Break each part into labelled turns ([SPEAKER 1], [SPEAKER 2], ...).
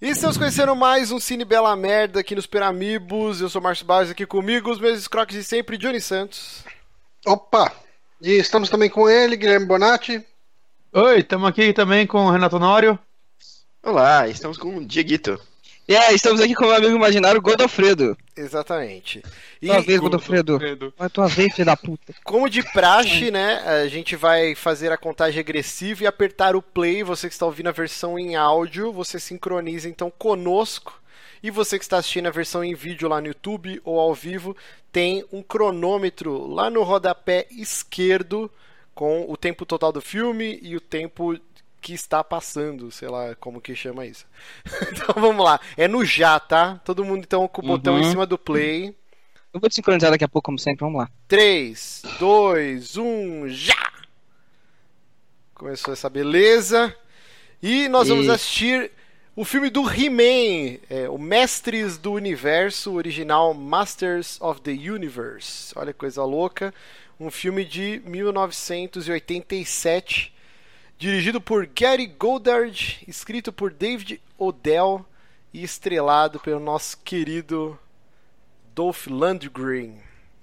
[SPEAKER 1] E estamos conhecendo mais um Cine Bela Merda aqui nos Peramibos. Eu sou o Márcio Barros aqui comigo, os meus croques de sempre, Johnny Santos.
[SPEAKER 2] Opa! E estamos também com ele, Guilherme Bonatti. é
[SPEAKER 3] Oi, estamos aqui também com o Renato Nório.
[SPEAKER 4] Olá, estamos com o Dieguito.
[SPEAKER 5] E é, estamos aqui com o meu amigo imaginário Godofredo.
[SPEAKER 1] Exatamente. E
[SPEAKER 5] Tua vez, Godofredo. Vai tua vez, filho da puta.
[SPEAKER 1] como de praxe, né, a gente vai fazer a contagem regressiva e apertar o play. Você que está ouvindo a versão em áudio, você sincroniza então conosco. E você que está assistindo a versão em vídeo lá no YouTube ou ao vivo, tem um cronômetro lá no rodapé esquerdo com o tempo total do filme e o tempo que está passando, sei lá como que chama isso. então vamos lá, é no já, tá? Todo mundo então com o botão em
[SPEAKER 5] Uhum.
[SPEAKER 1] cima do play.
[SPEAKER 5] Eu vou te sincronizar daqui a pouco, como sempre, vamos lá.
[SPEAKER 1] 3, 2, 1, já! Começou essa beleza. E nós vamos
[SPEAKER 5] E-
[SPEAKER 1] assistir o filme do He-Man, é, o Mestres do Universo, o original Masters of the Universe. Olha que coisa louca. Um filme de 1987, dirigido por Gary Goldard, escrito por David Odell e estrelado pelo nosso querido Dolph Lundgren,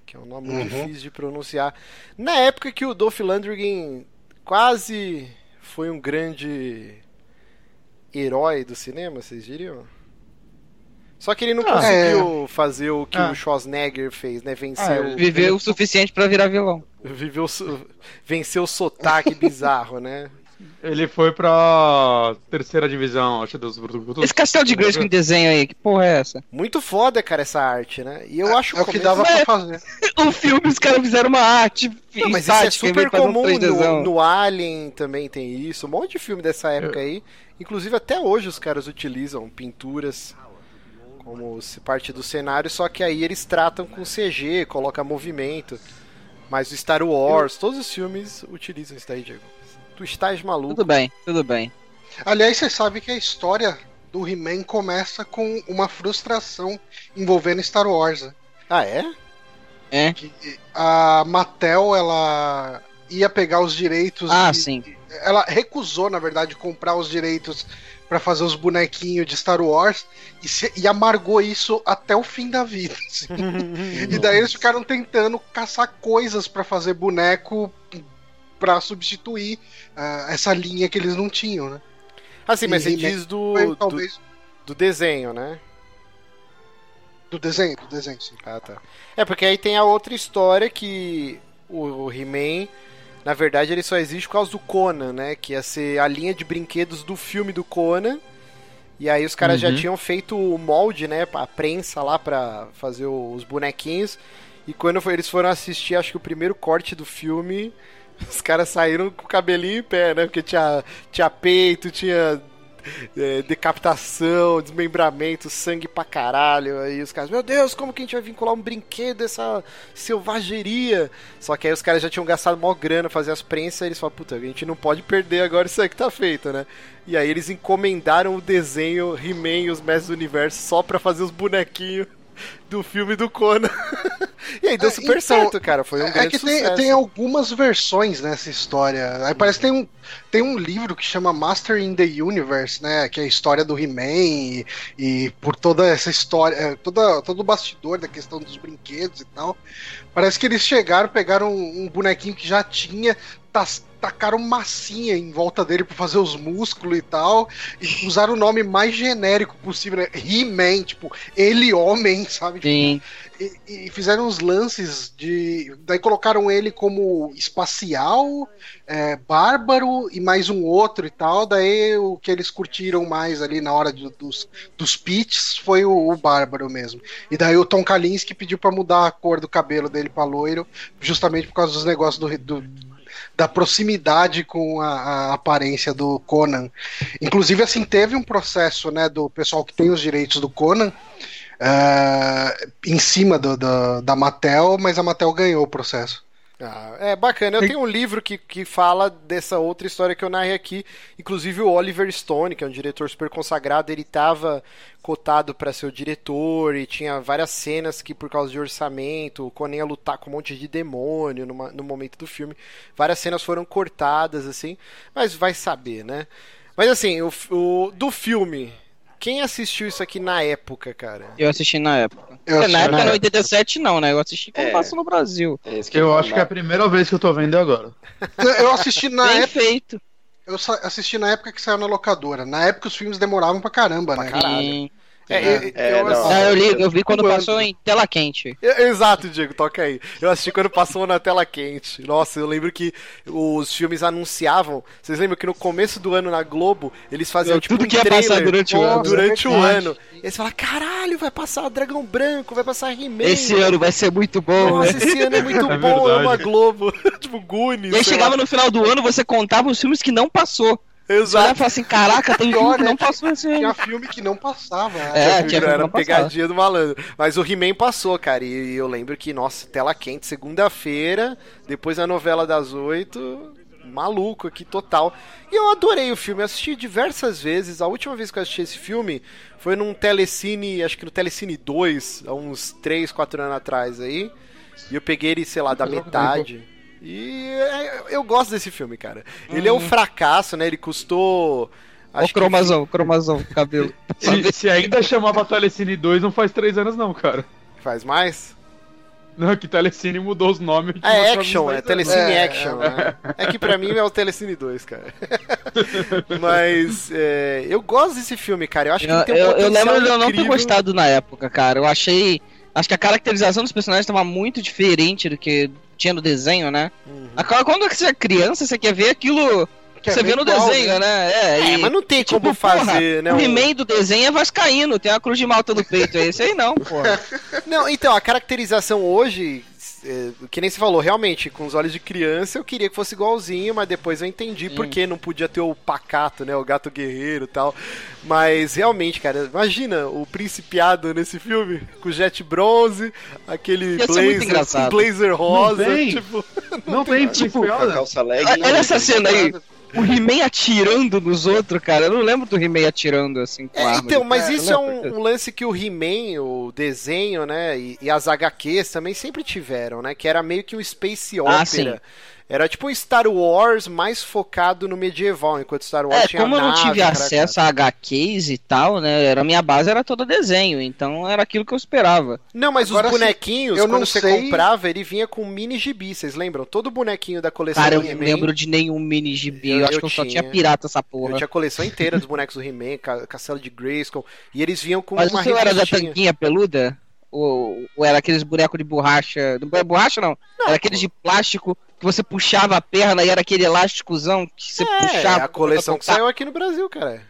[SPEAKER 1] que é um nome
[SPEAKER 2] Uhum.
[SPEAKER 1] muito difícil de pronunciar. Na época que o Dolph Lundgren quase foi um grande herói do cinema, vocês diriam? Só que ele não
[SPEAKER 3] Ah,
[SPEAKER 1] conseguiu
[SPEAKER 2] é.
[SPEAKER 1] fazer o que
[SPEAKER 3] Ah.
[SPEAKER 1] o Schwarzenegger fez, né? Vencer
[SPEAKER 3] Ah,
[SPEAKER 1] o...
[SPEAKER 5] Viver o suficiente pra virar vilão.
[SPEAKER 2] é.
[SPEAKER 1] Viveu, o so- venceu o sotaque bizarro, né?
[SPEAKER 3] Ele foi pra terceira divisão, acho, dos brutos.
[SPEAKER 5] Esse castelo de Grayskull em desenho aí, que porra é essa?
[SPEAKER 1] Muito foda, cara, essa arte, né? E eu acho
[SPEAKER 2] é o que
[SPEAKER 1] começo-
[SPEAKER 2] dava
[SPEAKER 5] Mas-
[SPEAKER 2] pra fazer.
[SPEAKER 5] O filme, os caras fizeram uma arte
[SPEAKER 1] Não, mas isso é
[SPEAKER 5] estática, em vez
[SPEAKER 1] super
[SPEAKER 5] de fazer um
[SPEAKER 1] comum
[SPEAKER 5] 3Dzão.
[SPEAKER 1] no, no Alien também tem isso, um monte de filme dessa época aí. Inclusive até hoje os caras utilizam pinturas como se parte do cenário, só que aí eles tratam com CG, coloca movimento. Mas o Star Wars, todos os filmes utilizam isso daí, Diego. Tu estás maluco.
[SPEAKER 5] Tudo bem, tudo bem.
[SPEAKER 2] Aliás, você sabe que a história do He-Man começa com uma frustração envolvendo Star Wars. né?
[SPEAKER 1] Ah, é?
[SPEAKER 5] É?
[SPEAKER 2] A Mattel, ela ia pegar os direitos.
[SPEAKER 5] Ah,
[SPEAKER 2] de-
[SPEAKER 5] sim.
[SPEAKER 2] Ela recusou, na verdade, comprar os direitos pra fazer os bonequinhos de Star Wars e, se- e amargou isso até o fim da vida. assim. E daí eles ficaram tentando caçar coisas pra fazer boneco pra substituir ah, essa linha que eles não tinham, né?
[SPEAKER 1] Assim, mas você
[SPEAKER 2] Sim, né?
[SPEAKER 1] diz
[SPEAKER 2] Foi,
[SPEAKER 1] do, do,
[SPEAKER 2] talvez
[SPEAKER 1] do desenho, né?
[SPEAKER 2] do desenho, do desenho, sim.
[SPEAKER 1] Ah, tá. É, porque aí tem a outra história que o He-Man, na verdade, ele só existe por causa do Conan, né? Que ia ser a linha de brinquedos do filme do Conan. E aí os caras já
[SPEAKER 3] Uhum.
[SPEAKER 1] tinham feito o molde, né? A prensa lá pra fazer o- os bonequinhos. E quando foi- eles foram assistir, acho que o primeiro corte do filme, os caras saíram com o cabelinho em pé, né? Porque tinha, tinha peito, tinha é, decapitação, desmembramento, sangue pra caralho. Aí os caras, meu Deus, como que a gente vai vincular um brinquedo a essa selvageria? Só que aí os caras já tinham gastado mó grana fazer as prensas, e eles falaram, puta, a gente não pode perder agora isso aí que tá feito, né? E aí eles encomendaram o desenho He-Man e os Mestres do Universo só pra fazer os bonequinhos do filme do Conan. e aí deu
[SPEAKER 2] É,
[SPEAKER 1] super
[SPEAKER 2] então,
[SPEAKER 1] certo, cara. Foi um
[SPEAKER 2] É
[SPEAKER 1] grande
[SPEAKER 2] que tem,
[SPEAKER 1] sucesso.
[SPEAKER 2] tem algumas versões nessa história. Aí parece que tem um, tem um livro que chama Master in the Universe, né? Que é a história do He-Man e, e por toda essa história, eh, toda, todo o bastidor da questão dos brinquedos e tal. Parece que eles chegaram, pegaram um, um bonequinho que já tinha, tas- tacaram massinha em volta dele pra fazer os músculos e tal. E usaram o nome mais genérico possível, né? He-Man, tipo, ele homem, sabe? Tipo,
[SPEAKER 5] Sim.
[SPEAKER 2] e, e fizeram uns lances de. Daí colocaram ele como espacial, é, bárbaro e mais um outro e tal. Daí o que eles curtiram mais ali na hora de- dos, dos pits foi o, o bárbaro mesmo. E daí o Tom Kalinski pediu pra mudar a cor do cabelo dele pra loiro, justamente por causa dos negócios do. do- da proximidade com a, a aparência do Conan. Inclusive, assim, teve um processo, né, do pessoal que tem os direitos do Conan, é, em cima do, do- da Mattel, mas a Mattel ganhou o processo.
[SPEAKER 1] Ah, é bacana. Eu tenho um livro que, que fala dessa outra história que eu narrei aqui. Inclusive o Oliver Stone, que é um diretor super consagrado, ele estava cotado para ser o diretor e tinha várias cenas que, por causa de orçamento, o Conan ia lutar com um monte de demônio numa- no momento do filme. Várias cenas foram cortadas, assim. Mas vai saber, né? Mas assim, o, f- o- do filme, Quem assistiu isso aqui na época, cara?
[SPEAKER 5] Eu assisti na época.
[SPEAKER 2] Eu
[SPEAKER 5] É, na
[SPEAKER 2] assisti
[SPEAKER 5] época,
[SPEAKER 2] na
[SPEAKER 5] não, 87 não, né? Eu assisti quando
[SPEAKER 4] É.
[SPEAKER 5] passou no Brasil.
[SPEAKER 4] É isso
[SPEAKER 3] Eu
[SPEAKER 4] ia
[SPEAKER 3] acho que é a
[SPEAKER 4] falar.
[SPEAKER 3] primeira vez que eu tô vendo é agora.
[SPEAKER 2] Eu assisti na
[SPEAKER 5] Bem
[SPEAKER 2] época,
[SPEAKER 5] feito.
[SPEAKER 2] eu sa- assisti na época que saiu na locadora. Na época os filmes demoravam pra caramba, né?
[SPEAKER 1] caralho.
[SPEAKER 5] Sim.
[SPEAKER 1] É, eu-
[SPEAKER 4] É,
[SPEAKER 1] eu
[SPEAKER 4] não.
[SPEAKER 1] assisti-
[SPEAKER 5] Ah, eu, li, eu vi quando
[SPEAKER 2] Quando?
[SPEAKER 5] passou em tela quente.
[SPEAKER 1] Eu- É, Exato, Diego, toca aí. Eu assisti quando passou na tela quente. Nossa, eu lembro que os filmes anunciavam. Vocês lembram que no começo do ano na Globo, eles faziam
[SPEAKER 5] Eu-
[SPEAKER 1] tipo
[SPEAKER 5] tudo
[SPEAKER 1] um
[SPEAKER 5] que ia
[SPEAKER 1] trailer
[SPEAKER 5] passar durante o
[SPEAKER 1] pô,
[SPEAKER 5] ano.
[SPEAKER 1] durante o
[SPEAKER 2] Verdade.
[SPEAKER 1] ano. E eles falavam, caralho, vai passar Dragão Branco, vai passar He-Man.
[SPEAKER 5] Esse ano vai ser muito bom, né?
[SPEAKER 1] Nossa, esse ano é muito
[SPEAKER 3] É
[SPEAKER 1] bom, é
[SPEAKER 3] verdade.
[SPEAKER 1] uma Globo. tipo, Goonies.
[SPEAKER 5] E aí
[SPEAKER 1] sei
[SPEAKER 5] chegava
[SPEAKER 1] lá.
[SPEAKER 5] no final do ano, você contava os filmes que não passou. Você olhava e
[SPEAKER 1] Exato.
[SPEAKER 5] falava assim, caraca, tem filme
[SPEAKER 2] Pior,
[SPEAKER 5] que
[SPEAKER 2] né?
[SPEAKER 5] não passou esse ano.
[SPEAKER 2] Tinha filme que não passava. né?
[SPEAKER 5] É, tinha
[SPEAKER 1] Era
[SPEAKER 5] filme que
[SPEAKER 1] era
[SPEAKER 5] não passava.
[SPEAKER 1] pegadinha do malandro. Mas o He-Man passou, cara. E eu lembro que, nossa, tela quente, segunda-feira, depois da novela das oito. Maluco aqui, total. E eu adorei o filme, eu assisti diversas vezes. A última vez que eu assisti esse filme foi num Telecine, acho que no Telecine 2, há uns 3, 4 anos atrás aí. E eu peguei ele, sei lá, da metade. E é, eu gosto desse filme, cara. Ele é um fracasso, né? Ele custou.
[SPEAKER 5] Ó o
[SPEAKER 1] que-
[SPEAKER 5] Hum. cromazão, cromazão, cabelo.
[SPEAKER 3] Se, se ainda chamava Telecine 2, não faz três anos não, cara.
[SPEAKER 1] Faz mais?
[SPEAKER 3] Não, que Telecine mudou os nomes.
[SPEAKER 1] Ah, É action, é Telecine
[SPEAKER 2] É,
[SPEAKER 1] Action. né? É que pra mim é o Telecine 2, cara. Mas é, eu gosto desse filme, cara. Eu acho que
[SPEAKER 5] Eu,
[SPEAKER 1] ele tem um
[SPEAKER 5] eu- eu
[SPEAKER 1] potencial
[SPEAKER 5] lembro de eu não ter
[SPEAKER 1] incrível.
[SPEAKER 5] gostado na época, cara. Eu achei. Acho que a caracterização dos personagens tava muito diferente do que tinha no desenho, né?
[SPEAKER 1] Uhum.
[SPEAKER 5] Agora, Quando você é criança, você quer ver aquilo que
[SPEAKER 2] Quer
[SPEAKER 5] você
[SPEAKER 2] ver
[SPEAKER 5] vê no
[SPEAKER 2] igual,
[SPEAKER 5] desenho, né? É,
[SPEAKER 1] É,
[SPEAKER 5] e
[SPEAKER 1] mas não tem
[SPEAKER 5] tipo,
[SPEAKER 1] como fazer, né?
[SPEAKER 5] o
[SPEAKER 1] um-
[SPEAKER 5] He-Man do desenho é vascaíno, tem a cruz de malta no peito. É esse aí não, pô.
[SPEAKER 1] Não, então, a caracterização hoje, é, que nem você falou, realmente, com os olhos de criança eu queria que fosse igualzinho, mas depois eu entendi por que não podia ter o pacato, né? O gato guerreiro e tal. Mas realmente, cara, imagina o principiado nesse filme, com o jet bronze, aquele
[SPEAKER 5] Ia ser muito
[SPEAKER 1] blazer,
[SPEAKER 5] engraçado.
[SPEAKER 1] blazer rosa,
[SPEAKER 3] tem.
[SPEAKER 1] tipo.
[SPEAKER 3] Não tem, tipo...
[SPEAKER 4] A calça leg.
[SPEAKER 5] Olha essa cena aí. O He-Man atirando nos outros, cara. Eu não lembro do He-Man atirando assim com
[SPEAKER 1] É,
[SPEAKER 5] arma.
[SPEAKER 1] então, mas
[SPEAKER 5] É,
[SPEAKER 1] isso é
[SPEAKER 5] eu lembro.
[SPEAKER 1] um, um lance que o He-Man, o desenho, né, e, e as HQs também sempre tiveram, né, que era meio que um space
[SPEAKER 5] Ah,
[SPEAKER 1] opera. era tipo um Star Wars mais focado no medieval, enquanto Star Wars
[SPEAKER 5] É,
[SPEAKER 1] tinha
[SPEAKER 5] como eu não
[SPEAKER 1] nave,
[SPEAKER 5] tive
[SPEAKER 1] caraca.
[SPEAKER 5] acesso a HQs e tal, né? Era, minha base era toda desenho, então era aquilo que eu esperava.
[SPEAKER 1] Não, mas
[SPEAKER 2] Agora,
[SPEAKER 1] os
[SPEAKER 2] assim,
[SPEAKER 1] bonequinhos,
[SPEAKER 2] eu
[SPEAKER 1] quando
[SPEAKER 2] não
[SPEAKER 1] você
[SPEAKER 2] sei-
[SPEAKER 1] comprava, ele vinha com mini gibi, vocês lembram? Todo bonequinho da coleção
[SPEAKER 5] Cara, eu
[SPEAKER 1] do
[SPEAKER 5] não
[SPEAKER 1] He-Man.
[SPEAKER 5] lembro de nenhum mini gibi.
[SPEAKER 1] Eu-
[SPEAKER 5] Eu, acho
[SPEAKER 1] eu
[SPEAKER 5] que eu só
[SPEAKER 1] tinha.
[SPEAKER 5] tinha pirata essa
[SPEAKER 1] Eu
[SPEAKER 5] porra.
[SPEAKER 1] tinha a coleção inteira dos bonecos do He-Man, Ca- Castelo de Grayskull, e eles vinham com
[SPEAKER 5] Mas o
[SPEAKER 1] uma
[SPEAKER 5] seu era da
[SPEAKER 1] revistinha.
[SPEAKER 5] tanquinha peluda? Ou, ou era aqueles bonecos de borracha? Não é borracha, não. Era aqueles de plástico que você puxava a perna e era aquele elásticozão que você
[SPEAKER 1] É,
[SPEAKER 5] puxava.
[SPEAKER 1] a coleção que
[SPEAKER 5] pra
[SPEAKER 1] saiu aqui no Brasil, cara.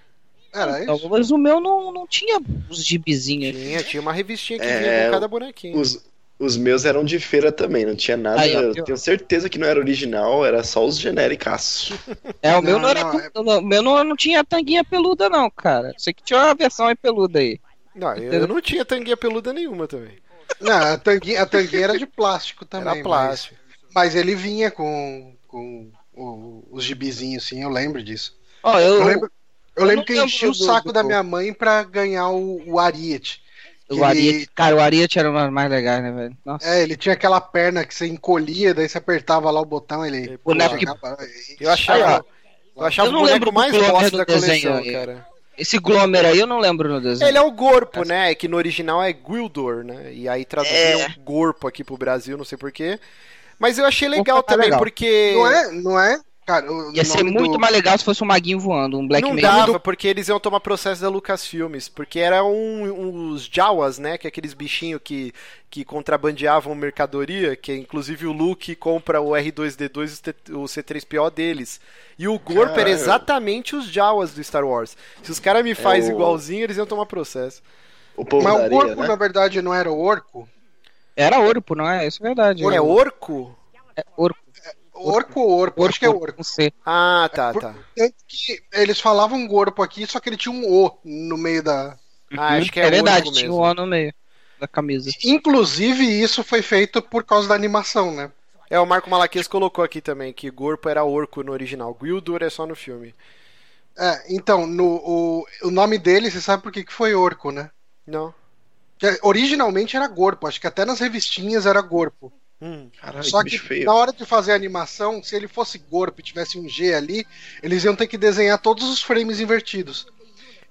[SPEAKER 2] Era
[SPEAKER 5] botar.
[SPEAKER 2] É isso.
[SPEAKER 5] Mas o meu não, não tinha os gibizinhos.
[SPEAKER 1] Tinha, tinha uma revistinha que
[SPEAKER 4] É,
[SPEAKER 1] vinha com cada bonequinho.
[SPEAKER 4] Os, os meus eram de feira também, não tinha nada.
[SPEAKER 5] Aí, ó,
[SPEAKER 4] eu tenho certeza que não era original, era só os genéricaço.
[SPEAKER 5] É, o meu
[SPEAKER 2] Não,
[SPEAKER 5] não era.
[SPEAKER 2] não, é-
[SPEAKER 5] tu- O meu não, não tinha tanguinha peluda, não, cara. Sei que tinha uma versão aí peluda aí.
[SPEAKER 1] Não, eu, eu não tinha tanguinha peluda nenhuma também.
[SPEAKER 2] Não, a tanguinha, a tanguinha era de plástico também.
[SPEAKER 1] Era plástico.
[SPEAKER 2] Mas, mas ele vinha com, com o- os gibizinhos, sim, eu lembro disso.
[SPEAKER 5] Ó, eu,
[SPEAKER 2] Eu lembro, eu
[SPEAKER 5] eu
[SPEAKER 2] lembro
[SPEAKER 5] não
[SPEAKER 2] que eu
[SPEAKER 5] lembro
[SPEAKER 2] enchi o
[SPEAKER 5] do-
[SPEAKER 2] saco
[SPEAKER 5] do-
[SPEAKER 2] da minha mãe pra ganhar o, o Ariete.
[SPEAKER 5] o Ariete. Cara, o Ariete era um dos mais legais, né, velho? Nossa.
[SPEAKER 2] É, ele tinha aquela perna que você encolhia, daí você apertava lá o botão, ele.
[SPEAKER 5] boneco que-
[SPEAKER 2] chegava-
[SPEAKER 1] Eu achava, eu achava
[SPEAKER 5] Eu não
[SPEAKER 1] o boneco
[SPEAKER 5] lembro do
[SPEAKER 1] mais
[SPEAKER 5] Glomer
[SPEAKER 1] bosta
[SPEAKER 5] do
[SPEAKER 1] da coleção,
[SPEAKER 5] desenho,
[SPEAKER 1] cara.
[SPEAKER 5] Esse Glomer aí eu não lembro no desenho.
[SPEAKER 1] Ele é o Gorpo, né? Que no original é Gwildor, né? E aí traduziram Gorpo aqui pro Brasil, não sei porquê. Mas eu achei legal
[SPEAKER 5] Gorpo tá
[SPEAKER 1] também,
[SPEAKER 5] legal.
[SPEAKER 1] porque.
[SPEAKER 2] Não é? Não é? Cara, o
[SPEAKER 5] Ia ser
[SPEAKER 2] nome do-
[SPEAKER 5] muito mais legal se fosse um maguinho voando, um Black
[SPEAKER 1] não
[SPEAKER 5] Man.
[SPEAKER 1] dava, porque eles iam tomar processo da Lucasfilmes, porque era um, uns Jawas, né, que é aqueles bichinhos que, que contrabandeavam mercadoria, que é, inclusive o Luke compra o R2-D2 e o T- o C3PO deles. E o Gorp era
[SPEAKER 4] Caralho.
[SPEAKER 1] exatamente os Jawas do Star Wars. Se os caras me fazem
[SPEAKER 4] o-
[SPEAKER 1] igualzinho, eles iam tomar processo.
[SPEAKER 4] O povo
[SPEAKER 2] Mas
[SPEAKER 4] da
[SPEAKER 2] o
[SPEAKER 4] areia,
[SPEAKER 2] corpo,
[SPEAKER 4] né?
[SPEAKER 2] na verdade, não era o orco?
[SPEAKER 5] Era Orpo, não é? Isso é verdade.
[SPEAKER 1] É Orco?
[SPEAKER 5] É Orpo.
[SPEAKER 2] Orco ou orpo? Acho que é orco.
[SPEAKER 5] Não sei.
[SPEAKER 1] Ah, tá,
[SPEAKER 2] Por-
[SPEAKER 1] tá.
[SPEAKER 2] Tanto que eles falavam gorpo aqui, só que ele tinha um O no meio da.
[SPEAKER 1] Ah, acho que é,
[SPEAKER 5] É, verdade,
[SPEAKER 1] Orco
[SPEAKER 5] tinha
[SPEAKER 1] mesmo.
[SPEAKER 5] um O no meio da camisa.
[SPEAKER 2] Inclusive, isso foi feito por causa da animação, né?
[SPEAKER 1] É, o Marco Malaquias colocou aqui também que Gorpo era Orco no original. Gwildor é só no filme.
[SPEAKER 2] É, então, no, o, o nome dele, você sabe por que, que foi orco, né?
[SPEAKER 1] Não?
[SPEAKER 2] Que originalmente era gorpo, acho que até nas revistinhas era gorpo.
[SPEAKER 1] Hum.
[SPEAKER 4] Caralho,
[SPEAKER 2] Só
[SPEAKER 4] que
[SPEAKER 2] que
[SPEAKER 4] bicho feio.
[SPEAKER 2] na hora de fazer a animação, se ele fosse gorpo e tivesse um G ali, eles iam ter que desenhar todos os frames invertidos.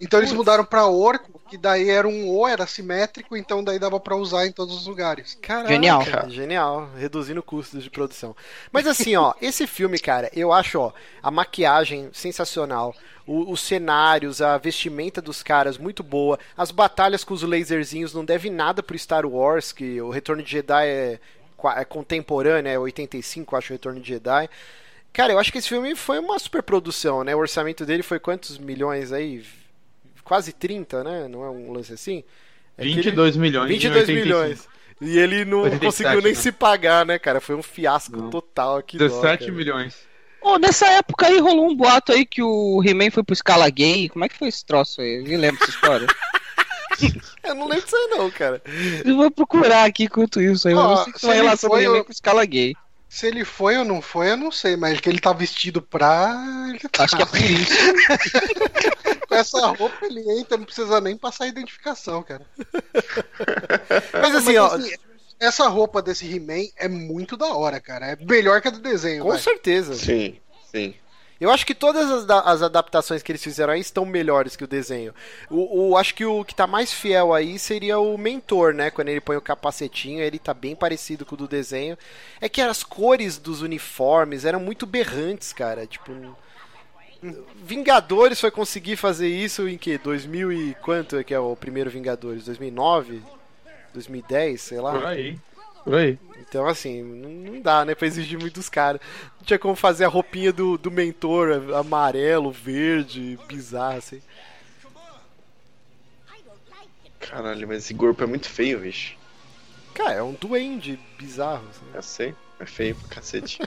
[SPEAKER 2] Então eles mudaram pra Orco, que daí era um O, era simétrico, então daí dava pra usar em todos os lugares.
[SPEAKER 1] Caraca,
[SPEAKER 5] Genial.
[SPEAKER 1] Genial, reduzindo custos de produção. Mas assim, ó, esse filme, cara, eu acho, ó, a maquiagem sensacional, o- os cenários, a vestimenta dos caras muito boa, as batalhas com os laserzinhos não deve nada pro Star Wars, que o Retorno de Jedi é, qua- é contemporâneo, é 85, acho, o Retorno de Jedi. Cara, eu acho que esse filme foi uma superprodução, né? O orçamento dele foi quantos milhões aí? Quase 30, né? Não é um lance assim? É que ele-
[SPEAKER 3] 22 milhões. em
[SPEAKER 1] 22
[SPEAKER 3] 85.
[SPEAKER 1] milhões. E ele não
[SPEAKER 3] 87,
[SPEAKER 1] conseguiu nem
[SPEAKER 3] né?
[SPEAKER 1] se pagar, né, cara? Foi um fiasco
[SPEAKER 3] Não.
[SPEAKER 1] total aqui.
[SPEAKER 3] 17 milhões.
[SPEAKER 5] Ô, nessa época aí rolou um boato aí que o He-Man foi pro Scala Gay. Como é que foi esse troço aí? Eu nem lembro essa história.
[SPEAKER 1] Eu não lembro disso aí, não, cara.
[SPEAKER 5] Eu vou procurar aqui enquanto isso aí. Eu
[SPEAKER 2] Ó,
[SPEAKER 5] não sei
[SPEAKER 2] se
[SPEAKER 5] qual é a
[SPEAKER 2] ele
[SPEAKER 5] relação do
[SPEAKER 2] foi,
[SPEAKER 5] He-Man
[SPEAKER 2] eu-
[SPEAKER 5] com o Scala Gay.
[SPEAKER 2] Se ele foi ou não foi, eu não sei, mas que ele tá vestido pra. Ele tá
[SPEAKER 5] Acho que é por isso.
[SPEAKER 2] com essa roupa, ele entra, não precisa nem passar a identificação, cara.
[SPEAKER 4] É.
[SPEAKER 1] Mas assim, ó,
[SPEAKER 2] essa roupa desse He-Man é muito da hora, cara. É melhor que a do desenho,
[SPEAKER 1] com
[SPEAKER 2] vai.
[SPEAKER 1] certeza.
[SPEAKER 4] Sim, sim.
[SPEAKER 1] Eu acho que todas as, da- as adaptações que eles fizeram aí estão melhores que o desenho. O, o- acho que o que tá mais fiel aí seria o mentor, né? Quando ele põe o capacetinho, ele tá bem parecido com o do desenho. É que as cores dos uniformes eram muito berrantes, cara. Tipo. um- Vingadores foi conseguir fazer isso em que? 2000 e quanto é que é o primeiro Vingadores? 2009? 2010, sei lá.
[SPEAKER 3] Por aí. Por aí.
[SPEAKER 1] Então, assim, não não dá, né? Pra exigir muito dos caras. Não tinha como fazer a roupinha do, do mentor a- amarelo, verde, bizarro, assim.
[SPEAKER 4] Caralho, mas esse corpo é muito feio, bicho.
[SPEAKER 1] Cara, é um duende bizarro, assim.
[SPEAKER 4] Eu sei, é feio pra cacete.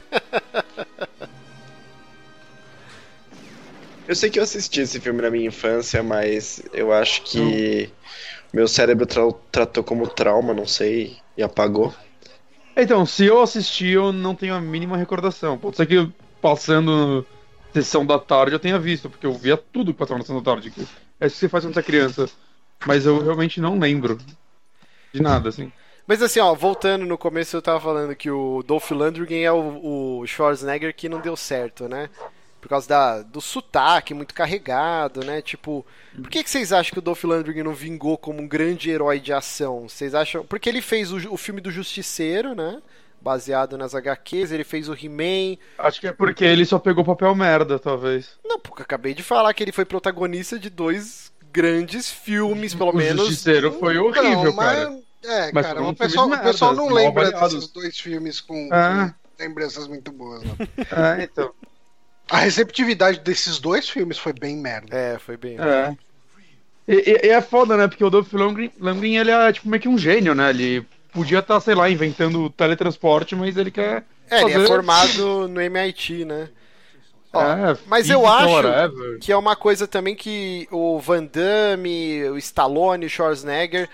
[SPEAKER 4] eu sei que eu assisti esse filme na minha infância, mas eu acho que meu cérebro tra- tratou como trauma, não sei, e apagou.
[SPEAKER 3] Então, se eu assisti, eu não tenho a mínima recordação. Pode ser que passando sessão da tarde eu tenha visto, porque eu via tudo que passava na sessão da tarde. que É isso que você faz quando você é criança. Mas eu realmente não lembro de nada, assim.
[SPEAKER 1] Mas assim, ó, voltando no começo, eu tava falando que o Dolph Lundgren é o, o Schwarzenegger que não deu certo, né? Por causa da, do sotaque muito carregado, né? Tipo, por que, que vocês acham que o Dolph Lundgren não vingou como um grande herói de ação? Vocês acham... Porque ele fez o, ju- o filme do Justiceiro, né? Baseado nas HQs, ele fez o He-Man...
[SPEAKER 3] Acho que é porque ele só pegou papel merda, talvez.
[SPEAKER 1] Não, porque eu acabei de falar que ele foi protagonista de dois grandes filmes, pelo
[SPEAKER 3] o
[SPEAKER 1] menos...
[SPEAKER 3] Justiceiro foi horrível,
[SPEAKER 2] Não,
[SPEAKER 3] cara.
[SPEAKER 2] Então, mas, É,
[SPEAKER 3] Mas
[SPEAKER 2] cara,
[SPEAKER 3] foi um
[SPEAKER 2] o pessoal,
[SPEAKER 3] filme
[SPEAKER 2] o
[SPEAKER 3] de
[SPEAKER 2] pessoal
[SPEAKER 3] merda,
[SPEAKER 2] não
[SPEAKER 3] mal
[SPEAKER 2] lembra
[SPEAKER 3] avaliado.
[SPEAKER 2] desses dois filmes com,
[SPEAKER 3] Ah.
[SPEAKER 2] com lembranças muito boas. não.
[SPEAKER 3] É, então.
[SPEAKER 2] A receptividade desses dois filmes foi bem merda.
[SPEAKER 1] É, foi bem...
[SPEAKER 3] É. E, e- e é foda, né? Porque o Dolph Lundgren, Lundgren, ele é tipo meio que um gênio, né? Ele podia estar, sei lá, inventando teletransporte, mas ele quer.
[SPEAKER 1] É, ele é
[SPEAKER 3] fazer-
[SPEAKER 1] formado no MIT, né? Ó,
[SPEAKER 3] É,
[SPEAKER 1] mas eu
[SPEAKER 3] física,
[SPEAKER 1] acho-
[SPEAKER 3] whatever.
[SPEAKER 1] Que é uma coisa também que o Van Damme, o Stallone, o Schwarzenegger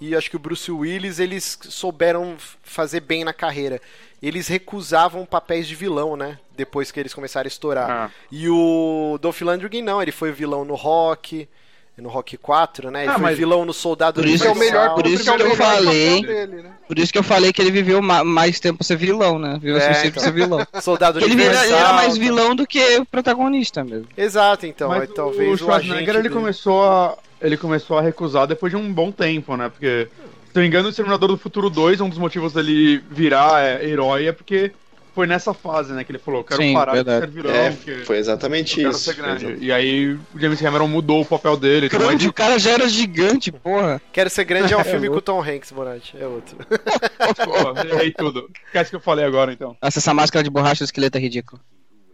[SPEAKER 1] e acho que o Bruce Willis, eles souberam f- fazer bem na carreira. Eles recusavam papéis de vilão, né? Depois que eles começaram a estourar.
[SPEAKER 3] Ah.
[SPEAKER 1] E o Dolph Lundgren não, ele foi vilão no Rock, no Rock 4, né? Ele
[SPEAKER 3] Ah,
[SPEAKER 1] foi
[SPEAKER 3] mas-
[SPEAKER 1] vilão no Soldado
[SPEAKER 5] Por isso é o
[SPEAKER 1] Universal.
[SPEAKER 5] melhor- por
[SPEAKER 2] porque
[SPEAKER 5] isso que eu
[SPEAKER 2] é o melhor
[SPEAKER 5] falei.
[SPEAKER 2] papel dele, né?
[SPEAKER 5] Por isso que eu falei que ele viveu ma- mais tempo pra ser vilão, né? Viveu
[SPEAKER 1] É,
[SPEAKER 5] assim sempre
[SPEAKER 1] então.
[SPEAKER 5] ser vilão.
[SPEAKER 1] Soldado
[SPEAKER 5] Porque ele
[SPEAKER 1] Universal.
[SPEAKER 5] vira- ele era mais
[SPEAKER 1] tá.
[SPEAKER 5] vilão do que protagonista mesmo.
[SPEAKER 1] Exato, então.
[SPEAKER 3] Mas
[SPEAKER 1] aí talvez
[SPEAKER 3] o
[SPEAKER 1] o, agente
[SPEAKER 3] Schwarzenegger ele
[SPEAKER 1] dele-
[SPEAKER 3] começou a ele começou a recusar depois de um bom tempo, né? Porque se eu não engano, o Exterminador do Futuro 2, um dos motivos dele virar é, herói é porque foi nessa fase, né, que ele falou, quero
[SPEAKER 5] Sim,
[SPEAKER 3] parar
[SPEAKER 5] verdade.
[SPEAKER 3] de ser vilão,
[SPEAKER 4] é,
[SPEAKER 3] porque
[SPEAKER 4] foi exatamente
[SPEAKER 3] eu quero
[SPEAKER 4] isso.
[SPEAKER 3] ser grande.
[SPEAKER 4] Foi exa-
[SPEAKER 3] E aí o James Cameron mudou o papel dele, então
[SPEAKER 5] Grande, o cara já era gigante, porra.
[SPEAKER 1] Quero ser grande é um filme com o
[SPEAKER 3] louco.
[SPEAKER 1] Tom Hanks, Moratti. É outro.
[SPEAKER 3] pô, errei tudo. Esquece que eu falei agora então.
[SPEAKER 5] Nossa, essa máscara de borracha do esqueleto é ridícula.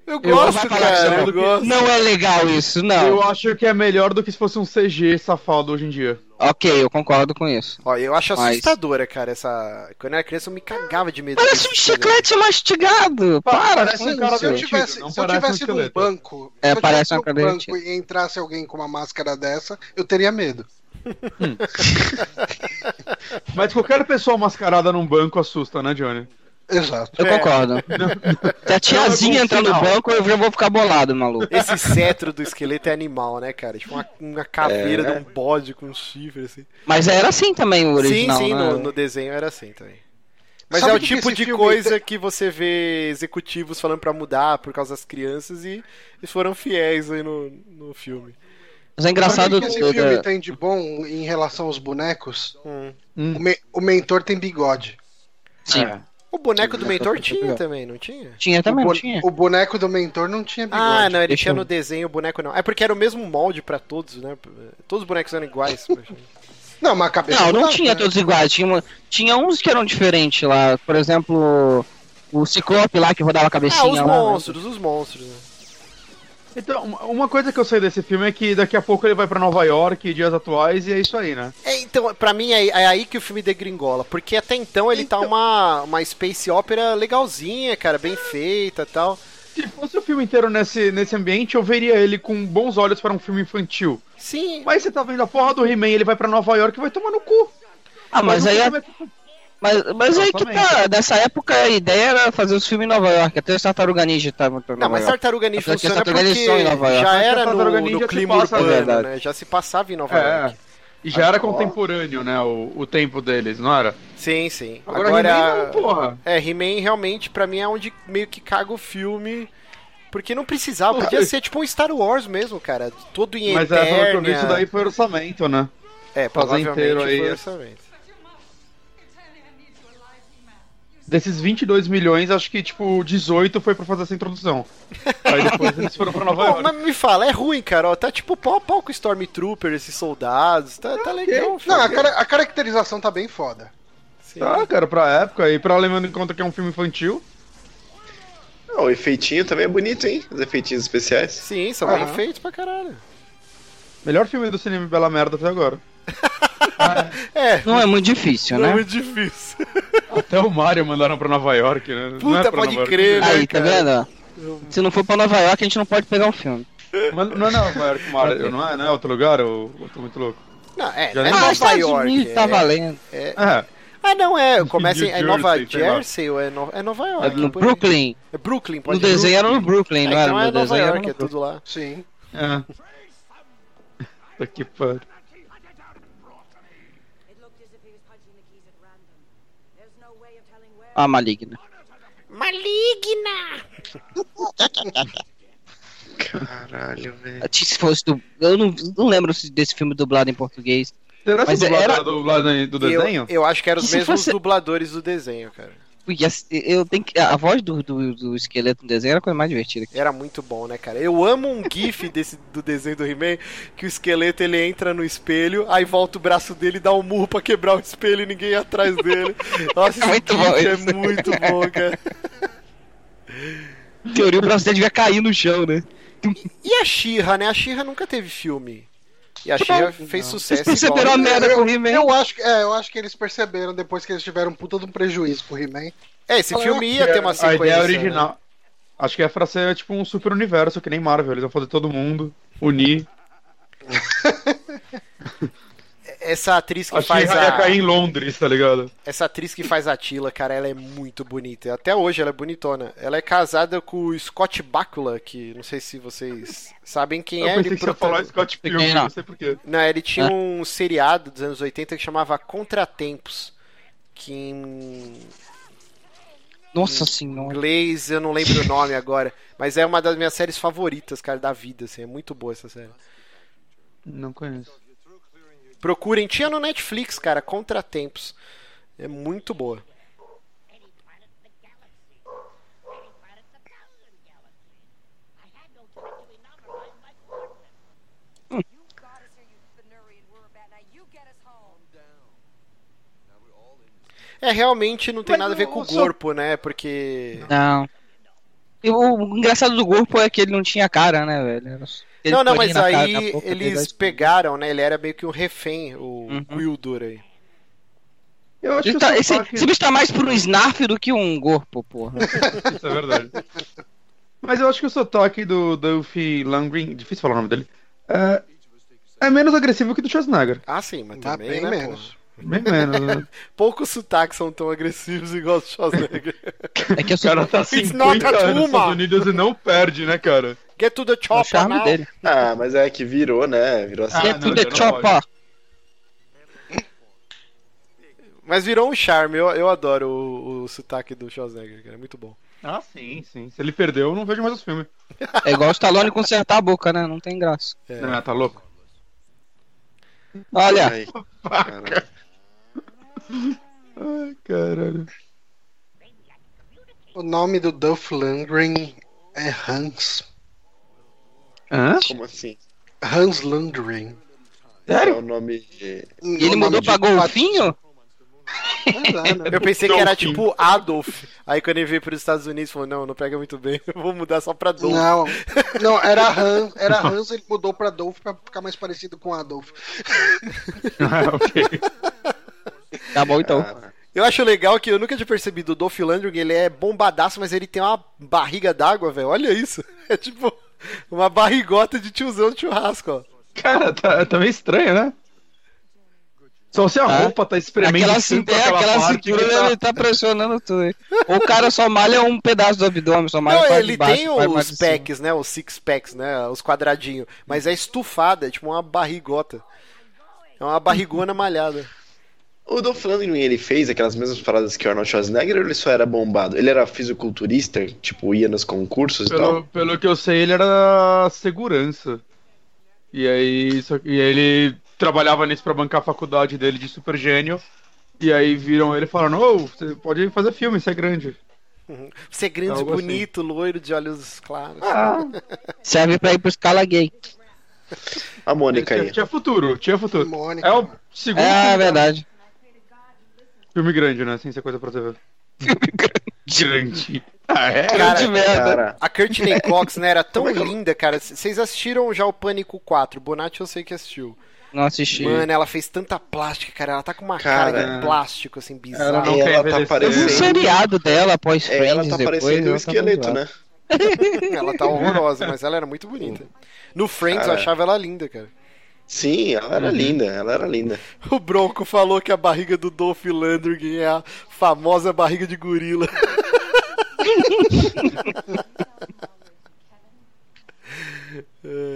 [SPEAKER 1] Eu
[SPEAKER 5] vou
[SPEAKER 1] gosto,
[SPEAKER 5] falar
[SPEAKER 1] cara.
[SPEAKER 5] que
[SPEAKER 1] Eu gosto.
[SPEAKER 5] Não é legal isso,
[SPEAKER 1] Ah.
[SPEAKER 5] não.
[SPEAKER 3] Eu acho que é melhor do que se fosse um CG safado hoje em dia.
[SPEAKER 5] Ok, eu concordo com isso.
[SPEAKER 1] Ó, eu acho
[SPEAKER 5] Mas-
[SPEAKER 1] assustadora, cara, essa. Quando eu era criança, eu me cagava de medo.
[SPEAKER 5] Parece um
[SPEAKER 1] desse
[SPEAKER 5] chiclete mastigado. Para,
[SPEAKER 3] Parece
[SPEAKER 5] com
[SPEAKER 3] um cara
[SPEAKER 5] isso.
[SPEAKER 2] Se eu
[SPEAKER 3] Sentido,
[SPEAKER 2] tivesse,
[SPEAKER 3] não
[SPEAKER 2] se eu
[SPEAKER 3] parece um
[SPEAKER 2] tivesse num
[SPEAKER 3] esqueleto.
[SPEAKER 2] banco,
[SPEAKER 5] É,
[SPEAKER 2] se eu
[SPEAKER 5] parece
[SPEAKER 2] tivesse
[SPEAKER 5] uma
[SPEAKER 2] num
[SPEAKER 5] cadeia de
[SPEAKER 2] banco e entrasse alguém com uma máscara dessa, eu teria medo.
[SPEAKER 3] Mas qualquer pessoa mascarada num banco assusta, né, Johnny?
[SPEAKER 2] Exato.
[SPEAKER 5] Eu
[SPEAKER 1] É.
[SPEAKER 5] concordo. Se a tiazinha
[SPEAKER 3] Não, é bom
[SPEAKER 5] entrar no
[SPEAKER 3] sinal.
[SPEAKER 5] banco, eu já vou ficar bolado, maluco.
[SPEAKER 1] Esse cetro do esqueleto é animal, né, cara? Tipo uma, uma caveira
[SPEAKER 5] É.
[SPEAKER 1] de um bode com um chifre, assim.
[SPEAKER 5] Mas era assim também o original,
[SPEAKER 1] sim, sim,
[SPEAKER 5] né?
[SPEAKER 1] no, no desenho era assim também. Mas
[SPEAKER 2] Sabe
[SPEAKER 1] é o
[SPEAKER 2] o que que
[SPEAKER 1] tipo
[SPEAKER 2] esse
[SPEAKER 1] de
[SPEAKER 2] filme
[SPEAKER 1] coisa que você vê executivos falando pra mudar por causa das crianças e eles foram fiéis aí no, no filme.
[SPEAKER 5] Mas é engraçado.
[SPEAKER 2] Sabe o que esse filme tá- tem de bom em relação aos bonecos?
[SPEAKER 1] Hum.
[SPEAKER 3] Hum.
[SPEAKER 2] O, me- o mentor tem bigode.
[SPEAKER 5] Sim.
[SPEAKER 3] É.
[SPEAKER 1] O boneco do
[SPEAKER 5] Sim,
[SPEAKER 1] mentor
[SPEAKER 5] tá
[SPEAKER 1] tinha
[SPEAKER 5] legal.
[SPEAKER 1] também, não tinha?
[SPEAKER 5] Tinha também,
[SPEAKER 2] o,
[SPEAKER 5] não
[SPEAKER 2] bo-
[SPEAKER 5] tinha.
[SPEAKER 2] o boneco do mentor não tinha
[SPEAKER 1] Ah,
[SPEAKER 2] bigode.
[SPEAKER 1] não, ele
[SPEAKER 5] Deixa
[SPEAKER 1] tinha
[SPEAKER 5] eu-
[SPEAKER 1] no desenho o boneco não. É porque era o mesmo molde pra todos, né? Todos os bonecos eram iguais. mas-
[SPEAKER 3] Ah,
[SPEAKER 2] não, mas a cabeça
[SPEAKER 5] Não, não
[SPEAKER 2] mudava,
[SPEAKER 5] tinha
[SPEAKER 2] né?
[SPEAKER 5] todos iguais. Tinha, uma- tinha uns que eram diferentes lá. Por exemplo, o Ciclope lá que rodava a cabecinha
[SPEAKER 1] ah, os
[SPEAKER 5] lá. né?
[SPEAKER 1] monstros, os monstros. né?
[SPEAKER 3] Então, uma- uma coisa que eu sei desse filme é que daqui a pouco ele vai pra Nova York, dias atuais, e é isso aí, né?
[SPEAKER 1] É, então, pra mim é, é aí que o filme degringola, porque até então ele tá uma, uma space opera legalzinha, cara, bem feita e tal.
[SPEAKER 3] Se fosse o filme inteiro nesse, nesse ambiente, eu veria ele com bons olhos para um filme infantil.
[SPEAKER 1] Sim,
[SPEAKER 3] Mas você tá vendo a porra do He-Man, ele vai pra Nova York e vai tomar no cu.
[SPEAKER 5] Ah, mas aí,
[SPEAKER 3] é...
[SPEAKER 5] mas, mas aí que tá.
[SPEAKER 3] Exatamente.
[SPEAKER 5] Nessa época a ideia era fazer os filmes em Nova York. Até os Tartaruga Ninja estavam em
[SPEAKER 1] Não,
[SPEAKER 5] Nova
[SPEAKER 1] mas
[SPEAKER 5] York.
[SPEAKER 1] Tartaruga
[SPEAKER 3] É
[SPEAKER 1] Ninja
[SPEAKER 5] Apesar que
[SPEAKER 1] funciona porque
[SPEAKER 5] Tartaruga Ninja são em Nova York.
[SPEAKER 1] já
[SPEAKER 3] Mas
[SPEAKER 1] era
[SPEAKER 3] Tartaruga
[SPEAKER 1] no,
[SPEAKER 3] Ninja
[SPEAKER 1] no
[SPEAKER 3] se
[SPEAKER 1] clima
[SPEAKER 3] passa,
[SPEAKER 5] é
[SPEAKER 1] urbano,
[SPEAKER 5] verdade.
[SPEAKER 1] né? Já se passava em Nova
[SPEAKER 3] É.
[SPEAKER 1] York.
[SPEAKER 3] E já era contemporâneo, né, o, o tempo deles, não era?
[SPEAKER 1] Sim, sim.
[SPEAKER 3] Agora, He-Man um não, porra.
[SPEAKER 1] é, He-Man realmente pra mim é onde meio que caga o filme, porque não precisava,
[SPEAKER 3] Porra,
[SPEAKER 1] podia
[SPEAKER 3] eu-
[SPEAKER 1] ser tipo um Star Wars mesmo, cara, todo em
[SPEAKER 3] Mas é, pelo que eu vi, isso daí
[SPEAKER 1] Eternia.
[SPEAKER 3] foi orçamento, né?
[SPEAKER 1] É,
[SPEAKER 3] fazer
[SPEAKER 1] provavelmente
[SPEAKER 3] inteiro aí,
[SPEAKER 1] foi
[SPEAKER 3] é.
[SPEAKER 1] orçamento.
[SPEAKER 3] Desses 22 milhões, acho que, tipo, 18 foi pra fazer essa introdução. Aí depois eles foram pra Nova
[SPEAKER 1] Bom,
[SPEAKER 3] York.
[SPEAKER 1] mas me fala, é ruim, cara. ó, tá tipo pau a pau com Stormtrooper, esses soldados. Tá, tá legal.
[SPEAKER 2] Não, a, cara- a caracterização tá bem foda.
[SPEAKER 1] Sim.
[SPEAKER 3] Ah, cara, pra época, e pra levando em conta que é um filme infantil,
[SPEAKER 4] Ah, o efeitinho também é bonito, hein? Os efeitinhos especiais.
[SPEAKER 1] Sim, são bem feitos pra caralho.
[SPEAKER 3] melhor filme do cinema Bela Merda até agora.
[SPEAKER 1] É,
[SPEAKER 5] Não é muito difícil,
[SPEAKER 1] não é
[SPEAKER 5] né?
[SPEAKER 1] muito difícil.
[SPEAKER 3] Até o Mario mandaram pra Nova York, né? Não
[SPEAKER 1] Puta,
[SPEAKER 3] é pra
[SPEAKER 1] pode
[SPEAKER 3] Nova York.
[SPEAKER 1] crer, né?
[SPEAKER 5] Aí, tá
[SPEAKER 1] cara.
[SPEAKER 5] vendo? Se não for pra Nova York, a gente não pode pegar um filme.
[SPEAKER 1] né?
[SPEAKER 3] Mas não é Nova York, Mario, não é, não é outro lugar? Eu, eu tô muito louco.
[SPEAKER 1] Não, é, não
[SPEAKER 3] Já
[SPEAKER 1] é
[SPEAKER 3] nem-
[SPEAKER 5] ah,
[SPEAKER 1] Nova
[SPEAKER 5] Estados
[SPEAKER 1] York.
[SPEAKER 5] Unidos
[SPEAKER 1] é.
[SPEAKER 5] tá valendo.
[SPEAKER 3] É,
[SPEAKER 1] Ah, não, é. Começa em é
[SPEAKER 3] New
[SPEAKER 1] Nova
[SPEAKER 3] Jersey, sei lá.
[SPEAKER 1] Jersey ou é, no... é Nova York.
[SPEAKER 5] no
[SPEAKER 1] por aí.
[SPEAKER 5] Brooklyn.
[SPEAKER 1] É Brooklyn, pode
[SPEAKER 5] No
[SPEAKER 1] ser.
[SPEAKER 5] desenho era no Brooklyn, não
[SPEAKER 1] É,
[SPEAKER 5] era
[SPEAKER 1] então é
[SPEAKER 5] no
[SPEAKER 1] Nova
[SPEAKER 5] desenho. era
[SPEAKER 1] York,
[SPEAKER 5] no
[SPEAKER 1] é tudo lá.
[SPEAKER 2] Sim.
[SPEAKER 3] é. Puta que pariu.
[SPEAKER 6] It looked as if he was punching the keys at random. There's no way of telling where.
[SPEAKER 5] Ah, maligna.
[SPEAKER 4] Caralho, velho.
[SPEAKER 5] Se fosse do... Eu não, não lembro se- desse filme dublado em português.
[SPEAKER 3] Será que
[SPEAKER 5] Mas
[SPEAKER 3] essa dublagem
[SPEAKER 5] era-
[SPEAKER 3] era... do, lado aí do desenho?
[SPEAKER 1] Eu, eu acho que eram
[SPEAKER 5] E
[SPEAKER 1] os
[SPEAKER 5] se
[SPEAKER 1] mesmos
[SPEAKER 5] fosse-
[SPEAKER 1] dubladores do desenho, cara.
[SPEAKER 5] Porque assim, eu tenho que... A voz do, do, do esqueleto no desenho era a coisa mais divertida.
[SPEAKER 1] Era muito bom, né, cara? Eu amo um gif desse, do desenho do He-Man, que o esqueleto ele entra no espelho, aí volta o braço dele e dá um murro pra quebrar o espelho e ninguém ia atrás dele. Nossa, esse
[SPEAKER 5] Muito
[SPEAKER 1] gif
[SPEAKER 5] bom
[SPEAKER 1] é
[SPEAKER 5] isso.
[SPEAKER 1] muito bom, cara.
[SPEAKER 5] Em teoria, o braço dele devia cair no chão, né?
[SPEAKER 1] E a She-Ra, né? A She-Ra nunca teve filme. E a She-Ra fez
[SPEAKER 5] Vocês
[SPEAKER 1] sucesso
[SPEAKER 5] perceberam a
[SPEAKER 1] é igual.
[SPEAKER 5] merda com o He-Man?
[SPEAKER 2] Eu acho, que- é, eu acho que eles perceberam depois que eles tiveram um puta de um prejuízo com o He-Man.
[SPEAKER 1] É, esse filme ia ter uma
[SPEAKER 3] A
[SPEAKER 1] sequência.
[SPEAKER 3] ideia
[SPEAKER 1] né?
[SPEAKER 3] original. Acho que é pra ser tipo um super universo, que nem Marvel. Eles vão fazer todo mundo, unir.
[SPEAKER 1] Essa atriz que
[SPEAKER 3] Acho que
[SPEAKER 1] faz
[SPEAKER 3] ia
[SPEAKER 1] a...
[SPEAKER 3] cair em Londres, tá ligado?
[SPEAKER 1] Essa atriz que faz a Tila, cara, ela é muito bonita. Até hoje ela é bonitona. Ela é casada com o Scott Bakula, que não sei se vocês sabem quem
[SPEAKER 3] eu
[SPEAKER 1] é.
[SPEAKER 3] pensei
[SPEAKER 1] ele
[SPEAKER 3] que você ia
[SPEAKER 1] prota-
[SPEAKER 3] falar É. Scott Pilgrim,
[SPEAKER 5] não.
[SPEAKER 3] não sei porquê.
[SPEAKER 1] Não, ele tinha um seriado dos anos 80 que chamava Contratempos. Que em
[SPEAKER 5] Nossa senhora.
[SPEAKER 1] inglês eu não lembro o nome agora. Mas é uma das minhas séries favoritas, cara, da vida. Assim, é muito boa essa série.
[SPEAKER 3] Não conheço.
[SPEAKER 1] Procurem. Tinha no Netflix, cara, Contratempos. É muito boa.
[SPEAKER 6] You got us here, you Fenurian Wurbat. Now you get us home.
[SPEAKER 1] É, realmente não tem
[SPEAKER 3] Mas
[SPEAKER 1] nada a ver
[SPEAKER 3] não,
[SPEAKER 1] com o
[SPEAKER 3] só-
[SPEAKER 1] corpo, né? Porque.
[SPEAKER 5] Não. E o engraçado do corpo é que ele não tinha cara, né, velho? Era só- ele
[SPEAKER 1] não, não, mas
[SPEAKER 5] colinha na cara,
[SPEAKER 1] aí
[SPEAKER 5] na boca,
[SPEAKER 1] eles
[SPEAKER 5] verdade.
[SPEAKER 1] pegaram, né? Ele era meio que um refém, o
[SPEAKER 5] Uhum.
[SPEAKER 1] Wildur aí.
[SPEAKER 3] Eu acho
[SPEAKER 5] Ele
[SPEAKER 3] que
[SPEAKER 5] tá-
[SPEAKER 3] o
[SPEAKER 5] esse,
[SPEAKER 3] sotaque-
[SPEAKER 5] esse bicho tá mais por um snarf do que um corpo, porra.
[SPEAKER 3] Isso é verdade. Mas eu acho que o sotaque do Duffy Langren, difícil falar o nome dele, é, é menos agressivo que do Schwarzenegger.
[SPEAKER 1] Ah, sim, mas
[SPEAKER 2] Tá
[SPEAKER 1] também,
[SPEAKER 2] bem
[SPEAKER 1] né,
[SPEAKER 2] menos.
[SPEAKER 1] pô?
[SPEAKER 3] Bem menos, né?
[SPEAKER 1] Poucos sotaques são tão agressivos igual o Schwarzenegger.
[SPEAKER 5] É que eu
[SPEAKER 3] O
[SPEAKER 5] sou
[SPEAKER 3] cara tá
[SPEAKER 1] It's not
[SPEAKER 3] 50
[SPEAKER 1] a
[SPEAKER 3] anos nos
[SPEAKER 1] tumor.
[SPEAKER 3] Estados Unidos e não perde, né, cara?
[SPEAKER 1] Get to the
[SPEAKER 5] É o
[SPEAKER 1] chopper
[SPEAKER 5] charme
[SPEAKER 1] now.
[SPEAKER 5] dele.
[SPEAKER 4] Ah, mas é que virou, né? Virou assim.
[SPEAKER 3] Ah,
[SPEAKER 5] Get
[SPEAKER 3] não,
[SPEAKER 5] to the
[SPEAKER 3] eu não
[SPEAKER 5] chopper.
[SPEAKER 1] Mas virou um charme, eu, eu adoro o, o sotaque do Schwarzenegger, cara, é muito bom.
[SPEAKER 3] Ah, sim, sim. Se ele perdeu, eu não vejo mais os filmes.
[SPEAKER 5] É igual o Stallone consertar a boca, né? Não tem graça.
[SPEAKER 1] É.
[SPEAKER 3] Ah, tá louco?
[SPEAKER 5] Olha,
[SPEAKER 4] Ai, cara.
[SPEAKER 3] Ai, caralho.
[SPEAKER 2] O nome do Duff Lundgren é Hans.
[SPEAKER 3] Hã?
[SPEAKER 4] Como assim?
[SPEAKER 2] Hans Lundgren.
[SPEAKER 4] É o nome. de-
[SPEAKER 5] e ele mudou pra golfinho? É
[SPEAKER 1] Eu pensei que
[SPEAKER 3] Dolphin.
[SPEAKER 5] um
[SPEAKER 1] era tipo Adolf. Aí quando ele veio pros Estados Unidos, falou: não, não pega muito bem, eu vou mudar só pra Dolph.
[SPEAKER 2] Não, não, era Hans, era Hans, ele mudou pra Adolf pra ficar mais parecido com Adolf.
[SPEAKER 3] Ah, ok.
[SPEAKER 5] Tá bom então.
[SPEAKER 4] Ah,
[SPEAKER 1] Eu acho legal que eu nunca tinha percebido. O Dolph Lundgren, ele é bombadaço, mas ele tem uma barriga d'água, velho. Olha isso. É tipo uma barrigota de tiozão de churrasco, ó.
[SPEAKER 3] Cara, tá, tá meio estranho, né? Só se a
[SPEAKER 5] Tá.
[SPEAKER 3] roupa tá espremendo
[SPEAKER 5] Aquela,
[SPEAKER 3] assim
[SPEAKER 5] cintura,
[SPEAKER 3] pra aquela,
[SPEAKER 5] aquela
[SPEAKER 3] parte que
[SPEAKER 5] cintura
[SPEAKER 3] tá-
[SPEAKER 5] ele tá pressionando tudo. hein? Ou o cara só malha um pedaço do abdômen, só malha a
[SPEAKER 1] Não,
[SPEAKER 5] parte
[SPEAKER 1] ele
[SPEAKER 5] de baixo,
[SPEAKER 1] tem
[SPEAKER 5] a parte mais de
[SPEAKER 1] os
[SPEAKER 5] cima.
[SPEAKER 1] packs, né? Os six packs, né? Os quadradinhos. Mas é estufada, é tipo uma barrigota. É uma barrigona malhada.
[SPEAKER 4] O Dolph Lundgren, ele fez aquelas mesmas paradas que o Arnold Schwarzenegger ou ele só era bombado? Ele era fisiculturista, tipo, ia nos concursos e
[SPEAKER 3] Pelo,
[SPEAKER 4] tal?
[SPEAKER 3] pelo que eu sei, ele era segurança. E aí, só- e aí ele trabalhava nisso pra bancar a faculdade dele de super gênio. E aí viram ele falando, ô, você pode fazer filme, isso é grande.
[SPEAKER 1] Você é grande,
[SPEAKER 3] Algo assim.
[SPEAKER 1] bonito, loiro, de olhos claros.
[SPEAKER 5] Serve pra ir pro escala gay.
[SPEAKER 4] A Mônica
[SPEAKER 3] Tinha,
[SPEAKER 4] aí.
[SPEAKER 3] tinha futuro, tinha futuro.
[SPEAKER 2] Mônica.
[SPEAKER 3] É o segundo
[SPEAKER 1] Ah,
[SPEAKER 5] É, é
[SPEAKER 3] filme,
[SPEAKER 5] verdade.
[SPEAKER 3] filme grande, né? Sem ser coisa pra você ver. grande. Ah, é?
[SPEAKER 1] Cara,
[SPEAKER 5] Grande merda.
[SPEAKER 4] Cara,
[SPEAKER 1] a Courtney Cox, né? Era tão linda, cara. C- Vocês assistiram já o Pânico 4? Bonatti eu sei que assistiu.
[SPEAKER 5] Não assisti.
[SPEAKER 1] Mano, ela fez tanta plástica, cara. Ela tá com uma cara,
[SPEAKER 4] Cara,
[SPEAKER 1] de plástico, assim,
[SPEAKER 3] Ela
[SPEAKER 1] bizarra.
[SPEAKER 3] não
[SPEAKER 4] Ela
[SPEAKER 3] quer
[SPEAKER 4] tá
[SPEAKER 3] envelhecer.
[SPEAKER 5] Eu vi um
[SPEAKER 4] parecendo-
[SPEAKER 5] seriado dela após
[SPEAKER 4] é,
[SPEAKER 5] Friends
[SPEAKER 4] ela tá
[SPEAKER 5] depois,
[SPEAKER 4] parecendo um
[SPEAKER 5] ela tá
[SPEAKER 4] esqueleto,
[SPEAKER 5] zoada.
[SPEAKER 4] né?
[SPEAKER 1] Ela tá horrorosa, mas ela era muito bonita. No Friends eu
[SPEAKER 4] Cara.
[SPEAKER 1] achava ela linda, cara.
[SPEAKER 4] Sim, ela
[SPEAKER 5] Uhum.
[SPEAKER 4] era linda, ela era linda.
[SPEAKER 1] O Bronco falou que a barriga do Dolph Lundgren é a famosa barriga de gorila.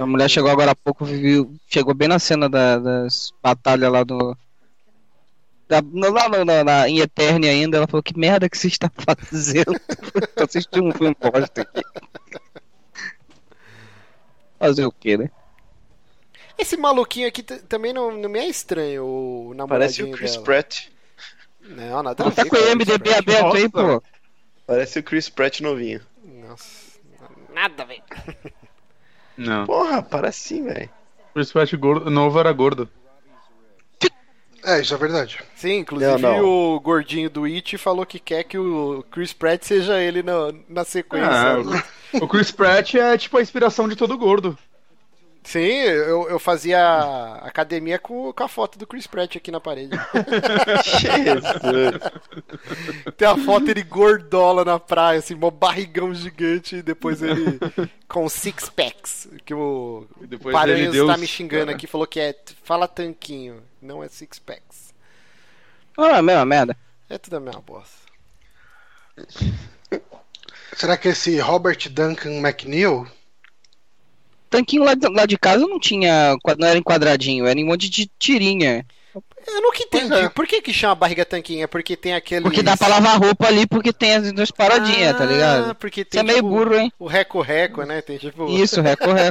[SPEAKER 5] A mulher chegou agora há pouco, viu, chegou bem na cena da- das batalhas lá do. Da, no- lá no- na- na- em Eternia ainda, ela falou que merda que você está fazendo. Eu assisti um filme bosta aqui. Fazer o quê, né?
[SPEAKER 1] Esse maluquinho aqui t- também não, não me é estranho, o
[SPEAKER 4] Parece
[SPEAKER 1] namoradinho
[SPEAKER 4] o Chris
[SPEAKER 1] dela.
[SPEAKER 4] Pratt.
[SPEAKER 1] Não, nada a
[SPEAKER 5] Não tá
[SPEAKER 1] ver
[SPEAKER 5] com o
[SPEAKER 1] o Chris
[SPEAKER 5] MDB
[SPEAKER 1] Pratt.
[SPEAKER 5] aberto aí, pô.
[SPEAKER 4] Parece o Chris Pratt novinho.
[SPEAKER 1] Nossa.
[SPEAKER 3] Não.
[SPEAKER 4] Porra, parece sim, velho.
[SPEAKER 3] Chris Pratt gordo, novo era gordo.
[SPEAKER 2] É, isso é verdade.
[SPEAKER 1] Sim, inclusive
[SPEAKER 4] Não,
[SPEAKER 1] o gordinho do It falou que quer que o Chris Pratt seja ele na, na sequência.
[SPEAKER 3] Ah, o Chris Pratt é tipo a inspiração de todo gordo.
[SPEAKER 1] Sim, eu, eu fazia academia com, com a foto do Chris Pratt aqui na parede.
[SPEAKER 4] Jesus.
[SPEAKER 1] Tem a foto ele gordola na praia, assim, mó barrigão gigante, e depois ele com six packs. Que o
[SPEAKER 3] E depois ele
[SPEAKER 1] Paranhos
[SPEAKER 3] deu
[SPEAKER 1] tá
[SPEAKER 3] os-
[SPEAKER 1] me xingando aqui, falou que é t- fala tanquinho, não é six packs.
[SPEAKER 5] Ah, mesma merda.
[SPEAKER 1] É tudo a mesma bosta.
[SPEAKER 2] Será que esse Robert Duncan McNeil?
[SPEAKER 5] Tanquinho lá, de- lá de casa não tinha. Não era em quadradinho, era em um monte de tirinha.
[SPEAKER 1] Eu nunca entendi.
[SPEAKER 2] Pois é.
[SPEAKER 1] Por que que chama barriga tanquinho? É porque tem aquele.
[SPEAKER 5] Porque dá pra lavar roupa ali porque tem as duas paradinhas, tá ligado?
[SPEAKER 1] Porque Ah, tem
[SPEAKER 5] Você é meio
[SPEAKER 1] tipo,
[SPEAKER 5] burro, hein?
[SPEAKER 1] o reco-reco, né? Tem tipo.
[SPEAKER 5] Isso, é recorre.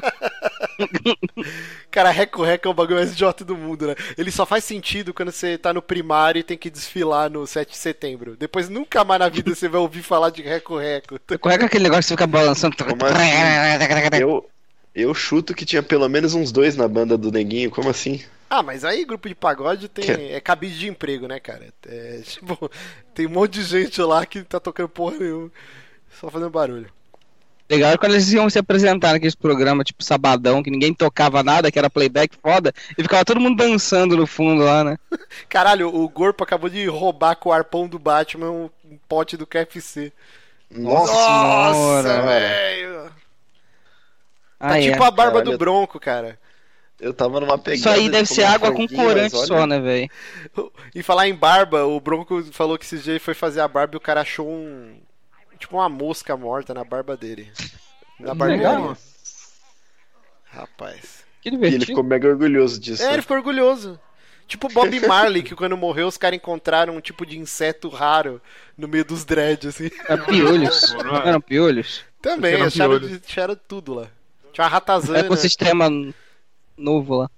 [SPEAKER 1] Cara, reco-reco é o bagulho mais idiota do mundo, né? Ele só faz sentido quando você tá no primário e tem que desfilar no 7 de setembro. Depois nunca mais na vida você vai ouvir falar de reco-reco.
[SPEAKER 5] Como é que é aquele negócio que você fica balançando?
[SPEAKER 4] Como assim? Eu, eu chuto que tinha pelo menos uns dois na banda do Neguinho, como assim?
[SPEAKER 1] Ah, mas aí grupo de pagode tem. É cabide de emprego, né, cara? É tipo, tem um monte de gente lá que não tá tocando porra nenhuma. Só fazendo barulho.
[SPEAKER 5] Legal é quando eles iam se apresentar naqueles programas, tipo Sabadão, que ninguém tocava nada, que era playback foda, e ficava todo mundo dançando no fundo lá, né?
[SPEAKER 1] Caralho, o Gorpo acabou de roubar com o arpão do Batman um um pote do KFC.
[SPEAKER 4] Nossa,
[SPEAKER 5] senhora,
[SPEAKER 1] velho! Tá
[SPEAKER 5] Ah, é.
[SPEAKER 1] tipo a barba
[SPEAKER 4] Caralho.
[SPEAKER 1] do Bronco, cara.
[SPEAKER 4] eu tava numa pegada.
[SPEAKER 5] Isso aí
[SPEAKER 4] de
[SPEAKER 5] deve ser
[SPEAKER 4] comer um
[SPEAKER 5] água com
[SPEAKER 4] franguinho,
[SPEAKER 5] corante
[SPEAKER 4] mas olha-
[SPEAKER 5] só, né, velho?
[SPEAKER 1] E falar em barba, o Bronco falou que esse dia ele foi fazer a barba e o cara achou um. Tipo uma mosca morta na barba dele. Na barbearia. Rapaz.
[SPEAKER 5] Que
[SPEAKER 4] E ele
[SPEAKER 5] divertido.
[SPEAKER 4] ficou mega orgulhoso disso.
[SPEAKER 1] É, ele ficou orgulhoso. Tipo o Bob Marley, que quando morreu os caras encontraram um tipo de inseto raro no meio dos dreads, assim.
[SPEAKER 5] Era É piolhos.
[SPEAKER 3] Não
[SPEAKER 5] Não
[SPEAKER 3] é?
[SPEAKER 5] eram piolhos?
[SPEAKER 1] Também,
[SPEAKER 3] Era um
[SPEAKER 1] acharam,
[SPEAKER 3] piolho.
[SPEAKER 1] de- acharam
[SPEAKER 5] É
[SPEAKER 1] tudo lá. Tinha uma ratazana.
[SPEAKER 5] Ecossistema novo lá.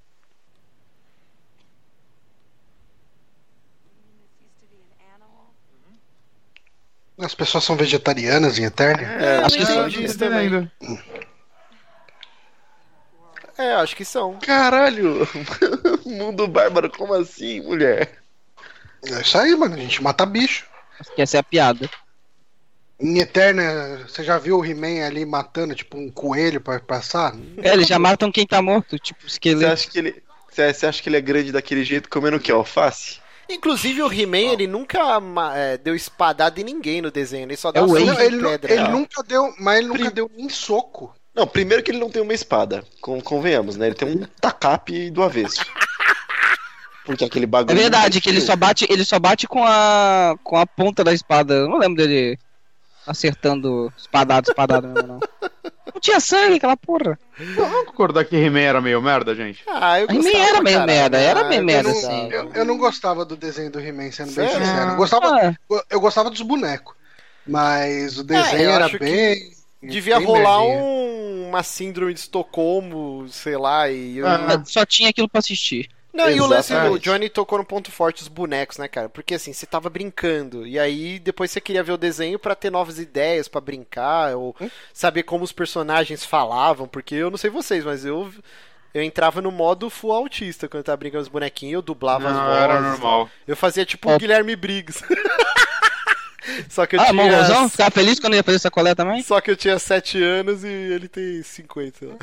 [SPEAKER 2] As pessoas são vegetarianas em Eternia?
[SPEAKER 1] É,
[SPEAKER 5] acho que
[SPEAKER 1] não
[SPEAKER 5] são
[SPEAKER 1] entendi isso
[SPEAKER 3] Não
[SPEAKER 1] também.
[SPEAKER 3] ainda.
[SPEAKER 1] É, acho que são.
[SPEAKER 4] Caralho! Mundo bárbaro, como assim, mulher?
[SPEAKER 2] É isso aí, mano. A gente mata bicho.
[SPEAKER 5] Acho que essa é a piada.
[SPEAKER 2] Em Eterna, você já viu o He-Man ali matando, tipo, um coelho pra passar?
[SPEAKER 5] É, eles já matam quem tá morto, tipo,
[SPEAKER 4] Você
[SPEAKER 5] esqueleto.
[SPEAKER 4] acha que ele. Você você acha que ele é grande daquele jeito comendo o quê? Alface?
[SPEAKER 1] Inclusive o He-Man, ele nunca ma- é, deu espadada em ninguém no desenho, ele só deu
[SPEAKER 5] o
[SPEAKER 1] uma
[SPEAKER 5] Wade.
[SPEAKER 1] surra
[SPEAKER 2] Não,
[SPEAKER 1] de
[SPEAKER 2] ele, nu-
[SPEAKER 1] pedra.
[SPEAKER 2] ele nunca deu, mas ele nunca deu nem soco.
[SPEAKER 4] Não, primeiro que ele não tem uma espada. con- convenhamos, né? Ele tem um tacape do avesso. Porque aquele
[SPEAKER 5] É
[SPEAKER 4] bagulho.
[SPEAKER 5] verdade que ele só bate, ele só bate com a com a ponta da espada. Eu não lembro dele acertando espadado, espadado mesmo não. Não tinha sangue aquela porra.
[SPEAKER 3] Vamos concordar que He-Man era meio merda, gente?
[SPEAKER 1] Ah, eu
[SPEAKER 5] He-Man
[SPEAKER 1] gostava,
[SPEAKER 5] era meio
[SPEAKER 1] caralho.
[SPEAKER 5] merda, era
[SPEAKER 1] Ah,
[SPEAKER 5] meio
[SPEAKER 1] eu
[SPEAKER 5] merda,
[SPEAKER 1] não-
[SPEAKER 5] sim.
[SPEAKER 2] Eu, eu não gostava do desenho do He-Man, sendo bem
[SPEAKER 1] Sério?
[SPEAKER 2] sincero. Eu É, gostava,
[SPEAKER 5] Ah,
[SPEAKER 2] eu gostava dos bonecos. Mas o
[SPEAKER 1] É,
[SPEAKER 2] desenho
[SPEAKER 1] eu
[SPEAKER 2] era
[SPEAKER 1] acho que
[SPEAKER 2] bem.
[SPEAKER 1] Devia
[SPEAKER 2] bem
[SPEAKER 1] rolar
[SPEAKER 2] merdinha.
[SPEAKER 1] um- uma síndrome de Estocolmo, sei lá, e... eu-
[SPEAKER 3] Ah.
[SPEAKER 5] só tinha aquilo pra assistir.
[SPEAKER 1] Não, e o lance
[SPEAKER 4] Exatamente.
[SPEAKER 1] do Johnny tocou no ponto forte os bonecos, né, cara? Porque assim, você tava brincando, e aí depois você queria ver o desenho pra ter novas ideias pra brincar, ou
[SPEAKER 5] Hum?
[SPEAKER 1] saber como os personagens falavam, porque eu não sei vocês, mas eu eu entrava no modo full autista quando eu tava brincando com os bonequinhos, eu dublava as
[SPEAKER 3] Não,
[SPEAKER 1] vozes.
[SPEAKER 3] era normal.
[SPEAKER 1] Eu fazia tipo o
[SPEAKER 5] Ó.
[SPEAKER 1] Guilherme Briggs. Só que eu
[SPEAKER 5] É. Ah,
[SPEAKER 1] tinha
[SPEAKER 5] mongolzão? Ficava feliz quando ia fazer essa coleta também?
[SPEAKER 1] Só que eu tinha 7 anos e ele tem 50. né?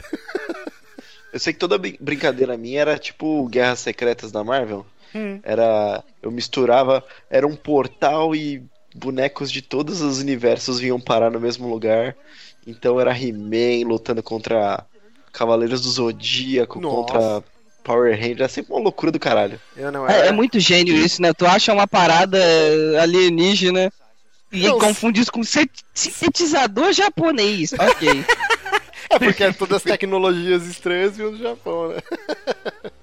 [SPEAKER 4] Eu sei que toda brin- brincadeira minha era tipo Guerras Secretas da Marvel. Era. Eu misturava. Era um portal e bonecos de todos os universos vinham parar no mesmo lugar. Então era He-Man lutando contra Cavaleiros do Zodíaco,
[SPEAKER 1] Nossa.
[SPEAKER 4] contra Power Ranger. Era sempre uma loucura do caralho.
[SPEAKER 1] Eu não
[SPEAKER 5] É,
[SPEAKER 1] era.
[SPEAKER 5] é muito gênio isso, né? Tu acha uma parada é, alienígena e
[SPEAKER 1] Não,
[SPEAKER 5] confunde isso com set- sintetizador japonês. Ok.
[SPEAKER 1] É porque é todas as tecnologias estranhas vinham do Japão, né?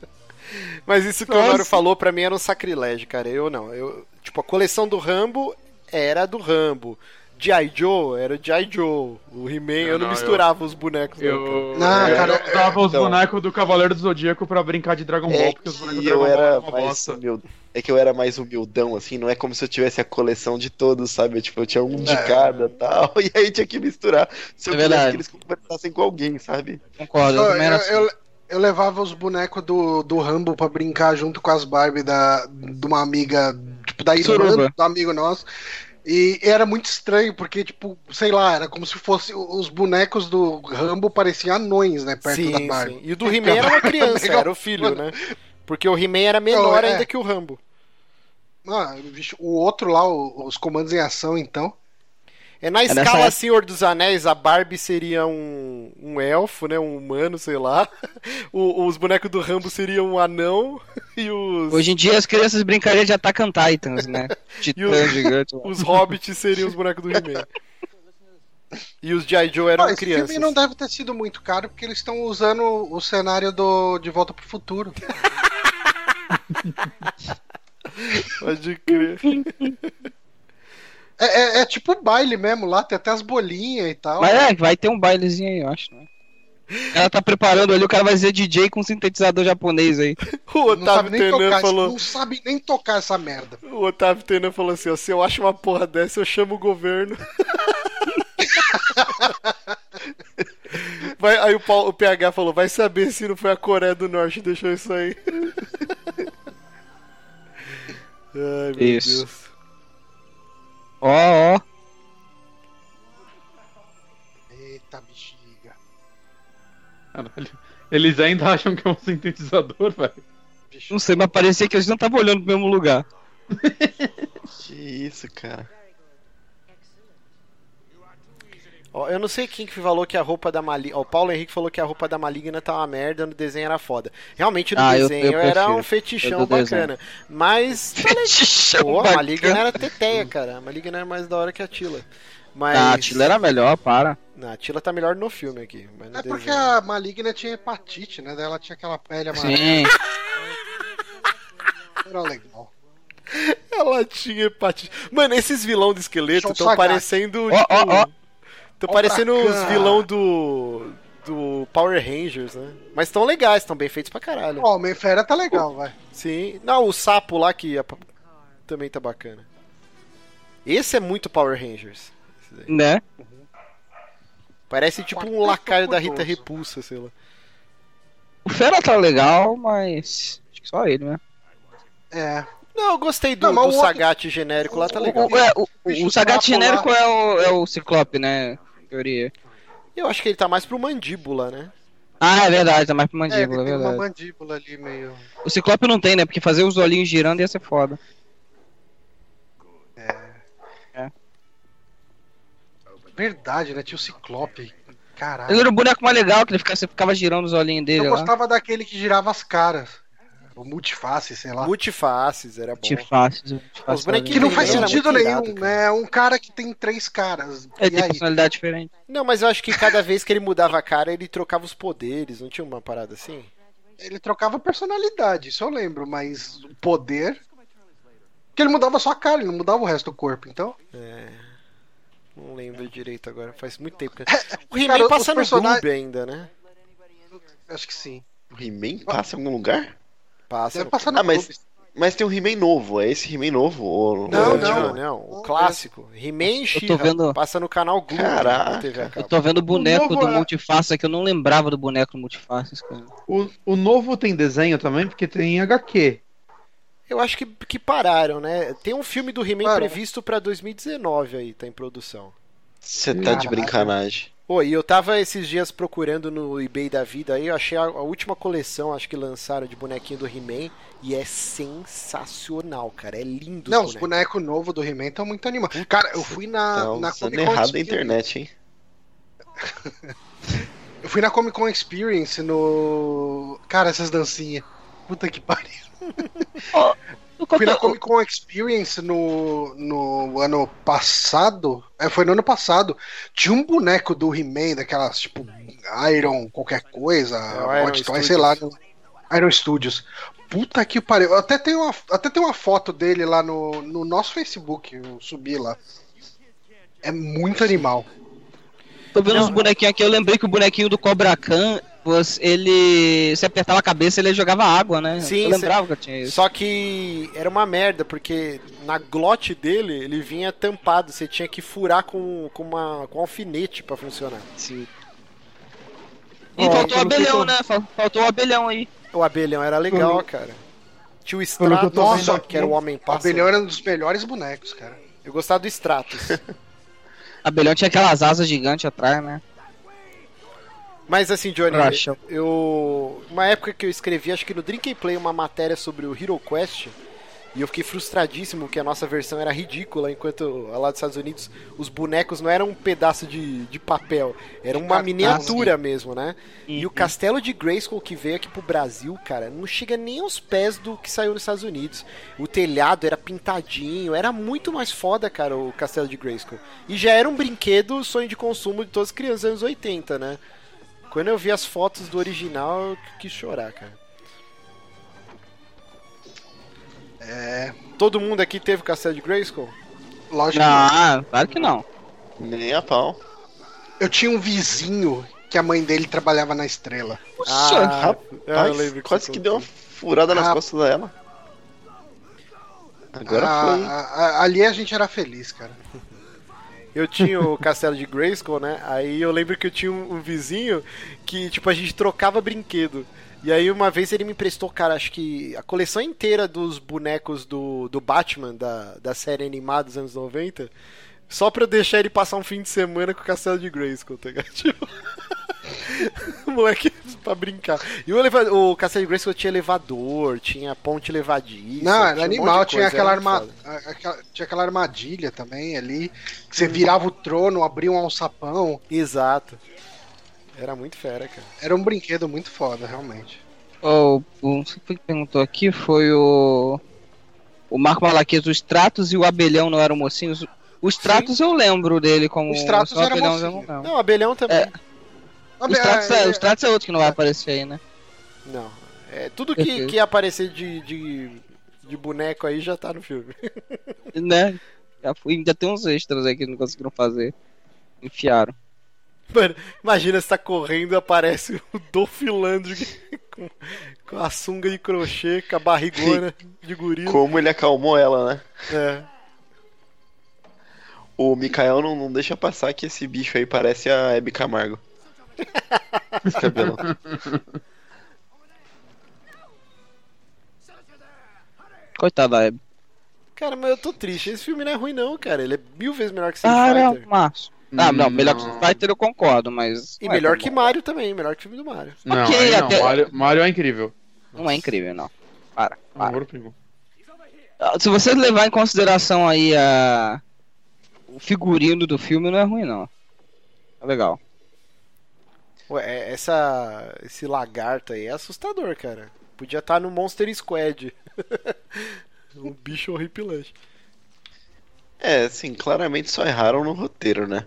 [SPEAKER 1] Mas isso que o Honório falou pra mim era um sacrilégio, cara. Eu não. Eu, tipo, a coleção do Rambo era do Rambo. G.I. Joe era o G.I. Joe. O He-Man, eu não
[SPEAKER 3] não,
[SPEAKER 1] misturava os bonecos. não, cara.
[SPEAKER 3] Eu,
[SPEAKER 2] Não,
[SPEAKER 3] eu
[SPEAKER 2] cara,
[SPEAKER 3] usava os
[SPEAKER 4] então-
[SPEAKER 3] bonecos do Cavaleiro do Zodíaco pra brincar de Dragon Ball,
[SPEAKER 4] É
[SPEAKER 3] porque Um os bonecos do
[SPEAKER 4] que
[SPEAKER 3] Dragon
[SPEAKER 4] eu
[SPEAKER 3] Ball
[SPEAKER 4] era
[SPEAKER 3] eram uma
[SPEAKER 4] mais
[SPEAKER 3] bosta.
[SPEAKER 4] humil... É que eu era mais humildão, assim, não é como se eu tivesse a coleção de todos, sabe? Tipo, eu tinha um de
[SPEAKER 2] É.
[SPEAKER 4] cada tal, e aí tinha que misturar. Se eu
[SPEAKER 5] É
[SPEAKER 4] quisesse
[SPEAKER 5] verdade.
[SPEAKER 4] que eles conversassem com alguém, sabe?
[SPEAKER 5] Concordo, eu
[SPEAKER 2] Eu,
[SPEAKER 5] também era assim.
[SPEAKER 2] eu- eu levava os bonecos do, do Rambo pra brincar junto com as Barbie da, de uma amiga, tipo, da irmã
[SPEAKER 5] Suruba.
[SPEAKER 2] do amigo nosso. E era muito estranho, porque, tipo, sei lá, era como se fosse os bonecos do Rambo pareciam anões, né? Perto da
[SPEAKER 1] Sim,
[SPEAKER 2] Barbie.
[SPEAKER 1] sim. E o do He-Man era uma criança, era o filho, né? Porque o He-Man era menor
[SPEAKER 2] Não, é.
[SPEAKER 1] ainda que o Rambo.
[SPEAKER 2] Ah, vixe, o outro lá, o- os comandos em ação, então.
[SPEAKER 1] É na
[SPEAKER 5] nessa
[SPEAKER 1] escala
[SPEAKER 5] época-
[SPEAKER 1] Senhor dos Anéis, a Barbie seria um, um elfo, né? Um humano, sei lá. O- os bonecos do Rambo seriam um anão. E os,
[SPEAKER 5] Hoje em dia as crianças brincariam de Attack on Titans, né?
[SPEAKER 1] E o-
[SPEAKER 5] Titã gigante. lá.
[SPEAKER 1] os hobbits seriam os bonecos do He-Man. E os G.I. Joe eram
[SPEAKER 2] Ah, esse
[SPEAKER 1] crianças.
[SPEAKER 2] filme não deve ter sido muito caro, porque eles estão usando o cenário do De Volta pro Futuro.
[SPEAKER 1] Pode crer.
[SPEAKER 2] É, é- é tipo baile mesmo lá, tem até as bolinhas e tal.
[SPEAKER 5] Mas é, vai ter um bailezinho aí, eu acho, né? O cara tá preparando ali, o cara vai ser DJ com sintetizador japonês aí.
[SPEAKER 1] O
[SPEAKER 2] não sabe
[SPEAKER 1] Otávio
[SPEAKER 2] nem
[SPEAKER 1] Tenan
[SPEAKER 2] tocar,
[SPEAKER 1] falou.
[SPEAKER 2] não sabe nem tocar essa merda.
[SPEAKER 1] O Otávio Tenan falou assim: ó, se eu acho uma porra dessa, eu chamo o governo. Vai- aí o, Paulo- o PH falou: vai saber se não foi a Coreia do Norte que deixou isso aí. Ai, meu
[SPEAKER 5] Isso.
[SPEAKER 1] Deus.
[SPEAKER 5] Ó, ó.
[SPEAKER 2] Eita bexiga,
[SPEAKER 3] Caralho. Eles ainda acham que é um sintetizador, velho.
[SPEAKER 2] bexiga.
[SPEAKER 5] Não sei, mas parecia que eles não estavam olhando pro mesmo lugar.
[SPEAKER 4] Que isso, cara.
[SPEAKER 1] Ó, eu não sei quem que falou que a roupa da Maligna. O Paulo Henrique falou que a roupa da Maligna tá uma merda, no desenho era foda. Realmente no
[SPEAKER 5] Ah, eu-
[SPEAKER 1] desenho
[SPEAKER 5] eu
[SPEAKER 1] era um
[SPEAKER 5] prefiro.
[SPEAKER 1] fetichão
[SPEAKER 5] Eu do desenho.
[SPEAKER 1] bacana. Mas Pô, a Maligna era teteia, cara. A Maligna era mais da hora que a Tila. Mas...
[SPEAKER 5] Ah, a Tila era melhor, para.
[SPEAKER 1] Não, a Tila tá melhor no filme aqui. Mas no
[SPEAKER 2] É porque
[SPEAKER 1] desenho.
[SPEAKER 2] a maligna tinha hepatite, né? Daí ela tinha aquela pele amarela.
[SPEAKER 5] Sim.
[SPEAKER 2] Era legal.
[SPEAKER 1] Ela tinha hepatite. Mano, esses vilão do esqueleto
[SPEAKER 2] São
[SPEAKER 1] estão
[SPEAKER 2] sagaz.
[SPEAKER 1] parecendo.
[SPEAKER 5] Ó, ó, ó.
[SPEAKER 1] Estão parecendo
[SPEAKER 2] pra
[SPEAKER 1] os
[SPEAKER 2] cá.
[SPEAKER 1] vilão do. do Power Rangers, né? Mas estão legais, estão bem feitos pra caralho.
[SPEAKER 2] Ó, o Homem-Fera tá legal, vai.
[SPEAKER 1] Sim. Não, o sapo lá que. a- Também tá bacana. Esse é muito Power Rangers. Esse daí.
[SPEAKER 5] Né?
[SPEAKER 1] Parece tipo um
[SPEAKER 2] Quarteto
[SPEAKER 1] lacaio da Rita
[SPEAKER 2] Furioso.
[SPEAKER 1] Repulsa, sei lá.
[SPEAKER 5] O Fera tá legal, mas. Acho que só ele, né?
[SPEAKER 2] É.
[SPEAKER 1] Não, eu gostei do,
[SPEAKER 2] Não, mas
[SPEAKER 1] do
[SPEAKER 2] o outro-
[SPEAKER 1] Sagat genérico lá, tá
[SPEAKER 2] o-
[SPEAKER 1] legal.
[SPEAKER 5] O, é, o,
[SPEAKER 2] Bicho
[SPEAKER 5] o Sagat
[SPEAKER 2] trapo lá.
[SPEAKER 5] genérico é o, é o Ciclope, né? Em teoria.
[SPEAKER 1] Eu acho que ele tá mais pro mandíbula, né?
[SPEAKER 5] Ah, é verdade, tá mais pro
[SPEAKER 2] É, ele
[SPEAKER 5] mandíbula, é
[SPEAKER 2] tem uma
[SPEAKER 5] verdade.
[SPEAKER 2] mandíbula ali meio.
[SPEAKER 5] O Ciclope não tem, né? Porque fazer os olhinhos girando ia ser foda.
[SPEAKER 2] Verdade, né? Tinha o Ciclope. Caralho.
[SPEAKER 5] Ele era o boneco mais legal, que ele ficava, você ficava girando os olhinhos dele
[SPEAKER 2] Eu
[SPEAKER 5] é lá.
[SPEAKER 2] gostava daquele que girava as caras. O multiface, sei lá.
[SPEAKER 1] Multifaces, era bom.
[SPEAKER 5] Te fácil, te fácil,
[SPEAKER 1] bonequinhos-
[SPEAKER 2] Que não faz
[SPEAKER 1] Era muito
[SPEAKER 2] sentido
[SPEAKER 1] irado,
[SPEAKER 2] nenhum,
[SPEAKER 1] cara.
[SPEAKER 2] né? É um cara que tem três caras.
[SPEAKER 5] Ele
[SPEAKER 2] e
[SPEAKER 5] tem
[SPEAKER 2] aí?
[SPEAKER 5] É personalidade diferente.
[SPEAKER 1] Não, mas eu acho que cada vez que ele mudava a cara, ele trocava os poderes, não tinha uma parada assim?
[SPEAKER 2] Ele trocava personalidade, isso eu lembro, mas o poder. Porque ele mudava só a cara, ele não mudava o resto do corpo, então.
[SPEAKER 1] Não lembro direito agora, faz muito tempo. que- O He-Man
[SPEAKER 2] Cara, os
[SPEAKER 1] passa no
[SPEAKER 2] personagens-
[SPEAKER 1] Globo ainda, né?
[SPEAKER 2] Acho que sim.
[SPEAKER 4] O He-Man passa em algum lugar?
[SPEAKER 1] Passa.
[SPEAKER 2] Deve
[SPEAKER 1] no-
[SPEAKER 2] passar Tá no
[SPEAKER 4] Ah, mas-
[SPEAKER 2] Globo.
[SPEAKER 4] Mas tem um He-Man novo, é esse He-Man novo? Ou...
[SPEAKER 2] Não,
[SPEAKER 4] ou-
[SPEAKER 1] né? não,
[SPEAKER 2] não.
[SPEAKER 1] O clássico. He-Man e She-Ra.
[SPEAKER 5] vendo-
[SPEAKER 1] Passa no canal Globo. né,
[SPEAKER 4] Caraca.
[SPEAKER 1] na TV a
[SPEAKER 5] Eu
[SPEAKER 1] cabo.
[SPEAKER 5] tô vendo o boneco
[SPEAKER 3] novo
[SPEAKER 5] do
[SPEAKER 3] é-
[SPEAKER 5] Multifaces que eu não lembrava do boneco do Multifaces, cara.
[SPEAKER 3] O, o novo tem desenho também, porque tem HQ.
[SPEAKER 1] Eu acho que, que pararam, né? Tem um filme do He-Man
[SPEAKER 2] Pararam.
[SPEAKER 1] previsto pra 2019 aí, tá em produção.
[SPEAKER 4] Você tá de
[SPEAKER 2] Caraca.
[SPEAKER 4] brincanagem.
[SPEAKER 1] Pô, e eu tava esses dias procurando no eBay da vida aí, eu achei a, a última coleção, acho que lançaram de bonequinho do He-Man, e é sensacional, cara. É lindo
[SPEAKER 2] Não,
[SPEAKER 1] os
[SPEAKER 2] os
[SPEAKER 1] bonecos.
[SPEAKER 2] bonecos novos do He-Man estão muito animados. Cara, eu fui na,
[SPEAKER 4] tá
[SPEAKER 2] na
[SPEAKER 4] usando
[SPEAKER 2] Comic Con
[SPEAKER 4] errado a
[SPEAKER 2] Experience.
[SPEAKER 4] internet, hein?
[SPEAKER 2] Eu fui na Comic Con Experience no. Cara, essas dancinhas. Puta que pariu.
[SPEAKER 5] Eu
[SPEAKER 2] Fui na
[SPEAKER 5] conto-
[SPEAKER 2] Comic Con Experience no, no ano passado. É, foi no ano passado. Tinha um boneco do He-Man, daquelas, tipo, Iron, qualquer coisa,
[SPEAKER 1] É, Iron
[SPEAKER 2] Hot Toys, sei lá.
[SPEAKER 1] Studios.
[SPEAKER 2] no- Iron Studios. Puta que pariu. Eu Até tem uma, até tem uma foto dele lá no, no nosso Facebook. Eu subi lá. É muito animal.
[SPEAKER 5] Tô vendo uns bonequinhos aqui, eu lembrei que o bonequinho do Cobra Khan, você, ele. Você apertava a cabeça ele jogava água, né?
[SPEAKER 1] Sim,
[SPEAKER 5] eu lembrava que eu tinha isso.
[SPEAKER 1] Só que era uma merda, porque na glote dele ele vinha tampado, você tinha que furar com, com, uma, com um alfinete pra funcionar.
[SPEAKER 5] E
[SPEAKER 3] Ó,
[SPEAKER 5] faltou o
[SPEAKER 3] eu não sei
[SPEAKER 5] abelhão,
[SPEAKER 3] como-
[SPEAKER 5] né? Fal- Faltou o abelhão aí.
[SPEAKER 1] O abelhão era legal,
[SPEAKER 3] Pelo-
[SPEAKER 1] cara. Tinha o
[SPEAKER 3] que eu tô
[SPEAKER 1] Stratos,
[SPEAKER 3] vendo
[SPEAKER 1] nossa,
[SPEAKER 3] aqui,
[SPEAKER 1] que era o homem
[SPEAKER 2] Uhum. O
[SPEAKER 1] pássaro.
[SPEAKER 2] Abelhão é era um dos melhores bonecos, cara.
[SPEAKER 1] Eu gostava do Stratos.
[SPEAKER 5] Abelhão tinha aquelas asas gigantes atrás, né?
[SPEAKER 1] Mas assim, Johnny,
[SPEAKER 5] Racha.
[SPEAKER 1] eu. Uma época que eu escrevi, acho que no Drink and Play, uma matéria sobre o Hero Quest. E eu fiquei frustradíssimo que a nossa versão era ridícula, enquanto lá dos Estados Unidos os bonecos não eram um pedaço de, de papel, era uma
[SPEAKER 2] cartaz,
[SPEAKER 1] miniatura mesmo, né? E o castelo de Grayskull que veio aqui pro Brasil, cara, não chega nem aos pés do que saiu nos Estados Unidos. O telhado era pintadinho, era muito mais foda, cara, o castelo de Grayskull. E já era um brinquedo sonho de consumo de todas as crianças dos anos 80, né? Quando eu vi as fotos do original, eu quis chorar, cara.
[SPEAKER 2] É.
[SPEAKER 1] Todo mundo aqui teve o Castelo de Grayskull?
[SPEAKER 2] Lógico. que não.
[SPEAKER 5] Ah, claro que não.
[SPEAKER 4] Nem a pau.
[SPEAKER 2] Eu tinha um vizinho que a mãe dele trabalhava na estrela.
[SPEAKER 5] Puxa,
[SPEAKER 1] Ah, É, eu lembro
[SPEAKER 4] Ah, Rapaz,
[SPEAKER 1] que
[SPEAKER 4] quase
[SPEAKER 1] você assim.
[SPEAKER 4] que deu
[SPEAKER 1] contou.
[SPEAKER 4] uma furada nas
[SPEAKER 2] Ah.
[SPEAKER 4] costas dela. Agora
[SPEAKER 2] Ah,
[SPEAKER 4] foi. hein?
[SPEAKER 2] a- a- ali a gente era feliz, cara.
[SPEAKER 1] Eu tinha o Castelo de Grayskull, né? Aí eu lembro que eu tinha um, um vizinho que, tipo, a gente trocava brinquedo. E aí uma vez ele me emprestou, cara, acho que a coleção inteira dos bonecos do, do Batman, da, da série animada dos anos 90, só pra eu deixar ele passar um fim de semana com o Castelo de Grayskull, tá ligado? Tipo... Moleque, pra brincar. E o, eleva... o Castelo de Grayskull tinha elevador, tinha ponte levadiça.
[SPEAKER 2] Não, era
[SPEAKER 1] um monte de
[SPEAKER 2] animal, tinha
[SPEAKER 1] coisa,
[SPEAKER 2] aquela,
[SPEAKER 1] era muito
[SPEAKER 2] arma,
[SPEAKER 1] foda.
[SPEAKER 2] a- aquela- tinha aquela armadilha também ali, que você virava o trono, abria um alçapão.
[SPEAKER 1] Exato. Era muito fera, cara.
[SPEAKER 2] Era um brinquedo muito foda, realmente.
[SPEAKER 5] o o- não sei quem perguntou aqui foi o. O Marco Malaquias, os Stratos e o Abelhão não eram mocinhos? Os Stratos eu lembro dele como.
[SPEAKER 2] O Stratos
[SPEAKER 5] só o
[SPEAKER 2] era
[SPEAKER 5] Abelhão
[SPEAKER 2] mocinho.
[SPEAKER 5] eu não lembro.
[SPEAKER 1] Não, abelhão também.
[SPEAKER 5] É. Os Stratos é, o Stratos é outro que não vai
[SPEAKER 2] é.
[SPEAKER 5] aparecer aí, né?
[SPEAKER 1] Não. É, tudo que,
[SPEAKER 5] Perfeito.
[SPEAKER 1] que aparecer de, de, de boneco aí já tá no filme.
[SPEAKER 5] né? Já fui- ainda tem uns extras aí que não conseguiram fazer. Enfiaram.
[SPEAKER 1] Mano, imagina você tá correndo e aparece o Dolph Lundgren com, com a sunga de crochê,
[SPEAKER 2] ah.
[SPEAKER 1] com a barrigona de gorila.
[SPEAKER 4] Como ele acalmou ela, né?
[SPEAKER 1] É.
[SPEAKER 4] O Mikael não, não deixa passar que esse bicho aí parece a Hebe Camargo. Esse cabelo.
[SPEAKER 5] Coitada da Abby.
[SPEAKER 1] Cara, mas eu tô triste. Esse filme não é ruim, não, cara. Ele é mil vezes melhor que Street Fighter.
[SPEAKER 5] Caramba. Ah, não,
[SPEAKER 3] Hum,
[SPEAKER 5] melhor que
[SPEAKER 3] não.
[SPEAKER 5] Street Fighter eu concordo, mas.
[SPEAKER 1] E
[SPEAKER 5] não é
[SPEAKER 1] melhor
[SPEAKER 5] tão
[SPEAKER 1] que
[SPEAKER 5] bom.
[SPEAKER 1] Mario também, melhor que o filme do Mario.
[SPEAKER 3] Não,
[SPEAKER 5] Ok,
[SPEAKER 3] aí não,
[SPEAKER 5] até-
[SPEAKER 3] Mario, Mario é incrível.
[SPEAKER 5] Não é incrível, não. Para, para.
[SPEAKER 3] Amor, primo.
[SPEAKER 5] Ah, Se você levar em consideração aí a. O figurino do filme não é ruim, não. É legal.
[SPEAKER 1] Ué, é- essa, esse lagarto aí é assustador, cara. Podia estar no Monster Squad. um bicho horripilante.
[SPEAKER 4] É, assim, claramente só erraram no roteiro, né?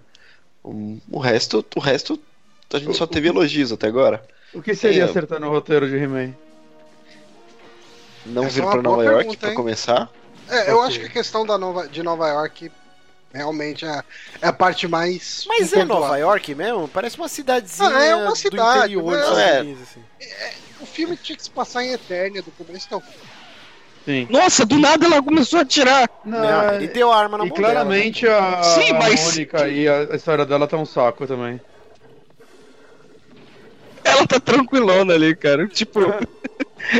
[SPEAKER 4] O, o resto, o resto, a gente só teve elogios até agora.
[SPEAKER 3] O que seria
[SPEAKER 4] É.
[SPEAKER 3] acertar no roteiro de He-Man?
[SPEAKER 4] Não
[SPEAKER 2] Essa
[SPEAKER 4] vir
[SPEAKER 2] é uma
[SPEAKER 4] pra
[SPEAKER 2] boa
[SPEAKER 4] Nova York
[SPEAKER 2] pergunta,
[SPEAKER 4] pra
[SPEAKER 2] hein?
[SPEAKER 4] começar.
[SPEAKER 2] É, eu
[SPEAKER 3] Ok.
[SPEAKER 2] acho que a questão da Nova, de Nova York realmente é, é a parte mais.
[SPEAKER 1] Mas é
[SPEAKER 2] impontual.
[SPEAKER 1] Nova York mesmo? Parece uma cidadezinha
[SPEAKER 2] Ah, é uma
[SPEAKER 1] do
[SPEAKER 2] cidade, né?
[SPEAKER 1] interior dos
[SPEAKER 4] mas-
[SPEAKER 1] Estados
[SPEAKER 4] É.
[SPEAKER 1] Unidos, assim.
[SPEAKER 2] O filme tinha que se passar em Eternia, do começo ao fim.
[SPEAKER 3] Sim.
[SPEAKER 5] Nossa, do nada ela começou a atirar.
[SPEAKER 2] É. Ah,
[SPEAKER 1] Não, ele deu arma na
[SPEAKER 3] é- E
[SPEAKER 1] mão né?
[SPEAKER 3] claramente a,
[SPEAKER 5] Sim,
[SPEAKER 3] a
[SPEAKER 5] mas-
[SPEAKER 3] Mônica e a, a história dela tá um saco também.
[SPEAKER 5] Ela tá tranquilona ali, cara. Tipo.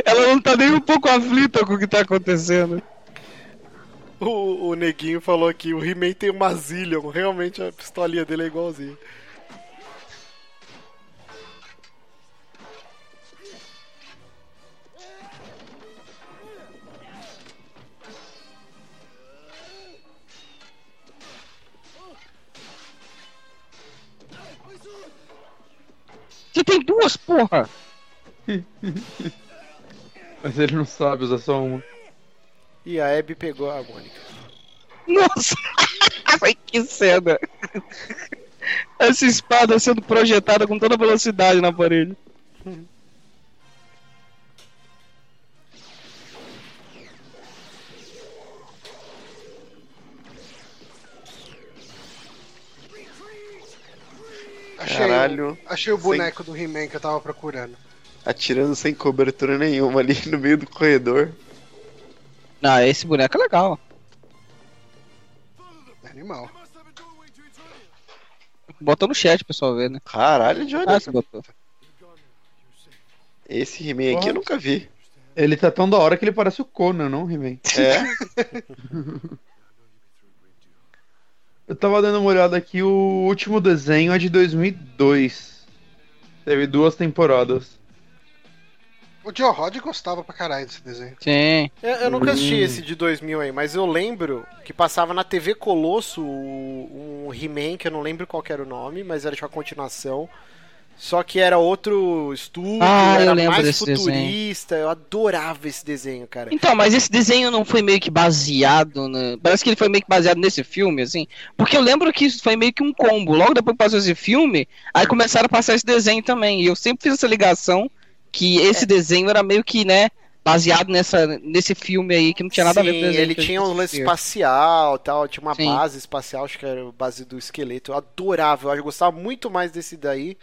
[SPEAKER 5] ela não tá nem um pouco aflita com o que tá acontecendo.
[SPEAKER 1] dela. O, o Neguinho falou que o He-Man tem uma Zillion. Realmente a pistolinha dele é igualzinha.
[SPEAKER 5] Você tem duas, porra!
[SPEAKER 3] Mas ele não sabe usar só uma.
[SPEAKER 1] E a Abby pegou a Mônica.
[SPEAKER 5] Nossa! Ai, que cena! Essa espada sendo projetada com toda velocidade na parede.
[SPEAKER 2] Achei, o,
[SPEAKER 4] Caralho.
[SPEAKER 2] achei o boneco do He-Man que eu tava procurando.
[SPEAKER 4] Atirando sem cobertura nenhuma ali no meio do corredor.
[SPEAKER 5] Ah, esse boneco é legal.
[SPEAKER 2] Animal.
[SPEAKER 5] Bota no chat, pessoal, ver, né?
[SPEAKER 4] Caralho,
[SPEAKER 5] Ah,
[SPEAKER 4] Johnny.
[SPEAKER 5] você botou.
[SPEAKER 4] Esse He-Man aqui eu nunca vi.
[SPEAKER 3] Ele tá tão da hora que ele parece o Conan, não, He-Man?
[SPEAKER 4] É,
[SPEAKER 3] Eu tava dando uma olhada aqui, o último desenho é de 2002. Teve duas temporadas.
[SPEAKER 2] O Joe Rod gostava pra caralho desse desenho.
[SPEAKER 5] Sim.
[SPEAKER 1] Eu, eu nunca
[SPEAKER 5] Hum.
[SPEAKER 1] assisti esse de 2000 aí, mas eu lembro que passava na TV Colosso o- um He-Man, que eu não lembro qual que era o nome, mas era tipo a continuação. Só que era outro estúdio,
[SPEAKER 5] Ah, eu
[SPEAKER 1] era
[SPEAKER 5] lembro
[SPEAKER 1] mais
[SPEAKER 5] desse desenho.
[SPEAKER 1] futurista. Eu adorava esse desenho, cara.
[SPEAKER 5] Então, mas esse desenho não foi meio que baseado na. Parece que ele foi meio que baseado nesse filme, assim. Porque eu lembro que isso foi meio que um combo. Logo depois que passou esse filme, aí começaram a passar esse desenho também. E eu sempre fiz essa ligação que
[SPEAKER 1] É.
[SPEAKER 5] esse desenho era meio que, né, baseado nessa, nesse filme aí que não tinha nada a ver com o
[SPEAKER 1] Sim,
[SPEAKER 5] desenho.
[SPEAKER 1] ele
[SPEAKER 5] que a
[SPEAKER 1] tinha
[SPEAKER 5] gente
[SPEAKER 1] um lance
[SPEAKER 5] assistia.
[SPEAKER 1] espacial tal, tinha uma
[SPEAKER 5] Sim.
[SPEAKER 1] base espacial, acho que era a base do esqueleto. Eu adorava, eu acho que eu gostava muito mais desse daí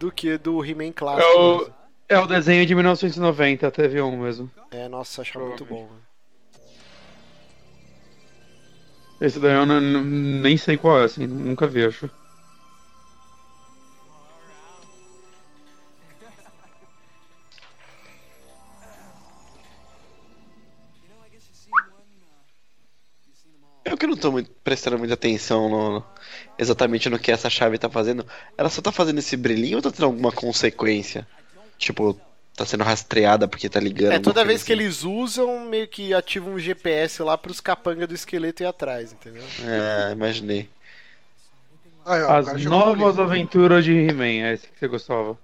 [SPEAKER 1] do que do He-Man clássico.
[SPEAKER 3] É o- É o desenho de 1990, teve um mesmo.
[SPEAKER 1] É, nossa, eu achava muito bom. mano.
[SPEAKER 3] Esse daí eu n- n- nem sei qual é, assim, nunca vi, acho.
[SPEAKER 4] eu que não tô muito- prestando muita atenção no, exatamente no que essa chave tá fazendo. Ela só tá fazendo esse brilhinho ou tá tendo alguma consequência? Tipo, tá sendo rastreada porque tá ligando.
[SPEAKER 1] É,
[SPEAKER 4] alguma
[SPEAKER 1] toda
[SPEAKER 4] coisa
[SPEAKER 1] vez que
[SPEAKER 4] assim.
[SPEAKER 1] eles usam, meio que ativam um GPS lá pros capanga do esqueleto ir atrás, entendeu?
[SPEAKER 4] É, imaginei.
[SPEAKER 2] Aí, ó, agora
[SPEAKER 3] As
[SPEAKER 2] chegou o
[SPEAKER 3] novas
[SPEAKER 2] livro.
[SPEAKER 3] aventuras de He-Man, é esse que você gostava.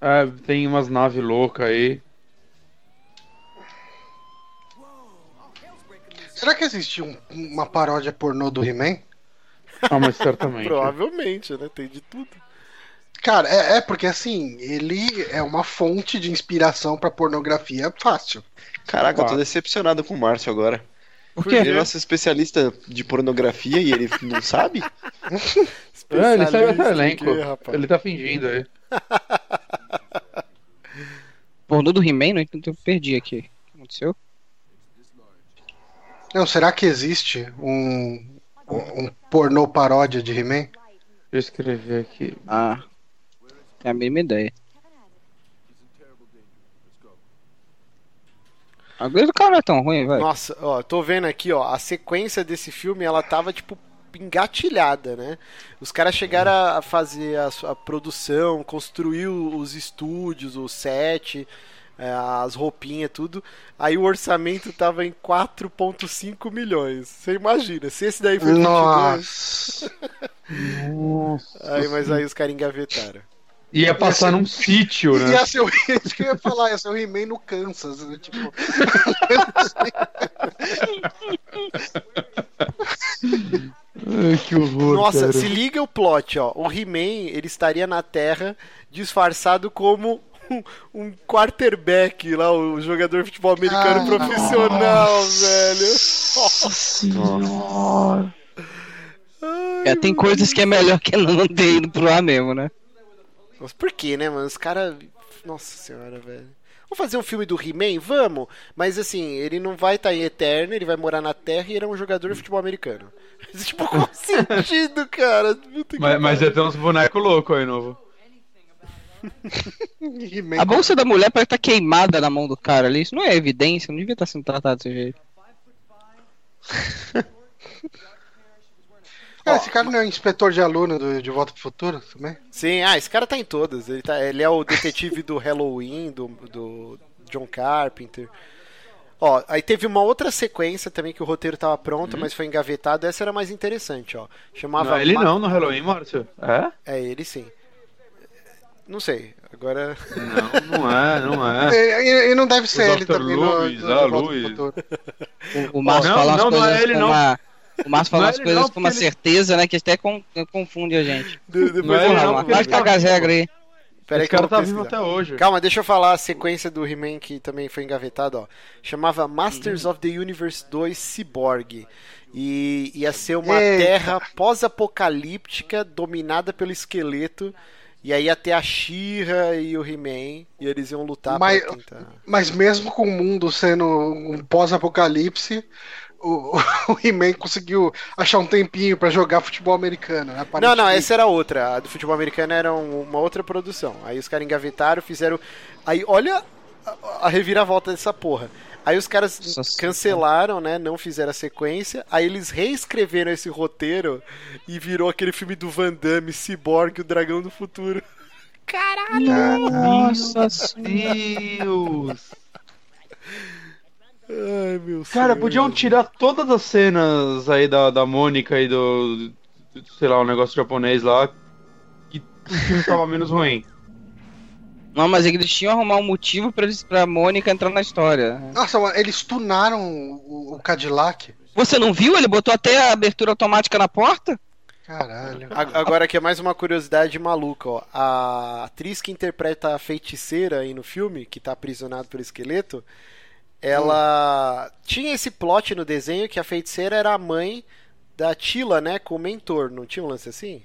[SPEAKER 3] É, tem umas naves loucas aí.
[SPEAKER 2] Será que existia um- uma paródia pornô do He-Man?
[SPEAKER 3] Ah, mas certamente.
[SPEAKER 1] Provavelmente, né? Tem de tudo.
[SPEAKER 2] Cara, é, é porque assim, ele é uma fonte de inspiração pra pornografia fácil.
[SPEAKER 4] Caraca, eu tô
[SPEAKER 3] Claro.
[SPEAKER 4] decepcionado com o Márcio agora.
[SPEAKER 5] Por
[SPEAKER 4] Ele
[SPEAKER 5] quê?
[SPEAKER 4] é nosso especialista de pornografia e ele não sabe?
[SPEAKER 3] É, ele saiu até
[SPEAKER 1] Especialista
[SPEAKER 3] elenco.
[SPEAKER 1] em quê, rapaz?
[SPEAKER 3] Ele tá fingindo aí.
[SPEAKER 5] né, então Pornô do He-Man, não entendi, eu perdi aqui. O que aconteceu?
[SPEAKER 2] Não, será que existe um, um pornô paródia de He-Man?
[SPEAKER 3] Deixa eu escrever aqui.
[SPEAKER 5] Ah. É a mínima ideia. Agora o cara não é tão ruim, vai.
[SPEAKER 1] Nossa, ó, tô vendo aqui, ó, a sequência desse filme, ela tava, tipo, engatilhada, né? Os caras chegaram a a fazer a, sua- a produção, construir o- os estúdios, o set, eh, as roupinhas, tudo. Aí o orçamento tava em 4,5 milhões. Você imagina, se esse daí foi 22,
[SPEAKER 2] Nossa.
[SPEAKER 1] aí, mas aí os caras engavetaram.
[SPEAKER 3] Ia passar num sítio, né?
[SPEAKER 2] Ia ser o isso que eu ia falar, ia ser o He-Man no Kansas. né? Tipo,
[SPEAKER 3] Ai, que horror,
[SPEAKER 1] Nossa,
[SPEAKER 3] cara.
[SPEAKER 1] se liga o plot, ó. O He-Man, ele estaria na Terra disfarçado como um, um quarterback lá, o jogador de futebol americano
[SPEAKER 2] Ah,
[SPEAKER 1] profissional, velho.
[SPEAKER 3] Nossa senhora.
[SPEAKER 5] É, tem coisas que é melhor que não ter ido pro ar mesmo, né?
[SPEAKER 1] Mas por que, né, mano? Os caras. Nossa senhora, velho. Vamos fazer um filme do He-Man? Vamos! Mas assim, ele não vai estar em eterno, ele vai morar na Terra e ele é um jogador de futebol americano. tipo, qual o sentido, cara? Puta que
[SPEAKER 3] Mas, mas é
[SPEAKER 1] pariu.
[SPEAKER 3] ia ter uns bonecos loucos aí novo.
[SPEAKER 2] He-Man.
[SPEAKER 5] A bolsa da mulher parece estar queimada na mão do cara ali. Isso não é evidência, não devia estar sendo tratado desse jeito.
[SPEAKER 2] Cara, esse cara não é um inspetor de aluno do- de Volta pro Futuro também?
[SPEAKER 1] Sim, ah, esse cara tá em todas. Ele, tá, ele é o detetive do Halloween, do, do John Carpenter. Ó, aí teve uma outra sequência também que o roteiro tava pronto, mas foi engavetado. Essa era mais interessante, ó. Chamava.
[SPEAKER 3] Uhum. Não, ele
[SPEAKER 1] Ma-
[SPEAKER 3] não, no Halloween, Márcio. É?
[SPEAKER 1] É, ele sim. Não sei. Agora.
[SPEAKER 3] Não, não é, não é.
[SPEAKER 2] E, e- e não deve ser
[SPEAKER 3] O
[SPEAKER 2] ele
[SPEAKER 3] Dr.
[SPEAKER 2] também no-
[SPEAKER 3] Loomis,
[SPEAKER 2] no,
[SPEAKER 3] ah,
[SPEAKER 2] de Volta pro
[SPEAKER 3] Loomis.
[SPEAKER 2] Futuro.
[SPEAKER 5] O, o Márcio
[SPEAKER 3] não,
[SPEAKER 5] fala as
[SPEAKER 3] não, não é
[SPEAKER 5] coisas
[SPEAKER 3] ele,
[SPEAKER 5] com
[SPEAKER 3] não.
[SPEAKER 5] uma. O Márcio fala
[SPEAKER 3] Não é
[SPEAKER 5] as
[SPEAKER 3] ele,
[SPEAKER 5] coisas
[SPEAKER 3] não,
[SPEAKER 5] com uma
[SPEAKER 3] porque ele-
[SPEAKER 5] certeza, né? Que até con- confunde a gente.
[SPEAKER 1] de- depois
[SPEAKER 3] Não é
[SPEAKER 1] eu-
[SPEAKER 3] ele
[SPEAKER 5] Porra,
[SPEAKER 3] não,
[SPEAKER 5] Márcio,
[SPEAKER 3] porque
[SPEAKER 5] vai
[SPEAKER 3] ele tá-
[SPEAKER 5] cagar regra aí.
[SPEAKER 1] Peraí
[SPEAKER 3] Esse
[SPEAKER 1] que eu
[SPEAKER 3] cara
[SPEAKER 1] vou
[SPEAKER 3] tá vivo
[SPEAKER 1] pesquisar.
[SPEAKER 3] até hoje.
[SPEAKER 1] Calma, deixa eu falar a sequência do He-Man que também foi engavetado, ó. Chamava Masters of the Universe 2 Cyborg. E ia ser uma
[SPEAKER 2] Eita.
[SPEAKER 1] terra pós-apocalíptica dominada pelo esqueleto. E aí ia ter a She-Ra e o He-Man. E eles iam lutar
[SPEAKER 2] Mas-
[SPEAKER 1] pra tentar.
[SPEAKER 2] Mas mesmo com o mundo sendo um pós-apocalipse, o, o He-Man conseguiu achar um tempinho pra jogar futebol americano. Né?
[SPEAKER 1] Não, não,
[SPEAKER 2] Aparentemente.
[SPEAKER 1] essa era outra. A do futebol americano era um- uma outra produção. Aí os caras engavetaram, fizeram. Aí olha a- a reviravolta dessa porra. Aí os caras
[SPEAKER 5] Nossa
[SPEAKER 1] cancelaram, né? Não fizeram a sequência. Aí eles reescreveram esse roteiro e virou aquele filme do Van Damme, Cyborg, o Dragão do Futuro.
[SPEAKER 5] Nossa senhora.
[SPEAKER 3] Deus.
[SPEAKER 1] Ai, meu Deus.
[SPEAKER 3] Cara, podiam tirar todas as cenas aí da, da Mônica e do, do- sei lá, o negócio japonês lá. Que o filme tava menos ruim.
[SPEAKER 5] Não, mas eles tinham que arrumar um motivo pra, eles, pra Mônica entrar na história.
[SPEAKER 2] Nossa, mano, eles tunaram o, o Cadillac.
[SPEAKER 5] Você não viu? Ele botou até a abertura automática na porta?
[SPEAKER 2] Caralho.
[SPEAKER 1] A- Agora aqui é mais uma curiosidade maluca, ó. A atriz que interpreta a feiticeira aí no filme, que tá aprisionada pelo esqueleto, ela tinha esse plot no desenho que a feiticeira era a mãe da Tila, né, com o mentor, não tinha um lance assim?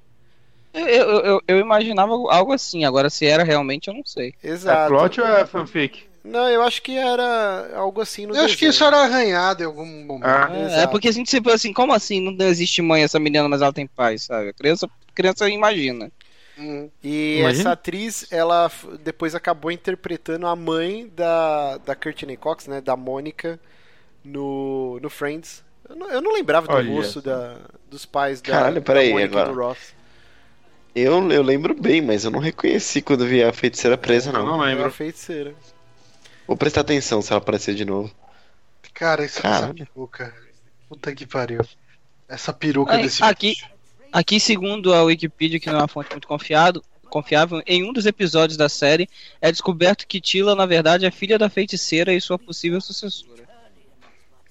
[SPEAKER 5] Eu, eu, eu, eu imaginava algo assim, agora se era realmente eu não sei.
[SPEAKER 3] É
[SPEAKER 1] Exato.
[SPEAKER 3] plot ou é fanfic?
[SPEAKER 1] Não, eu acho que era algo assim no
[SPEAKER 2] Eu acho que isso era arranhado em algum momento.
[SPEAKER 3] Ah,
[SPEAKER 5] É,
[SPEAKER 1] Exato.
[SPEAKER 5] é porque a gente se fala assim, como assim não existe mãe essa menina, mas ela tem pai, sabe? A criança, criança imagina.
[SPEAKER 2] Hum.
[SPEAKER 1] E
[SPEAKER 3] Imagina.
[SPEAKER 1] essa atriz, ela f- depois acabou interpretando a mãe da, da Courtney Cox, né? Da Mônica no, no Friends. Eu não, eu não lembrava do
[SPEAKER 3] Olha
[SPEAKER 1] rosto da, dos pais da,
[SPEAKER 4] Caralho,
[SPEAKER 1] da
[SPEAKER 4] peraí,
[SPEAKER 1] Mônica e
[SPEAKER 4] agora.
[SPEAKER 1] do Ross.
[SPEAKER 4] Eu, eu lembro bem, mas eu não reconheci quando vi a feiticeira presa,
[SPEAKER 3] eu
[SPEAKER 4] não.
[SPEAKER 3] não
[SPEAKER 1] Era
[SPEAKER 3] lembro.
[SPEAKER 1] é feiticeira.
[SPEAKER 4] Vou prestar atenção se ela aparecer de novo.
[SPEAKER 2] Cara, essa, essa
[SPEAKER 4] Caralho.
[SPEAKER 2] peruca. Puta que pariu. Essa peruca
[SPEAKER 5] Aí,
[SPEAKER 2] desse
[SPEAKER 5] aqui, aqui, segundo a Wikipedia, que não é uma fonte muito confiado, confiável, em um dos episódios da série é descoberto que Tila, na verdade, é filha da feiticeira e sua possível sucessora.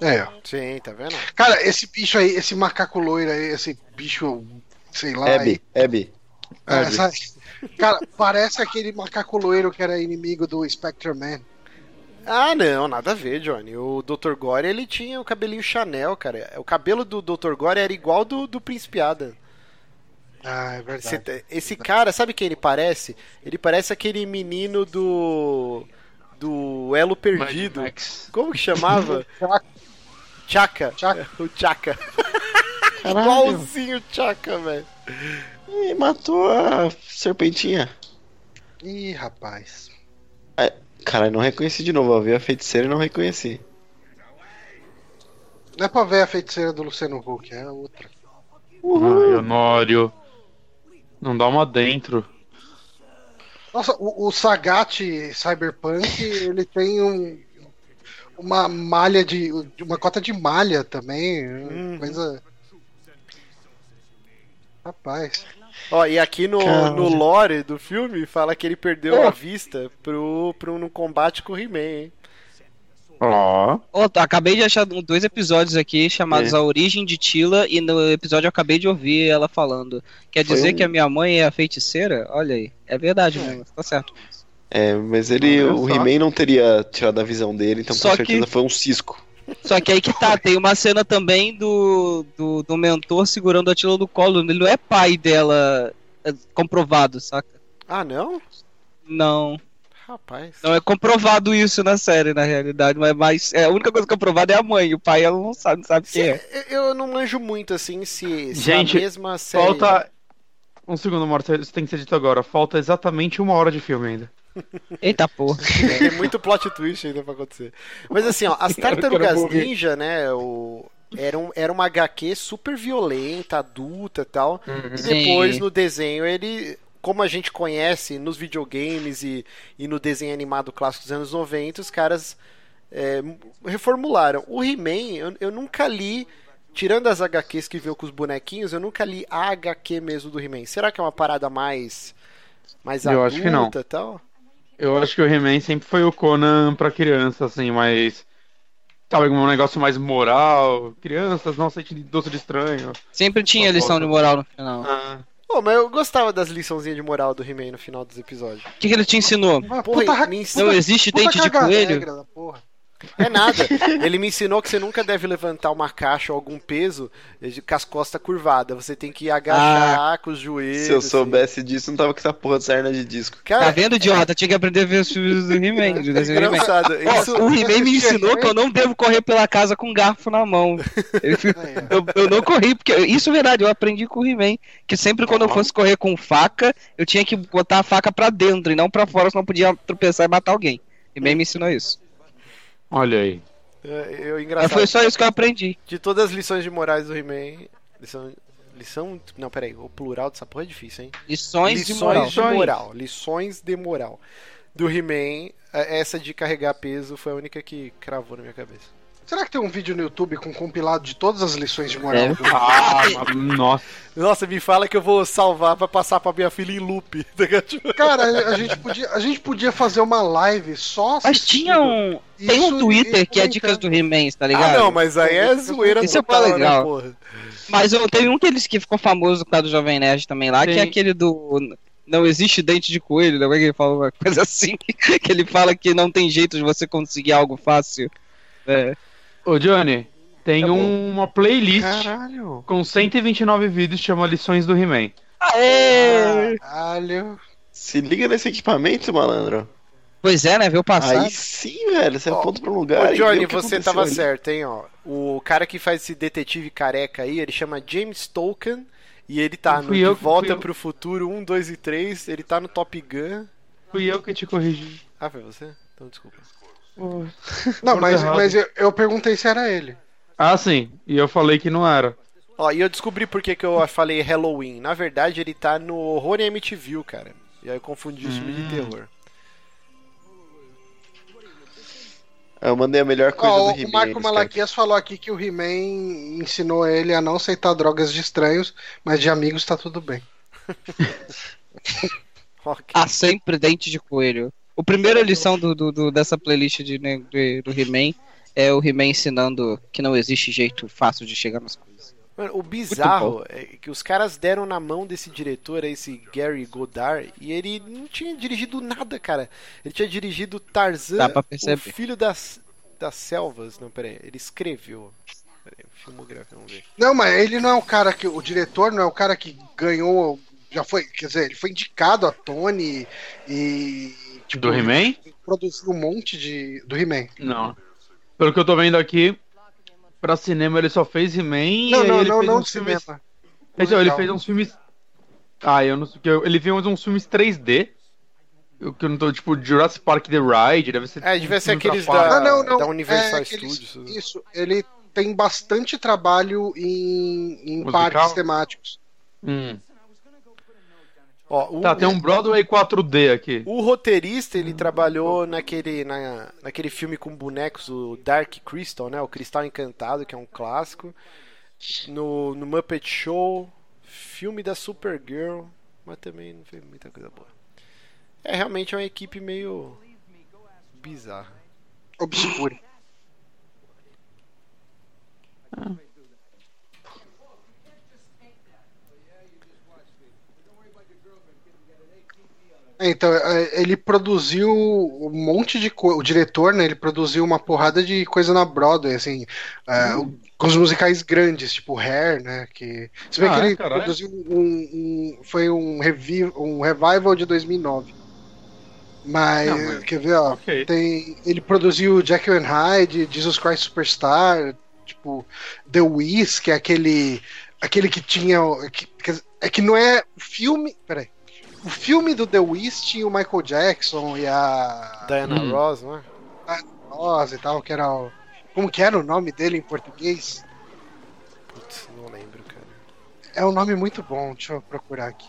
[SPEAKER 2] É, ó.
[SPEAKER 1] Sim, tá vendo?
[SPEAKER 2] Cara, esse bicho aí, esse macaco loiro aí, esse bicho, sei lá.
[SPEAKER 4] Abby, Abby.
[SPEAKER 2] é, essa- Cara, parece aquele macaco loiro que era inimigo do Spectre Man.
[SPEAKER 1] Ah, não, nada a ver, Johnny. O Dr. Gore, ele tinha o cabelinho Chanel, cara. O cabelo do Dr. Gore era igual do, do Príncipe Adam.
[SPEAKER 2] Ah, é
[SPEAKER 1] Cê
[SPEAKER 2] verdade.
[SPEAKER 1] tá- esse cara, sabe quem ele parece? Ele parece aquele menino do. do Elo Perdido.
[SPEAKER 3] Mad Max.
[SPEAKER 1] Como que chamava? Chaka.
[SPEAKER 2] Chaka.
[SPEAKER 1] O Chaka.
[SPEAKER 4] Caralho.
[SPEAKER 1] Igualzinho o Chaka, velho.
[SPEAKER 4] E matou a serpentinha.
[SPEAKER 2] Ih, rapaz.
[SPEAKER 4] Caralho, não reconheci de novo. Eu vi a feiticeira e não reconheci.
[SPEAKER 2] Não é pra ver a feiticeira do Luciano Huck, é outra.
[SPEAKER 3] Ai, Honório. Não dá uma dentro.
[SPEAKER 2] Nossa, o, o Sagat Cyberpunk, ele tem um, uma malha de. uma cota de malha também.
[SPEAKER 5] Uhum.
[SPEAKER 2] Coisa. Rapaz.
[SPEAKER 1] Ó, e aqui no,
[SPEAKER 4] Caralho.
[SPEAKER 1] no lore do filme fala que ele perdeu
[SPEAKER 3] É.
[SPEAKER 1] a vista pro, pro, no combate com o He-Man, hein?
[SPEAKER 3] Ó.
[SPEAKER 5] Ó, tá, acabei de achar um- dois episódios aqui chamados A Origem de Tila e no episódio eu acabei de ouvir ela falando. Quer
[SPEAKER 4] Foi
[SPEAKER 5] dizer
[SPEAKER 4] um-
[SPEAKER 5] que a minha mãe é a feiticeira? Olha aí. É verdade mesmo, tá certo.
[SPEAKER 4] É, mas ele,
[SPEAKER 3] Olha
[SPEAKER 4] o
[SPEAKER 3] só.
[SPEAKER 4] He-Man não teria tirado a visão dele, então
[SPEAKER 5] Só
[SPEAKER 4] com
[SPEAKER 5] que-
[SPEAKER 4] certeza foi um cisco.
[SPEAKER 5] Só que aí que tá, tem uma cena também do, do, do mentor segurando a Tila no colo. Ele não é pai dela é comprovado, saca?
[SPEAKER 1] Ah, não?
[SPEAKER 5] Não.
[SPEAKER 1] Rapaz.
[SPEAKER 5] Não é comprovado isso na série, na realidade, mas, mas é, a única coisa comprovada é a mãe. O pai ela não sabe, não sabe
[SPEAKER 1] Se-
[SPEAKER 5] quem é.
[SPEAKER 1] eu eu não manjo muito, assim, se, se
[SPEAKER 3] Gente,
[SPEAKER 1] a mesma série...
[SPEAKER 3] Falta. Um segundo, Marcelo, isso tem que ser dito agora. Falta exatamente uma hora de filme ainda.
[SPEAKER 5] Eita porra.
[SPEAKER 1] Tem muito plot twist ainda pra acontecer. Mas assim, ó, as
[SPEAKER 3] Cara, eu quero
[SPEAKER 1] Tartarugas
[SPEAKER 3] morrer.
[SPEAKER 1] Ninja, né, o... era, um, era uma HQ super violenta, adulta e tal.
[SPEAKER 3] Uhum.
[SPEAKER 1] E
[SPEAKER 5] Sim.
[SPEAKER 1] depois no desenho ele, como a gente conhece nos videogames e, e no desenho animado clássico dos anos 90, os caras é, reformularam. O He-Man, eu, eu nunca li, tirando as HQs que vinham com os bonequinhos, eu nunca li a HQ mesmo do He-Man. Será que é uma parada mais, mais
[SPEAKER 3] Eu
[SPEAKER 1] adulta
[SPEAKER 3] acho que não.
[SPEAKER 1] e tal?
[SPEAKER 3] Eu acho que o He-Man sempre foi o Conan pra criança, assim, mas. Sabe, um negócio mais moral. Crianças, não aceite doce de estranho.
[SPEAKER 5] Sempre tinha
[SPEAKER 3] Uma
[SPEAKER 5] lição
[SPEAKER 3] volta.
[SPEAKER 5] de moral no final.
[SPEAKER 3] Ah,
[SPEAKER 1] Pô, mas eu gostava das liçãozinhas de moral do He-Man no final dos episódios.
[SPEAKER 5] O que, que ele te ensinou?
[SPEAKER 2] Uma
[SPEAKER 1] Porra,
[SPEAKER 2] Ah, puta, ra-
[SPEAKER 1] me ensinou-
[SPEAKER 5] Não existe
[SPEAKER 2] puta
[SPEAKER 5] dente de
[SPEAKER 2] caganegra
[SPEAKER 5] coelho?
[SPEAKER 2] da porra.
[SPEAKER 1] É nada. Ele me ensinou que você nunca deve levantar uma caixa ou algum peso de- com as costas curvadas. Você tem que agachar
[SPEAKER 5] Ah,
[SPEAKER 1] com os joelhos.
[SPEAKER 4] Se eu
[SPEAKER 1] assim.
[SPEAKER 4] soubesse disso, não tava com essa porra de sarna de disco.
[SPEAKER 1] Cara,
[SPEAKER 5] Tá vendo, idiota? Tinha que aprender a ver os filmes do He-Man. do
[SPEAKER 1] é
[SPEAKER 5] desenho He-Man.
[SPEAKER 1] engraçado.
[SPEAKER 5] Ó,
[SPEAKER 1] Isso, é
[SPEAKER 5] o He-Man me ensinou que eu não devo correr pela casa com um garfo na mão.
[SPEAKER 2] Aí, ó.
[SPEAKER 5] Eu, eu não corri, porque. Isso é verdade, eu aprendi com o He-Man. Que sempre quando eu fosse correr com faca, eu tinha que botar a faca pra dentro e não pra fora, senão eu podia tropeçar e matar alguém. He-Man me ensinou isso.
[SPEAKER 3] olha aí.
[SPEAKER 1] é, eu,
[SPEAKER 5] Mas
[SPEAKER 1] engraçado.
[SPEAKER 5] foi só isso que eu aprendi.
[SPEAKER 1] De todas as lições de morais do He-Man. Lição. Lição. Não, peraí. O plural dessa porra é difícil, hein?
[SPEAKER 5] Lições, de moral.
[SPEAKER 1] de moral. Lições de moral. Do He-Man, é, essa de carregar peso foi a única que cravou na minha cabeça.
[SPEAKER 2] Será que tem um vídeo no YouTube com compilado de todas as lições de moral?
[SPEAKER 5] É.
[SPEAKER 2] do-
[SPEAKER 3] Ah, mas- nossa.
[SPEAKER 1] Nossa, me fala que eu vou salvar pra passar pra minha filha em loop. tá ligado?
[SPEAKER 2] Cara, a gente, podia, a gente podia fazer uma live só.
[SPEAKER 5] Mas tinha um. Tem um
[SPEAKER 2] Isso
[SPEAKER 5] Twitter que é
[SPEAKER 2] comentando.
[SPEAKER 5] dicas do He-Man,
[SPEAKER 1] Ah,
[SPEAKER 5] tá ligado?
[SPEAKER 1] não, mas aí é zoeira
[SPEAKER 5] Isso é
[SPEAKER 1] total,
[SPEAKER 5] pra legal.
[SPEAKER 1] né, porra?
[SPEAKER 5] Mas eu teve um que eles que ficou famoso por causa do Jovem Nerd também lá, que é
[SPEAKER 3] Sim.
[SPEAKER 5] aquele do. Não existe dente de coelho, não é que ele fala uma coisa assim, que ele fala que não tem jeito de você conseguir algo fácil. É.
[SPEAKER 3] Ô, Johnny, tem um- uma playlist
[SPEAKER 4] Caralho.
[SPEAKER 3] com 129 vídeos chama Lições do He-Man.
[SPEAKER 5] Aê!
[SPEAKER 2] Caralho.
[SPEAKER 4] Se liga nesse equipamento, malandro.
[SPEAKER 5] Pois é, né? Viu passar.
[SPEAKER 4] Aí sim, velho. Você
[SPEAKER 1] Ó,
[SPEAKER 4] aponta pra um lugar.
[SPEAKER 1] Ô,
[SPEAKER 4] e vê
[SPEAKER 1] Johnny,
[SPEAKER 4] o que
[SPEAKER 1] você
[SPEAKER 4] aconteceu
[SPEAKER 1] tava
[SPEAKER 4] ali.
[SPEAKER 1] certo, hein, ó. O cara que faz esse detetive careca aí, ele chama James Tolkien. E ele tá
[SPEAKER 3] Não
[SPEAKER 1] no
[SPEAKER 3] fui
[SPEAKER 1] De
[SPEAKER 3] eu,
[SPEAKER 1] Volta
[SPEAKER 3] fui eu.
[SPEAKER 1] pro Futuro 1, 2 e 3. Ele tá no Top Gun.
[SPEAKER 3] Fui eu que te corrigi.
[SPEAKER 1] Ah, foi você? Então, desculpa.
[SPEAKER 3] Pô.
[SPEAKER 2] Não,
[SPEAKER 3] Tudo
[SPEAKER 2] mas,
[SPEAKER 3] errado.
[SPEAKER 2] mas eu, eu perguntei se era ele.
[SPEAKER 3] Ah, sim. E eu falei que não era.
[SPEAKER 1] Ó, e eu descobri por que, que eu falei Halloween. Na verdade, ele tá no Horror em Amityville, cara. E aí eu confundi os filmes
[SPEAKER 5] Hum.
[SPEAKER 1] de terror.
[SPEAKER 4] Ah, Eu mandei a melhor coisa
[SPEAKER 2] Ó,
[SPEAKER 4] do
[SPEAKER 2] o
[SPEAKER 4] He-Man.
[SPEAKER 2] Marco
[SPEAKER 4] Skype.
[SPEAKER 2] Malaquias falou aqui que o He-Man ensinou ele a não aceitar drogas de estranhos, mas de amigos tá tudo bem.
[SPEAKER 1] Ok.
[SPEAKER 5] Ah, sempre dente de coelho. O primeira lição do, do- do- dessa playlist de, né, de- do He-Man é o He-Man ensinando que não existe jeito fácil de chegar nas coisas.
[SPEAKER 1] Mano, o bizarro é que os caras deram na mão desse diretor, esse Gary Godard, e ele não tinha dirigido nada, cara. Ele tinha dirigido Tarzan,
[SPEAKER 3] É,
[SPEAKER 5] Dá pra
[SPEAKER 1] o
[SPEAKER 5] perceber.
[SPEAKER 1] Filho das, das Selvas. Não, peraí, ele escreveu. Peraí, filmografia, vamos ver.
[SPEAKER 2] Não, mas ele não é o cara que. O diretor não é o cara que ganhou. Já foi. Quer dizer, ele foi indicado a Tony e. Tipo,
[SPEAKER 3] Do He-Man?
[SPEAKER 2] produziu um monte de. Do He-Man.
[SPEAKER 3] Não. Pelo que eu tô vendo aqui, pra cinema ele só fez He-Man.
[SPEAKER 2] Não,
[SPEAKER 3] e aí
[SPEAKER 2] não,
[SPEAKER 3] ele
[SPEAKER 2] não,
[SPEAKER 3] fez
[SPEAKER 2] não
[SPEAKER 5] um
[SPEAKER 3] uns
[SPEAKER 2] de
[SPEAKER 3] filmes-
[SPEAKER 2] cinema.
[SPEAKER 3] Então, ele
[SPEAKER 2] Musical.
[SPEAKER 3] fez uns filmes. Ah, eu não sei. o que eu- Ele fez uns filmes 3D. eu- Que eu não tô, tipo, Jurassic Park The Ride, deve ser.
[SPEAKER 1] É, devia ser
[SPEAKER 3] filme
[SPEAKER 1] aqueles
[SPEAKER 3] pra-
[SPEAKER 1] da,
[SPEAKER 2] Ah, não, não,
[SPEAKER 1] da Universal
[SPEAKER 2] é aqueles-
[SPEAKER 1] Studios.
[SPEAKER 2] Isso, ele tem bastante trabalho em, em
[SPEAKER 3] Musical?
[SPEAKER 2] parques temáticos.
[SPEAKER 3] Hum.
[SPEAKER 1] Ó, o,
[SPEAKER 3] Tá, tem um Broadway 4D aqui.
[SPEAKER 1] o roteirista, ele trabalhou naquele, na, naquele filme com bonecos, o Dark Crystal, né? O Cristal Encantado, que é um clássico. No, no Muppet Show, filme da Supergirl, mas também não fez muita coisa boa. É realmente uma equipe meio bizarra.
[SPEAKER 2] Obscure. Ah. É, Então, é, ele produziu um monte de coisa. O diretor, né? Ele produziu uma porrada de coisa na Broadway, assim. é,
[SPEAKER 3] Hum.
[SPEAKER 2] Com os musicais grandes, tipo Hair, né? Que... Se bem
[SPEAKER 3] Ah,
[SPEAKER 2] que
[SPEAKER 3] é,
[SPEAKER 2] ele
[SPEAKER 3] caralho.
[SPEAKER 2] produziu um. um- foi um, revi um revival de 2009. Mas,
[SPEAKER 3] Não, mas-
[SPEAKER 2] quer ver, ó?
[SPEAKER 3] Ok.
[SPEAKER 2] Tem, ele produziu Jack and Hyde, Jesus Christ Superstar, tipo The Wiz, que é aquele aquele que tinha o- que- quer dizer, é que não é o filme, peraí. O filme do The Wiz tinha o Michael Jackson e a
[SPEAKER 1] Diana
[SPEAKER 3] Hum.
[SPEAKER 1] Ross, não é?
[SPEAKER 2] Rosa e tal, que era o como que era o nome dele em português?
[SPEAKER 1] Putz, não lembro, cara.
[SPEAKER 2] É um nome muito bom, deixa eu procurar aqui.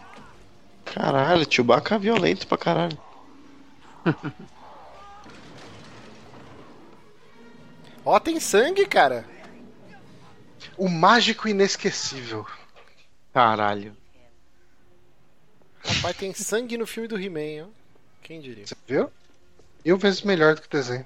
[SPEAKER 4] Caralho, Chewbacca é violento pra caralho.
[SPEAKER 1] Ó, tem sangue, cara.
[SPEAKER 2] O Mágico Inesquecível.
[SPEAKER 3] Caralho.
[SPEAKER 1] Rapaz, tem sangue no filme do He-Man, ó. Quem diria?
[SPEAKER 2] Você viu? Eu vezes melhor do que o desenho.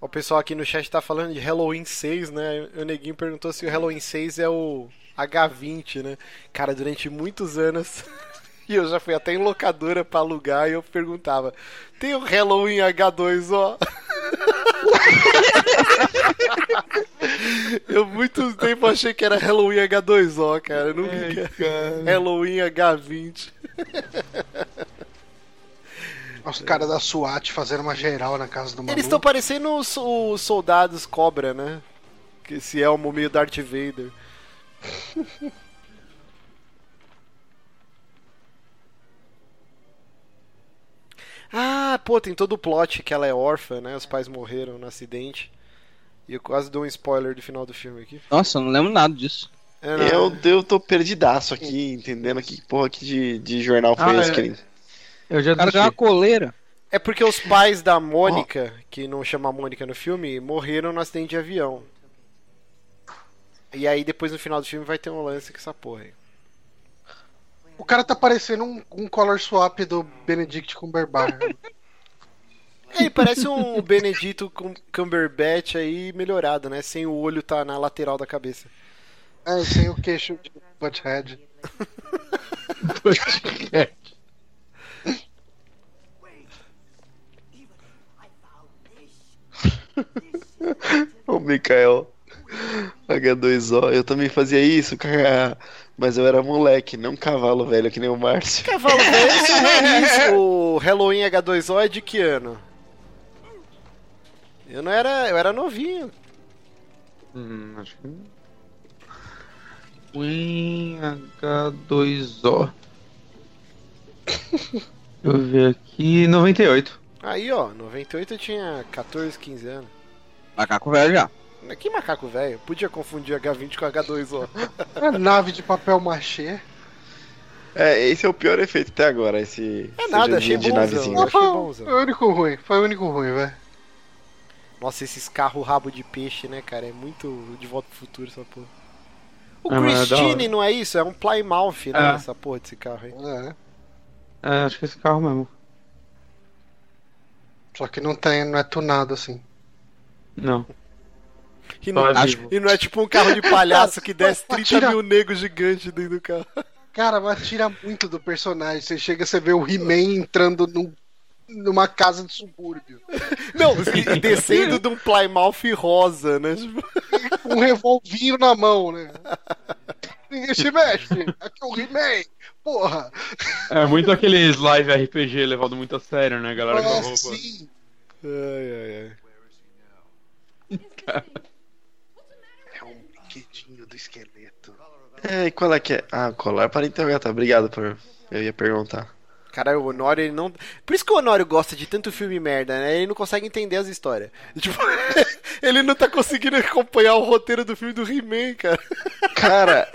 [SPEAKER 1] O pessoal aqui no chat tá falando de Halloween 6, né? O Neguinho perguntou se o Halloween 6 é o H20, né? Cara, durante muitos anos. e eu já fui até em locadora pra alugar e eu perguntava: tem o Halloween H2, ó? eu muito tempo achei que era Halloween H2O, cara. Eu nunca. Halloween H20.
[SPEAKER 2] Os caras da SWAT fazendo uma geral na casa do maluco.
[SPEAKER 1] Eles estão parecendo os, os soldados cobra, né? Que Esse elmo meio Darth Vader. ah, pô, tem todo o plot que ela é órfã, né? Os pais morreram no acidente. E eu quase dou um spoiler do final do filme aqui.
[SPEAKER 5] Nossa, eu não lembro nada disso.
[SPEAKER 1] É, não,
[SPEAKER 4] Eu, eu tô perdidaço aqui, entendendo que porra que de, de jornal foi
[SPEAKER 3] Ah,
[SPEAKER 4] esse,
[SPEAKER 3] é.
[SPEAKER 4] querido.
[SPEAKER 3] Eu já
[SPEAKER 5] O cara
[SPEAKER 3] desisti.
[SPEAKER 5] ganhou uma coleira.
[SPEAKER 1] É porque os pais da Mônica, que não chama Mônica no filme, morreram no acidente de avião. E aí depois no final do filme vai ter um lance com essa porra aí.
[SPEAKER 2] O cara tá parecendo um, um color swap do Benedict Cumberbatch.
[SPEAKER 1] Ele parece um Benedito Cum- Cumberbatch aí melhorado, né? Sem o olho tá na lateral da cabeça.
[SPEAKER 2] é, sem o queixo de Butthead.
[SPEAKER 4] Ô, Mikael. H2O, eu também fazia isso, cara. Mas eu era moleque, não cavalo velho que nem o Márcio.
[SPEAKER 1] Cavalo velho, o Halloween H2O é de que ano? Eu não era, eu era novinho.
[SPEAKER 3] Hum, acho que. Win H2O. Deixa eu ver aqui. 98.
[SPEAKER 1] Aí, ó, 98 eu tinha 14, 15 anos.
[SPEAKER 5] Macaco velho já.
[SPEAKER 1] Mas Que macaco velho, Eu podia confundir H20 com H2O.
[SPEAKER 2] Uma nave de papel machê.
[SPEAKER 4] É, esse é o pior efeito até agora, esse.
[SPEAKER 1] É nada, achei
[SPEAKER 4] joguinho de
[SPEAKER 1] bonzão.
[SPEAKER 4] navezinha.
[SPEAKER 1] Eu achei bonzão.
[SPEAKER 2] Foi o único ruim, foi o único ruim, velho.
[SPEAKER 1] Nossa, esses carros rabo de peixe, né, cara? É muito de volta pro futuro essa porra. O
[SPEAKER 3] Ah, mas é da
[SPEAKER 1] Christine
[SPEAKER 3] hora.
[SPEAKER 1] não é isso? É um Plymouth, né?
[SPEAKER 3] É.
[SPEAKER 1] Essa porra desse carro aí.
[SPEAKER 2] É,
[SPEAKER 3] É, acho que é esse carro mesmo.
[SPEAKER 2] só que não tem, não é tunado assim.
[SPEAKER 3] Não.
[SPEAKER 1] E não,
[SPEAKER 5] Acho-
[SPEAKER 3] vivo.
[SPEAKER 1] e não é tipo um carro de palhaço que desce 30
[SPEAKER 2] Tira-
[SPEAKER 1] mil negros gigantes dentro do carro.
[SPEAKER 2] Cara, mas tira muito do personagem. Você chega, você vê o He-Man entrando num- numa casa de subúrbio.
[SPEAKER 1] Não, e descendo de um Plymouth rosa, né? Tipo,
[SPEAKER 2] Com um revolvinho na mão, né? Ninguém se mexe. Aqui é o He-Man. Porra!
[SPEAKER 3] É muito aqueles live RPG levado muito a sério, né, galera? Com a
[SPEAKER 2] Nossa,
[SPEAKER 3] roupa.
[SPEAKER 2] sim.
[SPEAKER 1] Ai, ai, ai.
[SPEAKER 2] É um brinquedinho do esqueleto.
[SPEAKER 4] É, e qual é que é? Ah, colar para interrogatório. Obrigado por. Eu ia perguntar.
[SPEAKER 1] Caralho, o Honório, ele não. Por isso que o Honório gosta de tanto filme merda, né? Ele não consegue entender as histórias. Tipo, ele não tá conseguindo acompanhar o roteiro do filme do He-Man, cara.
[SPEAKER 4] Cara,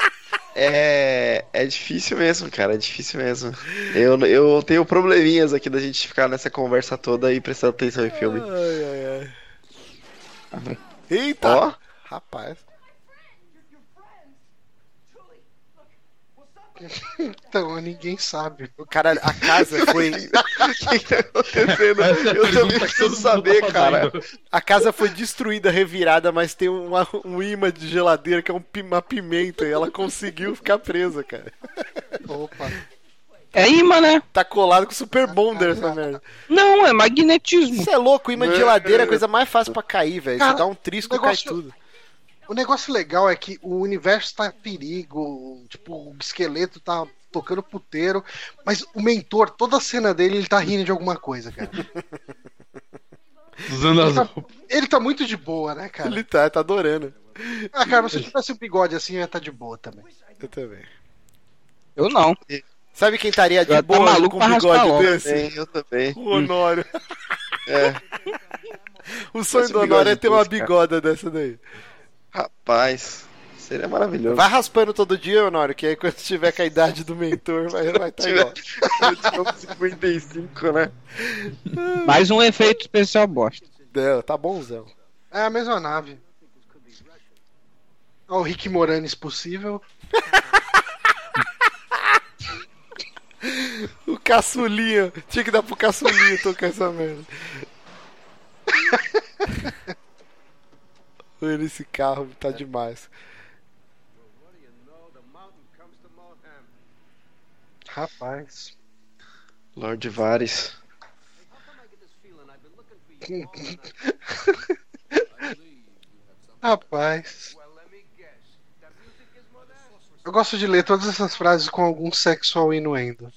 [SPEAKER 4] é. É difícil mesmo, cara. É difícil mesmo. Eu, eu tenho probleminhas aqui da gente ficar nessa conversa toda e prestar atenção em
[SPEAKER 1] Ai,
[SPEAKER 4] filme.
[SPEAKER 1] ai, ai. Eita!
[SPEAKER 4] Ó,
[SPEAKER 1] Rapaz.
[SPEAKER 2] Então, ninguém sabe.
[SPEAKER 1] Caralho, a casa foi.
[SPEAKER 4] o que que tá acontecendo?
[SPEAKER 3] é
[SPEAKER 4] Eu também preciso
[SPEAKER 3] tá
[SPEAKER 4] saber, cara.
[SPEAKER 1] A casa foi destruída, revirada, mas tem uma- um imã de geladeira que é um pi- uma pimenta e ela conseguiu ficar presa, cara.
[SPEAKER 2] Opa.
[SPEAKER 5] É imã, né?
[SPEAKER 1] Tá colado com Super Bonder essa merda.
[SPEAKER 5] Não, é magnetismo.
[SPEAKER 1] Isso é louco, imã de geladeira é a coisa mais fácil pra cair, velho. Você
[SPEAKER 2] Cara,
[SPEAKER 1] dá um trisco,
[SPEAKER 2] o negócio-
[SPEAKER 1] cai tudo.
[SPEAKER 2] O negócio legal é que o universo tá em perigo, tipo, o esqueleto tá tocando puteiro, mas o mentor, toda a cena dele, ele tá rindo de alguma coisa, cara.
[SPEAKER 3] Usando as
[SPEAKER 2] Tá-
[SPEAKER 3] roupas.
[SPEAKER 2] Ele tá muito de boa, né, cara?
[SPEAKER 1] Ele tá, tá adorando.
[SPEAKER 2] Ah, cara, mas se eu tivesse um bigode assim, eu ia tá de boa também.
[SPEAKER 1] Eu também.
[SPEAKER 5] Eu não.
[SPEAKER 1] Sabe quem estaria de
[SPEAKER 5] Já tá
[SPEAKER 1] boa com
[SPEAKER 5] maluco pra
[SPEAKER 1] um
[SPEAKER 5] raspar
[SPEAKER 1] bigode
[SPEAKER 5] logo,
[SPEAKER 1] desse?
[SPEAKER 4] Sim, eu também.
[SPEAKER 1] O Honório.
[SPEAKER 4] É.
[SPEAKER 1] O sonho
[SPEAKER 4] Esse
[SPEAKER 1] do Honório é
[SPEAKER 4] bigode
[SPEAKER 1] ter uma
[SPEAKER 4] desse, cara.
[SPEAKER 1] bigoda dessa daí.
[SPEAKER 4] Rapaz, seria maravilhoso.
[SPEAKER 1] Vai raspando todo dia, Honório, que aí quando tiver com a idade do mentor, vai estar vai tá
[SPEAKER 4] Tiver-
[SPEAKER 1] igual.
[SPEAKER 4] Tipo, 55, né?
[SPEAKER 3] Ah.
[SPEAKER 5] Mais um efeito especial bosta.
[SPEAKER 1] Não, tá bonzão.
[SPEAKER 2] É a mesma nave. Ó, o Rick Moranis possível.
[SPEAKER 1] O caçulinha. Tinha que dar pro caçulinha tocar essa merda. Olha esse carro, tá demais.
[SPEAKER 2] Rapaz.
[SPEAKER 4] Lord Vares.
[SPEAKER 2] Rapaz. Eu gosto de ler todas essas frases com algum sexual inuendo.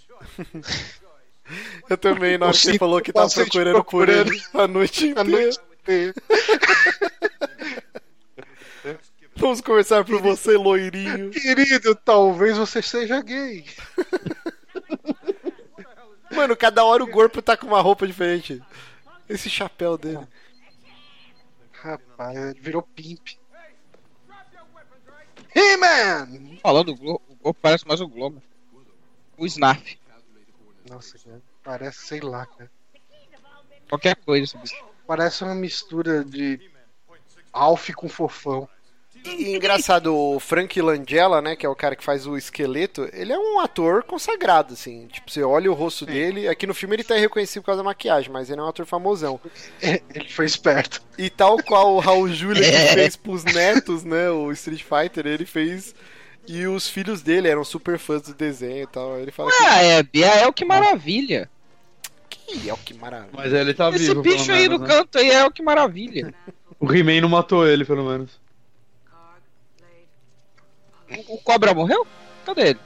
[SPEAKER 1] Eu também, na hora que você
[SPEAKER 2] Consigo,
[SPEAKER 1] falou que tava
[SPEAKER 2] posso ir te
[SPEAKER 1] procurando por
[SPEAKER 2] procurando.
[SPEAKER 1] ele a noite
[SPEAKER 2] A
[SPEAKER 1] inteira.
[SPEAKER 2] noite inteira.
[SPEAKER 1] Vamos conversar por você, loirinho.
[SPEAKER 2] Querido, talvez você seja gay.
[SPEAKER 1] Mano, cada hora o corpo tá com uma roupa diferente. Esse chapéu dele.
[SPEAKER 2] Rapaz, virou pimp. He-Man!
[SPEAKER 5] Falando do Globo, o Globo parece mais o Globo. O Snarf.
[SPEAKER 2] Nossa, cara. Parece, sei lá, cara.
[SPEAKER 5] Qualquer coisa. esse bicho.
[SPEAKER 2] Parece uma mistura de Alf com fofão.
[SPEAKER 1] E engraçado, o Frank Langella, né, que é o cara que faz o esqueleto, ele é um ator consagrado, assim. Tipo, você olha o rosto dele. Aqui no filme ele tá reconhecido por causa da maquiagem, mas ele é um ator famosão.
[SPEAKER 2] É, Ele foi esperto.
[SPEAKER 1] E tal qual o Raul Júlia que fez pros netos, né, o Street Fighter, ele fez. E os filhos dele eram super fãs do desenho e tal. Ele fala
[SPEAKER 5] Ah, é, Biael, que maravilha.
[SPEAKER 1] que. "Ih, ó, que maravilha.
[SPEAKER 3] Mas ele tá
[SPEAKER 5] Esse
[SPEAKER 3] vivo.
[SPEAKER 5] bicho
[SPEAKER 3] pelo
[SPEAKER 5] aí
[SPEAKER 3] menos,
[SPEAKER 5] do
[SPEAKER 3] né?
[SPEAKER 5] canto aí é o que maravilha.
[SPEAKER 3] O He-Man não matou ele, pelo menos.
[SPEAKER 5] O, o Cobra morreu? Cadê ele?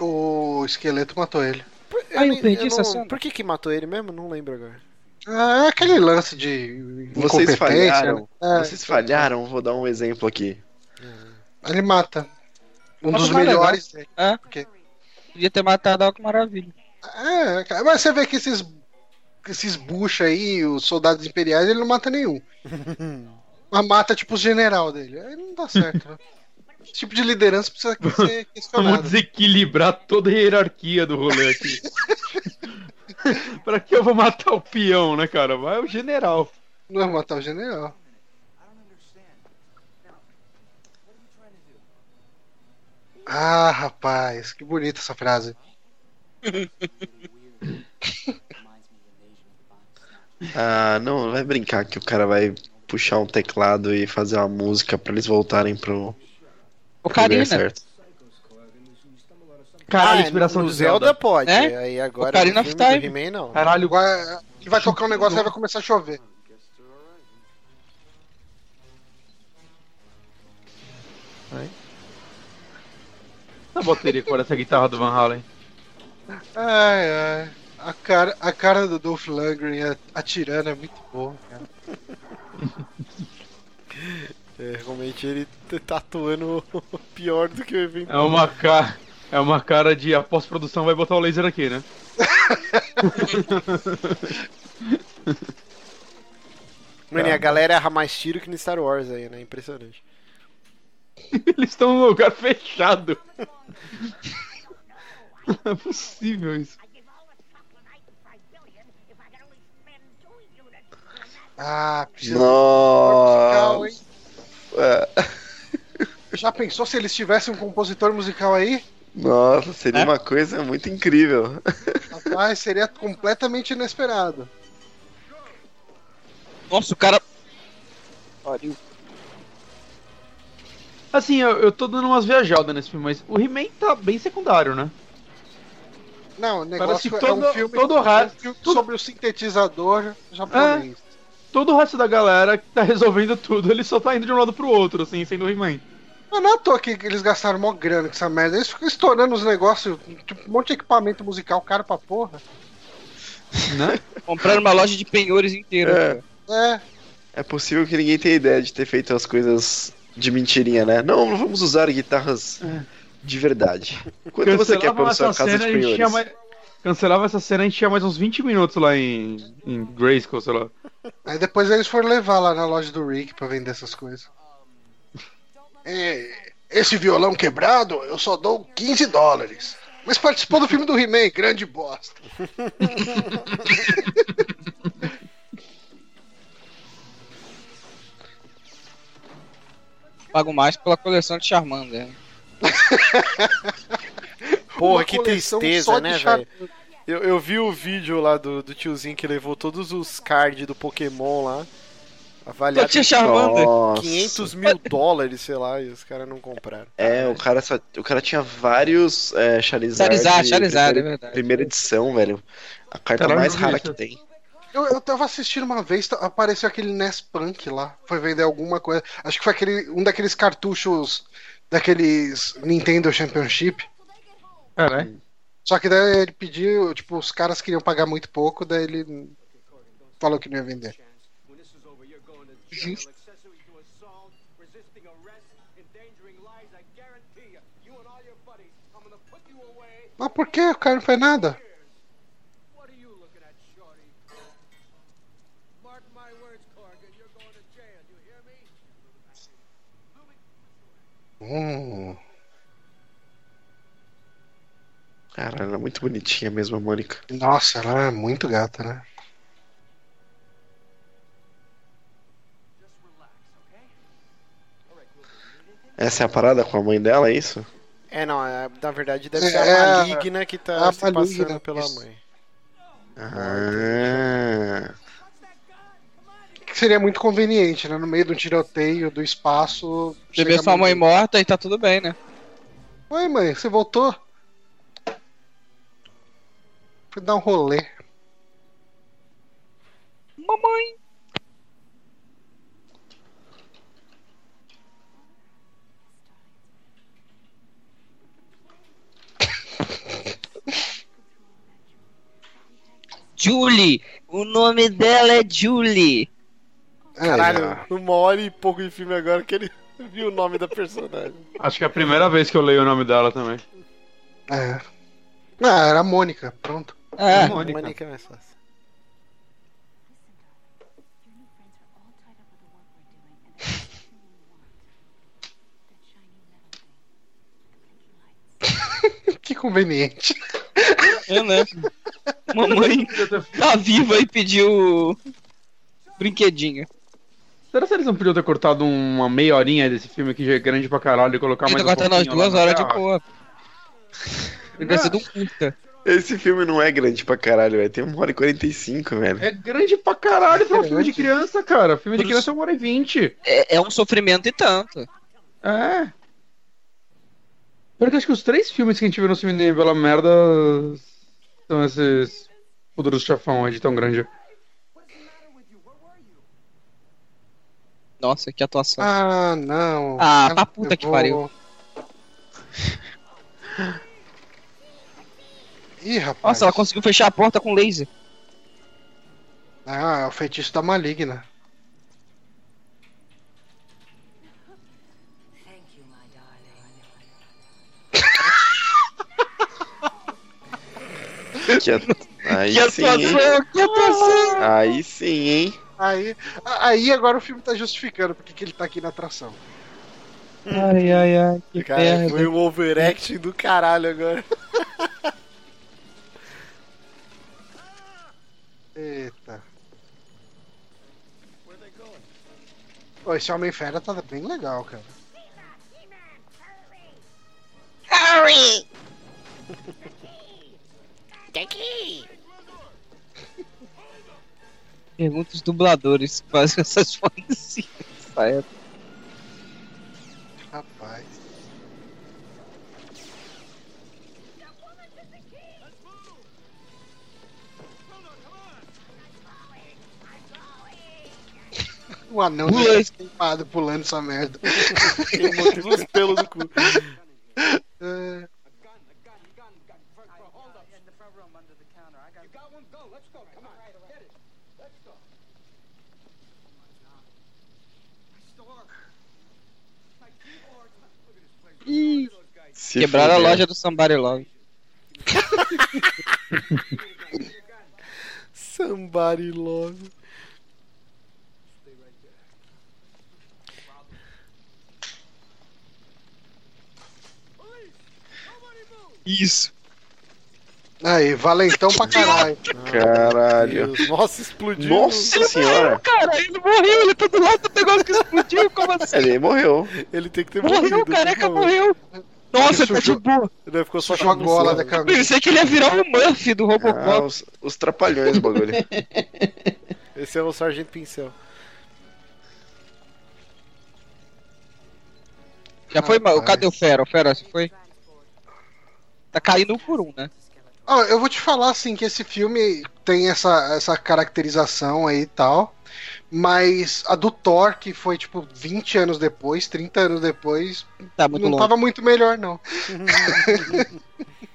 [SPEAKER 2] O esqueleto matou ele.
[SPEAKER 1] Por,
[SPEAKER 5] Ah, eu
[SPEAKER 1] nem-
[SPEAKER 5] perdi essa
[SPEAKER 1] não-
[SPEAKER 5] cena.
[SPEAKER 1] Por que que matou ele mesmo? Não lembro agora.
[SPEAKER 2] É aquele lance de
[SPEAKER 4] Vocês
[SPEAKER 2] incompetência,
[SPEAKER 4] falharam.
[SPEAKER 2] né? É,
[SPEAKER 4] Vocês falharam, vou dar um exemplo aqui.
[SPEAKER 2] ele mata. Um
[SPEAKER 5] Mas
[SPEAKER 2] dos
[SPEAKER 5] não é
[SPEAKER 2] melhores. dele.
[SPEAKER 5] Podia ter matado o que maravilha.
[SPEAKER 2] É, cara, mas você vê que esses, esses bucha aí, os soldados imperiais, ele não mata nenhum. Mas mata tipo os general dele. Aí não dá certo. né? Esse tipo de liderança precisa ser
[SPEAKER 3] Vamos
[SPEAKER 2] questionado.
[SPEAKER 3] desequilibrar toda a hierarquia do rolê aqui. pra que eu vou matar o peão, né, cara? Vai o general.
[SPEAKER 2] Não é matar o general. Ah, rapaz, que bonita essa frase.
[SPEAKER 4] Ah, não, vai brincar que o cara vai puxar um teclado e fazer uma música pra eles voltarem pro,
[SPEAKER 5] O
[SPEAKER 4] pro lugar
[SPEAKER 5] Karina.
[SPEAKER 4] certo.
[SPEAKER 3] Caralho,
[SPEAKER 1] Ah,
[SPEAKER 3] inspiração
[SPEAKER 1] no
[SPEAKER 3] de
[SPEAKER 1] Zelda,
[SPEAKER 3] Zelda.
[SPEAKER 1] pode.
[SPEAKER 5] É?
[SPEAKER 1] Aí agora
[SPEAKER 5] Ocarina
[SPEAKER 1] no
[SPEAKER 5] of
[SPEAKER 1] filme do
[SPEAKER 5] Time.
[SPEAKER 1] He-Man, não.
[SPEAKER 3] Caralho,
[SPEAKER 2] Vai, que vai tocar um negócio aí vai começar a chover.
[SPEAKER 3] Não, Essa bateria com essa guitarra do Van Halen.
[SPEAKER 2] Ai, ai. A cara, a cara do Dolph Lundgren a- atirando é muito boa, cara.
[SPEAKER 1] É, realmente ele t- tá atuando pior do que o evento.
[SPEAKER 3] É uma cara. É uma cara de a pós-produção vai botar o laser aqui, né?
[SPEAKER 1] Mano, e a galera erra mais tiro que no Star Wars aí, né? Impressionante.
[SPEAKER 3] Eles estão num lugar fechado. Não é possível isso.
[SPEAKER 2] Ah,
[SPEAKER 5] um
[SPEAKER 2] precisa musical, hein?
[SPEAKER 4] Nossa. é.
[SPEAKER 2] Já pensou se eles tivessem um compositor musical aí?
[SPEAKER 4] Nossa,
[SPEAKER 5] É.
[SPEAKER 4] seria uma coisa muito incrível.
[SPEAKER 2] Rapaz, seria completamente inesperado.
[SPEAKER 5] Nossa, o cara.
[SPEAKER 3] Assim, eu, eu tô dando umas viajadas nesse filme, mas o He-Man tá bem secundário, né?
[SPEAKER 2] Não, o
[SPEAKER 3] Parece
[SPEAKER 2] negócio
[SPEAKER 3] que
[SPEAKER 2] é um
[SPEAKER 3] todo-
[SPEAKER 2] filme,
[SPEAKER 3] todo
[SPEAKER 2] é um
[SPEAKER 3] rato-
[SPEAKER 2] filme
[SPEAKER 3] todo-
[SPEAKER 2] sobre o sintetizador japonês.
[SPEAKER 3] Ah. Todo o resto da galera que tá resolvendo tudo, ele só tá indo de um lado pro outro, assim, sendo o He-Man.
[SPEAKER 2] Mas não é à toa que eles gastaram mó grana com essa merda. Eles ficam estourando os negócios, tipo, um monte de equipamento musical caro pra porra.
[SPEAKER 3] Né?
[SPEAKER 5] Compraram uma loja de penhores inteira.
[SPEAKER 4] É.
[SPEAKER 5] cara.
[SPEAKER 2] É,
[SPEAKER 4] É possível que ninguém tenha ideia de ter feito as coisas de mentirinha, né? Não, vamos usar guitarras
[SPEAKER 5] É.
[SPEAKER 4] de verdade. Quanto você quer pra sua casa de
[SPEAKER 3] a gente tinha
[SPEAKER 4] penhores?
[SPEAKER 3] mais... Cancelava essa cena, a gente tinha mais uns 20 minutos lá em, em Grayskull, sei lá.
[SPEAKER 2] aí depois eles foram levar lá na loja do Rick pra vender essas coisas. É, esse violão quebrado eu só dou 15 dólares. Mas participou do filme do He-Man, grande bosta.
[SPEAKER 5] Pago mais pela coleção de Charmander.
[SPEAKER 2] Uma
[SPEAKER 1] Porra, que
[SPEAKER 2] coleção
[SPEAKER 1] tristeza,
[SPEAKER 2] só de
[SPEAKER 1] né,
[SPEAKER 2] char-
[SPEAKER 1] velho? Eu, eu vi o vídeo lá do, do tiozinho que levou todos os cards do Pokémon lá.
[SPEAKER 5] Só
[SPEAKER 1] Avaliado
[SPEAKER 5] tinha
[SPEAKER 1] em
[SPEAKER 5] Charmander.
[SPEAKER 4] Nossa.
[SPEAKER 1] 500 mil dólares, sei lá, e os caras não compraram.
[SPEAKER 4] É, o cara, só- o cara tinha vários é, Charizard.
[SPEAKER 5] Charizard, Charizard, é
[SPEAKER 4] primeira,
[SPEAKER 5] verdade.
[SPEAKER 4] primeira edição, velho. A carta
[SPEAKER 3] Caralho,
[SPEAKER 4] mais
[SPEAKER 3] eu vi
[SPEAKER 4] rara
[SPEAKER 3] isso.
[SPEAKER 4] que tem.
[SPEAKER 2] Eu, eu tava assistindo uma vez, t- apareceu aquele NES Punk lá. Foi vender alguma coisa. Acho que foi aquele, um daqueles cartuchos daqueles Nintendo Championship.
[SPEAKER 3] Caralho.
[SPEAKER 2] Só que daí ele pediu, tipo, os caras queriam pagar muito pouco, daí ele falou que não ia vender.
[SPEAKER 5] Justo.
[SPEAKER 2] Mas por que o cara não fez nada? Hum,
[SPEAKER 4] Cara, ela é muito bonitinha mesmo, a Mônica.
[SPEAKER 2] nossa, ela é muito gata, né?
[SPEAKER 4] Essa é a parada com a mãe dela, é isso?
[SPEAKER 1] É, não, é- na verdade deve ser
[SPEAKER 2] É,
[SPEAKER 1] a maligna que tá
[SPEAKER 2] a
[SPEAKER 1] se passando
[SPEAKER 2] maligna,
[SPEAKER 1] pela
[SPEAKER 2] isso.
[SPEAKER 1] mãe.
[SPEAKER 4] Ah.
[SPEAKER 2] Que seria muito conveniente, né? No meio de um tiroteio do espaço.
[SPEAKER 5] Você
[SPEAKER 2] chega
[SPEAKER 5] vê sua
[SPEAKER 2] a
[SPEAKER 5] mãe morta e tá tudo bem, né?
[SPEAKER 2] Oi, mãe, você voltou? Fui dar um rolê.
[SPEAKER 5] Mamãe. Julie! O nome dela é Julie!
[SPEAKER 2] É, Ai,
[SPEAKER 1] Caralho, uma hora e pouco de filme agora que ele viu o nome da personagem.
[SPEAKER 3] Acho que é a primeira vez que eu leio o nome dela também.
[SPEAKER 2] é. Ah, era a Mônica, pronto.
[SPEAKER 5] Ah,
[SPEAKER 3] Mônica.
[SPEAKER 1] Mônica é mais fácil.
[SPEAKER 2] Que conveniente.
[SPEAKER 5] é, né? Mamãe tá viva e pediu. Brinquedinho.
[SPEAKER 3] Será que eles não podiam ter cortado uma meia horinha desse filme que já é grande pra caralho e colocar
[SPEAKER 5] Podia
[SPEAKER 3] mais um
[SPEAKER 5] tá cortando as
[SPEAKER 3] pouquinho lá
[SPEAKER 5] duas
[SPEAKER 3] na
[SPEAKER 5] horas de
[SPEAKER 3] terra?
[SPEAKER 5] boa. Devia ser um curta.
[SPEAKER 4] Esse filme não é grande pra caralho, velho. Tem 1 hora e 45, velho.
[SPEAKER 3] É grande pra caralho pra um filme de criança, cara. Filme de
[SPEAKER 5] Por
[SPEAKER 3] criança é 1 hora e 20.
[SPEAKER 5] É, é um sofrimento e tanto.
[SPEAKER 3] É. Pior que acho que os três filmes que a gente viu no cinema pela merda são esses Poderoso Chafão aí de tão grande.
[SPEAKER 5] Nossa, que atuação.
[SPEAKER 2] Ah, não.
[SPEAKER 5] Ah,
[SPEAKER 2] Ela
[SPEAKER 5] pra puta que
[SPEAKER 2] levou-
[SPEAKER 5] pariu.
[SPEAKER 2] Ih, rapaz.
[SPEAKER 5] Nossa, ela conseguiu fechar a porta com laser.
[SPEAKER 2] Ah, é o feitiço da maligna.
[SPEAKER 6] Thank you, my darling.
[SPEAKER 4] Que a- Aí sim, hein?
[SPEAKER 5] atuação, que atuação!
[SPEAKER 4] Aí sim, hein?
[SPEAKER 2] Aí, aí agora o filme tá justificando porque que ele tá aqui na atração.
[SPEAKER 5] Ai, ai, ai, que
[SPEAKER 1] Cara,
[SPEAKER 5] merda.
[SPEAKER 1] foi um overacting do caralho agora.
[SPEAKER 2] Eita. Pô, esse Homem Fera tá bem legal, cara.
[SPEAKER 5] Pergunta os dubladores que fazem essas fotos nessa época.
[SPEAKER 2] Rapaz. O anão
[SPEAKER 5] Pula
[SPEAKER 2] tá
[SPEAKER 5] esse-
[SPEAKER 2] queimado pulando essa merda.
[SPEAKER 1] Queimou todos os pelos do cu.
[SPEAKER 2] É,
[SPEAKER 4] Se
[SPEAKER 5] Quebraram a
[SPEAKER 4] fudeu.
[SPEAKER 5] loja do Somebody Love.
[SPEAKER 1] Somebody love.
[SPEAKER 5] Isso.
[SPEAKER 2] Aí, valentão pra caralho.
[SPEAKER 4] Caralho.
[SPEAKER 1] Deus, Nossa, explodiu.
[SPEAKER 4] Nossa senhora.
[SPEAKER 5] Cara, ele morreu, ele tá do lado do negócio que explodiu, como assim?
[SPEAKER 4] Ele morreu.
[SPEAKER 1] Ele tem que ter
[SPEAKER 5] Morreu, o
[SPEAKER 1] morrido.
[SPEAKER 5] careca
[SPEAKER 1] não.
[SPEAKER 5] morreu.
[SPEAKER 2] Ele
[SPEAKER 5] Nossa, ele tá de
[SPEAKER 2] sujou-
[SPEAKER 5] boa.
[SPEAKER 1] Não, né, ficou só um
[SPEAKER 2] Sujou a gola da
[SPEAKER 1] cabeça.
[SPEAKER 5] Eu
[SPEAKER 2] camisa.
[SPEAKER 5] pensei que ele ia virar o Murphy do
[SPEAKER 4] Ah,
[SPEAKER 5] Robocop.
[SPEAKER 4] os, os trapalhões o bagulho.
[SPEAKER 1] Esse é o Sargento Pincel.
[SPEAKER 5] Já foi, mal?
[SPEAKER 2] rapaz.
[SPEAKER 5] cadê o Fera? O Fera, se foi? Tá caindo um por um, né?
[SPEAKER 2] Ó, eu vou te falar assim que esse filme tem essa, essa caracterização aí e tal, mas a do Thor, que foi tipo 20 anos depois, 30 anos depois,
[SPEAKER 5] Tá muito
[SPEAKER 2] não
[SPEAKER 5] longe.
[SPEAKER 2] tava muito melhor, não.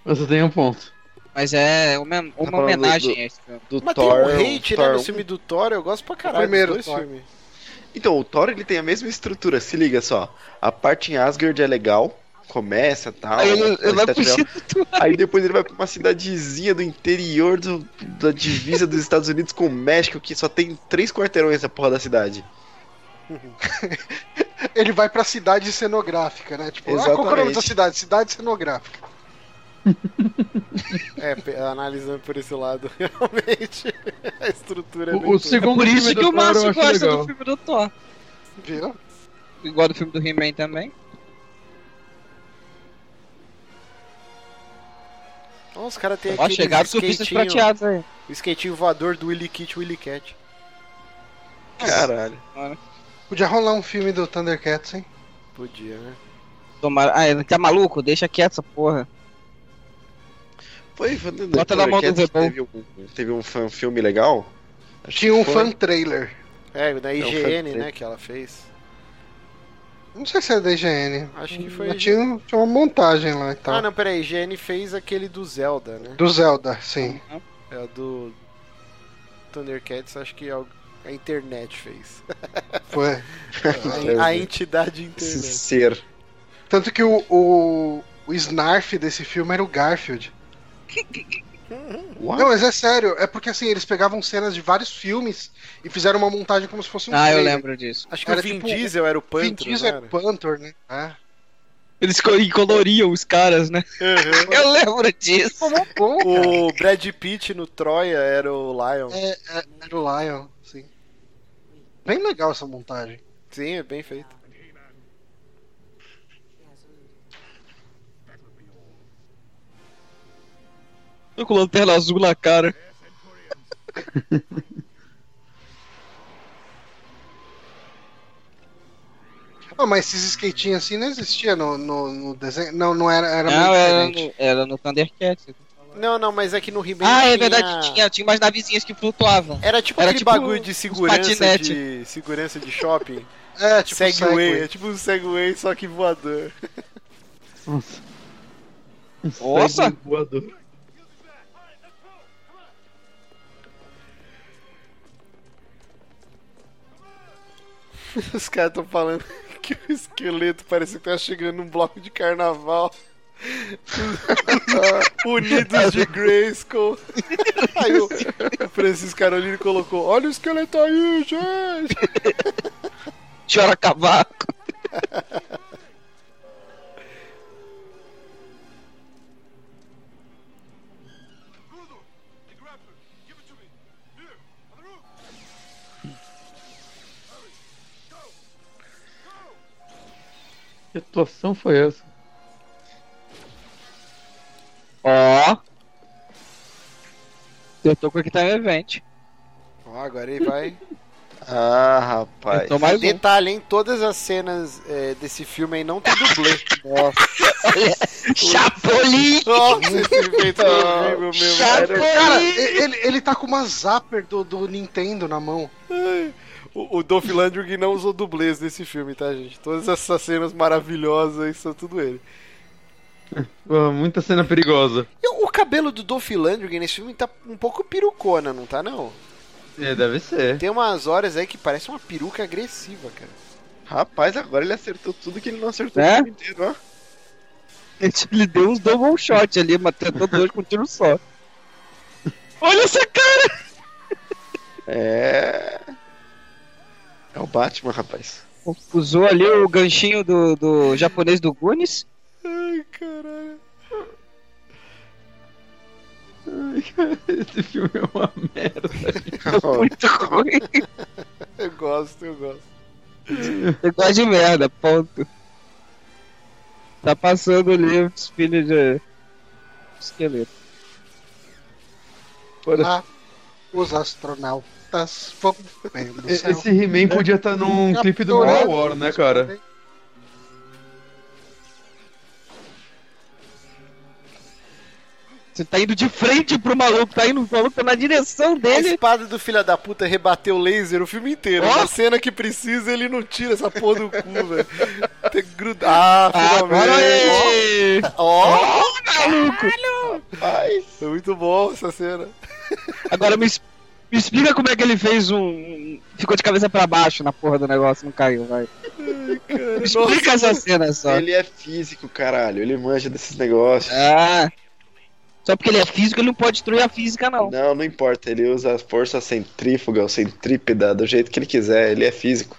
[SPEAKER 3] Você tem um ponto.
[SPEAKER 5] Mas é uma, uma
[SPEAKER 4] Tá falando
[SPEAKER 5] homenagem
[SPEAKER 4] do-
[SPEAKER 5] a esse filme.
[SPEAKER 4] Do
[SPEAKER 1] Mas
[SPEAKER 4] Thor.
[SPEAKER 1] tem um hate, né,
[SPEAKER 4] Thor
[SPEAKER 1] no
[SPEAKER 4] 1.
[SPEAKER 1] filme do Thor, eu gosto pra caralho.
[SPEAKER 2] O primeiro
[SPEAKER 1] dos dois
[SPEAKER 2] Thor.
[SPEAKER 1] filmes.
[SPEAKER 4] Então, o Thor ele tem a mesma estrutura, se liga só. A parte em Asgard é legal, começa tal.
[SPEAKER 5] Aí ele, ele vai
[SPEAKER 4] tá
[SPEAKER 5] pro
[SPEAKER 4] legal.
[SPEAKER 5] Instituto.
[SPEAKER 4] Aí depois ele vai pra uma cidadezinha do interior do- da divisa dos Estados Unidos com o México, que só tem três quarteirões essa porra da cidade.
[SPEAKER 2] Ele vai pra cidade cenográfica, né? Tipo, ah, qual que é o nome
[SPEAKER 4] Exatamente.
[SPEAKER 2] da cidade? Cidade cenográfica.
[SPEAKER 1] É, pe- analisando por esse lado, realmente, a estrutura é bem
[SPEAKER 3] O, o
[SPEAKER 1] boa.
[SPEAKER 3] segundo
[SPEAKER 5] Por isso
[SPEAKER 3] filme
[SPEAKER 5] que
[SPEAKER 3] do Thor
[SPEAKER 5] o
[SPEAKER 3] eu
[SPEAKER 5] Márcio
[SPEAKER 3] acho
[SPEAKER 5] gosta
[SPEAKER 3] legal.
[SPEAKER 5] do filme do Thor.
[SPEAKER 2] Viu?
[SPEAKER 5] Igual do filme do He-Man também.
[SPEAKER 1] Ó, os caras têm
[SPEAKER 5] Ó,
[SPEAKER 2] Tá
[SPEAKER 1] aqui
[SPEAKER 5] chegaram surfistas prateados aí.
[SPEAKER 1] o skatinho voador do Willy Kit Willy Cat.
[SPEAKER 4] Caralho.
[SPEAKER 2] Podia rolar um filme do Thundercats, hein?
[SPEAKER 1] Podia, né?
[SPEAKER 5] Tomara... Ah, ele tá maluco? Deixa quieto essa porra.
[SPEAKER 4] Foi, foi no
[SPEAKER 5] Bota na mão do
[SPEAKER 4] Thundercats que
[SPEAKER 5] Zebon.
[SPEAKER 4] Teve um, teve um fan filme legal? Acho
[SPEAKER 2] Tinha
[SPEAKER 4] que
[SPEAKER 2] um
[SPEAKER 4] foi.
[SPEAKER 2] fan trailer.
[SPEAKER 1] É, da
[SPEAKER 4] Não,
[SPEAKER 1] IGN,
[SPEAKER 4] foi-
[SPEAKER 1] né, que ela fez.
[SPEAKER 2] Não sei se é da IGN.
[SPEAKER 1] Acho que foi...
[SPEAKER 2] Mas tinha, tá. tinha uma montagem lá e tal.
[SPEAKER 1] Ah, não, pera aí, IGN fez aquele do Zelda, né?
[SPEAKER 2] Do Zelda, sim.
[SPEAKER 1] É a do Thundercats, acho que al- a internet fez.
[SPEAKER 2] Foi.
[SPEAKER 1] A, a entidade
[SPEAKER 4] Esse
[SPEAKER 1] internet.
[SPEAKER 4] ser.
[SPEAKER 2] Tanto que o, o, o Snarf desse filme era o Garfield.
[SPEAKER 4] What?
[SPEAKER 5] Então-
[SPEAKER 2] Não, mas é sério. É porque assim, eles pegavam cenas de vários filmes e fizeram uma montagem como se fosse um
[SPEAKER 5] Ah, eu
[SPEAKER 2] trailer.
[SPEAKER 5] lembro disso.
[SPEAKER 1] Acho que
[SPEAKER 2] Era
[SPEAKER 1] o Vin
[SPEAKER 2] tipo-
[SPEAKER 1] Diesel era o Pantro,
[SPEAKER 2] Vin Diesel
[SPEAKER 1] não
[SPEAKER 2] é Panther, né? É.
[SPEAKER 5] Eles co- coloriam os caras, né?
[SPEAKER 1] era? Uhum.
[SPEAKER 5] Eu lembro disso.
[SPEAKER 2] Como bom, cara.
[SPEAKER 1] O Brad Pitt no Troia era o Lion.
[SPEAKER 2] É, é, era o Lion, sim. Bem legal essa montagem.
[SPEAKER 1] Sim, é bem feito.
[SPEAKER 5] Tô com lanterna azul na cara.
[SPEAKER 2] Ah, mas esses skatinhos assim não existia no, no, no desenho. Não, não era, era
[SPEAKER 5] Não,
[SPEAKER 2] muito
[SPEAKER 5] era
[SPEAKER 2] diferente.
[SPEAKER 5] no, era no Thundercats.
[SPEAKER 1] Não, não, mas é que no He-Man
[SPEAKER 5] Ah,
[SPEAKER 1] tinha-
[SPEAKER 5] é verdade, tinha, tinha umas navezinhas que flutuavam.
[SPEAKER 1] Era tipo
[SPEAKER 5] Era
[SPEAKER 1] aquele
[SPEAKER 5] tipo
[SPEAKER 1] bagulho de
[SPEAKER 5] uns
[SPEAKER 1] segurança
[SPEAKER 5] patinete.
[SPEAKER 1] de segurança de shopping.
[SPEAKER 2] É, tipo,
[SPEAKER 1] segway,
[SPEAKER 2] Segway.
[SPEAKER 1] é tipo um Segway só que voador.
[SPEAKER 3] Nossa.
[SPEAKER 5] Nossa!
[SPEAKER 4] Cyborg voador.
[SPEAKER 1] Os caras estão falando que o esqueleto parece que tá chegando num bloco de carnaval. Unidos de Grayskull. Aí o Francisco Carolino colocou: Olha o esqueleto aí, gente!
[SPEAKER 5] Chora cavaco.
[SPEAKER 3] Que atuação foi essa?
[SPEAKER 5] Ó. Eu tô com o que tá no evento.
[SPEAKER 1] Ó, agora ele vai.
[SPEAKER 4] Ah, rapaz.
[SPEAKER 5] Então mais um.
[SPEAKER 1] Detalhe, hein? Todas as cenas eh, desse filme aí não tem dublê. Nossa,
[SPEAKER 5] Chapolin!
[SPEAKER 1] Nossa esse tá feito comigo, meu.
[SPEAKER 2] Cara,
[SPEAKER 5] Chapolin!
[SPEAKER 2] e- ele, ele tá com uma zapper do, do Nintendo na mão.
[SPEAKER 1] O, o Dolph Lundgren não usou dublês nesse filme, tá, gente? Todas essas cenas maravilhosas aí são tudo ele.
[SPEAKER 3] Ah, muita cena perigosa.
[SPEAKER 1] E o cabelo do Dolph Lundgren nesse filme tá um pouco perucona, não tá, não?
[SPEAKER 3] É, deve ser.
[SPEAKER 1] Tem umas horas aí que parece uma peruca agressiva, cara.
[SPEAKER 4] Rapaz, agora ele acertou tudo que ele não acertou
[SPEAKER 5] Né?
[SPEAKER 4] o filme inteiro, ó.
[SPEAKER 5] Ele deu uns double shot ali, matando dois com um tiro só. Olha essa cara!
[SPEAKER 4] É. É o Batman, rapaz.
[SPEAKER 5] Usou ali o ganchinho do, do japonês do Goonies.
[SPEAKER 1] Ai, caralho.
[SPEAKER 3] Esse filme é uma merda.
[SPEAKER 5] Muito ruim.
[SPEAKER 1] Eu gosto, eu gosto.
[SPEAKER 5] Eu gosto de merda, ponto. Tá passando ali os filhos de esqueleto.
[SPEAKER 2] Lá, os astronautas vão bem do
[SPEAKER 3] E-
[SPEAKER 2] céu.
[SPEAKER 3] Esse He-Man podia estar num
[SPEAKER 2] Capturado.
[SPEAKER 3] clipe do World War, né, cara?
[SPEAKER 5] Você tá indo de frente pro maluco, tá indo pro maluco tá na direção
[SPEAKER 1] A
[SPEAKER 5] dele.
[SPEAKER 1] espada do filho da puta rebateu o laser o filme inteiro.
[SPEAKER 5] Ó.
[SPEAKER 1] Na cena que precisa, ele não tira essa porra do cu, velho. Tem que grudar. Ah,
[SPEAKER 5] Agora
[SPEAKER 1] finalmente.
[SPEAKER 5] é!
[SPEAKER 1] Ó,
[SPEAKER 5] maluco!
[SPEAKER 1] Foi muito bom essa cena.
[SPEAKER 5] Agora me, es- me explica como é que ele fez um. Ficou de cabeça pra baixo na porra do negócio, não caiu, vai. Me explica essa cena só.
[SPEAKER 4] Ele é físico, caralho. Ele manja desses negócios.
[SPEAKER 5] Ah. Só porque ele é físico, ele não pode destruir a física, não.
[SPEAKER 4] Não, não importa. Ele usa a força centrífuga ou centrípeda do jeito que ele quiser. Ele é físico.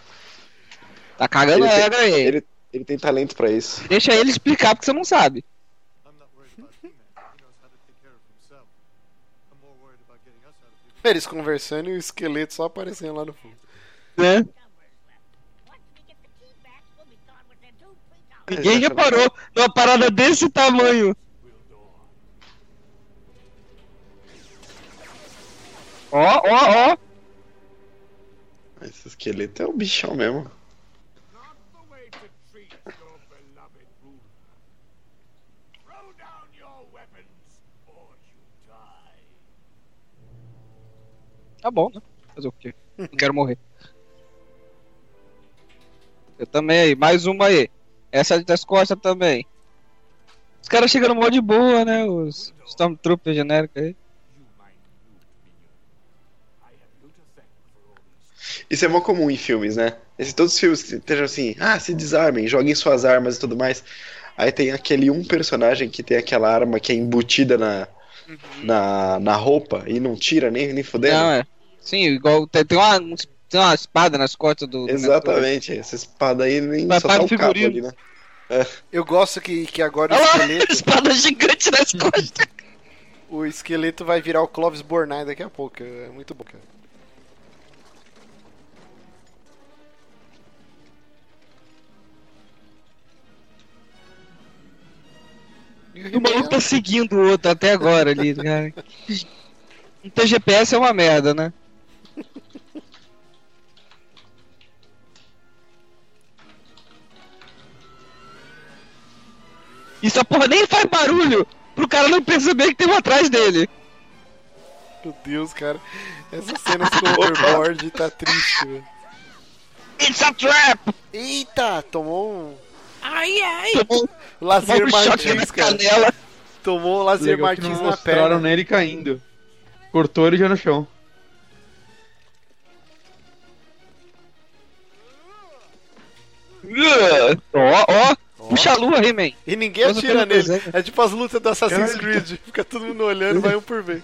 [SPEAKER 5] Tá cagando a
[SPEAKER 4] Ele tem-
[SPEAKER 5] regra aí.
[SPEAKER 4] Ele tem talento pra isso.
[SPEAKER 5] Deixa ele explicar porque você não sabe.
[SPEAKER 7] I'm not worried about he He knows how to take care of himself. I'm more worried about getting us out of here.
[SPEAKER 1] Eles conversando e o esqueleto só aparecendo lá no fundo.
[SPEAKER 5] Né? Ninguém já
[SPEAKER 4] Exatamente.
[SPEAKER 5] parou numa parada desse tamanho. Ó, ó, ó.
[SPEAKER 4] Esse esqueleto é um bichão mesmo.
[SPEAKER 5] Tá bom, né? Fazer o quê? Não quero morrer. Eu também aí, mais uma aí. Essa é das costas também. Os caras chegam no modo de boa, né? Os Stormtroopers genéricos aí.
[SPEAKER 4] Isso é mó comum em filmes, né? Esse, todos os filmes que estejam assim, ah, se desarmem, joguem suas armas e tudo mais. Aí tem aquele um personagem que tem aquela arma que é embutida na, na, na roupa e não tira nem, nem fudendo.
[SPEAKER 5] Não, é. Sim, igual. Tem, tem uma, tem uma espada nas costas do. do
[SPEAKER 4] Exatamente, essa espada aí nem
[SPEAKER 5] Vai
[SPEAKER 4] só
[SPEAKER 5] para
[SPEAKER 4] tá
[SPEAKER 5] o
[SPEAKER 4] o cabo
[SPEAKER 5] né, figurino.
[SPEAKER 4] ali, né?
[SPEAKER 1] Eu gosto que, que agora o
[SPEAKER 5] Olha lá,
[SPEAKER 1] esqueleto,
[SPEAKER 5] espada gigante nas costas.
[SPEAKER 1] o esqueleto vai virar o Clovis Bornai daqui a pouco. É muito bom, cara.
[SPEAKER 5] o maluco tá seguindo o outro até agora ali, né? cara. Não ter GPS é uma merda, né? Isso a porra nem faz barulho pro cara não perceber que tem um atrás dele.
[SPEAKER 1] Meu Deus, cara. Essa cena ficou overboard e tá triste, velho.
[SPEAKER 5] It's a trap!
[SPEAKER 1] Eita, tomou um
[SPEAKER 5] Tomou
[SPEAKER 1] lazer
[SPEAKER 5] um choque na
[SPEAKER 1] Martins, cara.
[SPEAKER 5] canela.
[SPEAKER 1] Tomou o laser
[SPEAKER 3] Legal que
[SPEAKER 1] Martins
[SPEAKER 3] não
[SPEAKER 1] na perna.
[SPEAKER 3] mostraram nele caindo. Cortou ele já no chão.
[SPEAKER 5] Ó, ó, puxa a lua aí, man.
[SPEAKER 1] E ninguém
[SPEAKER 5] Coisa
[SPEAKER 1] atira
[SPEAKER 5] pelo
[SPEAKER 1] nele.
[SPEAKER 5] desenho.
[SPEAKER 1] É tipo as lutas do Assassin's
[SPEAKER 3] Caralho.
[SPEAKER 1] Creed. Fica todo mundo olhando, vai um por vez.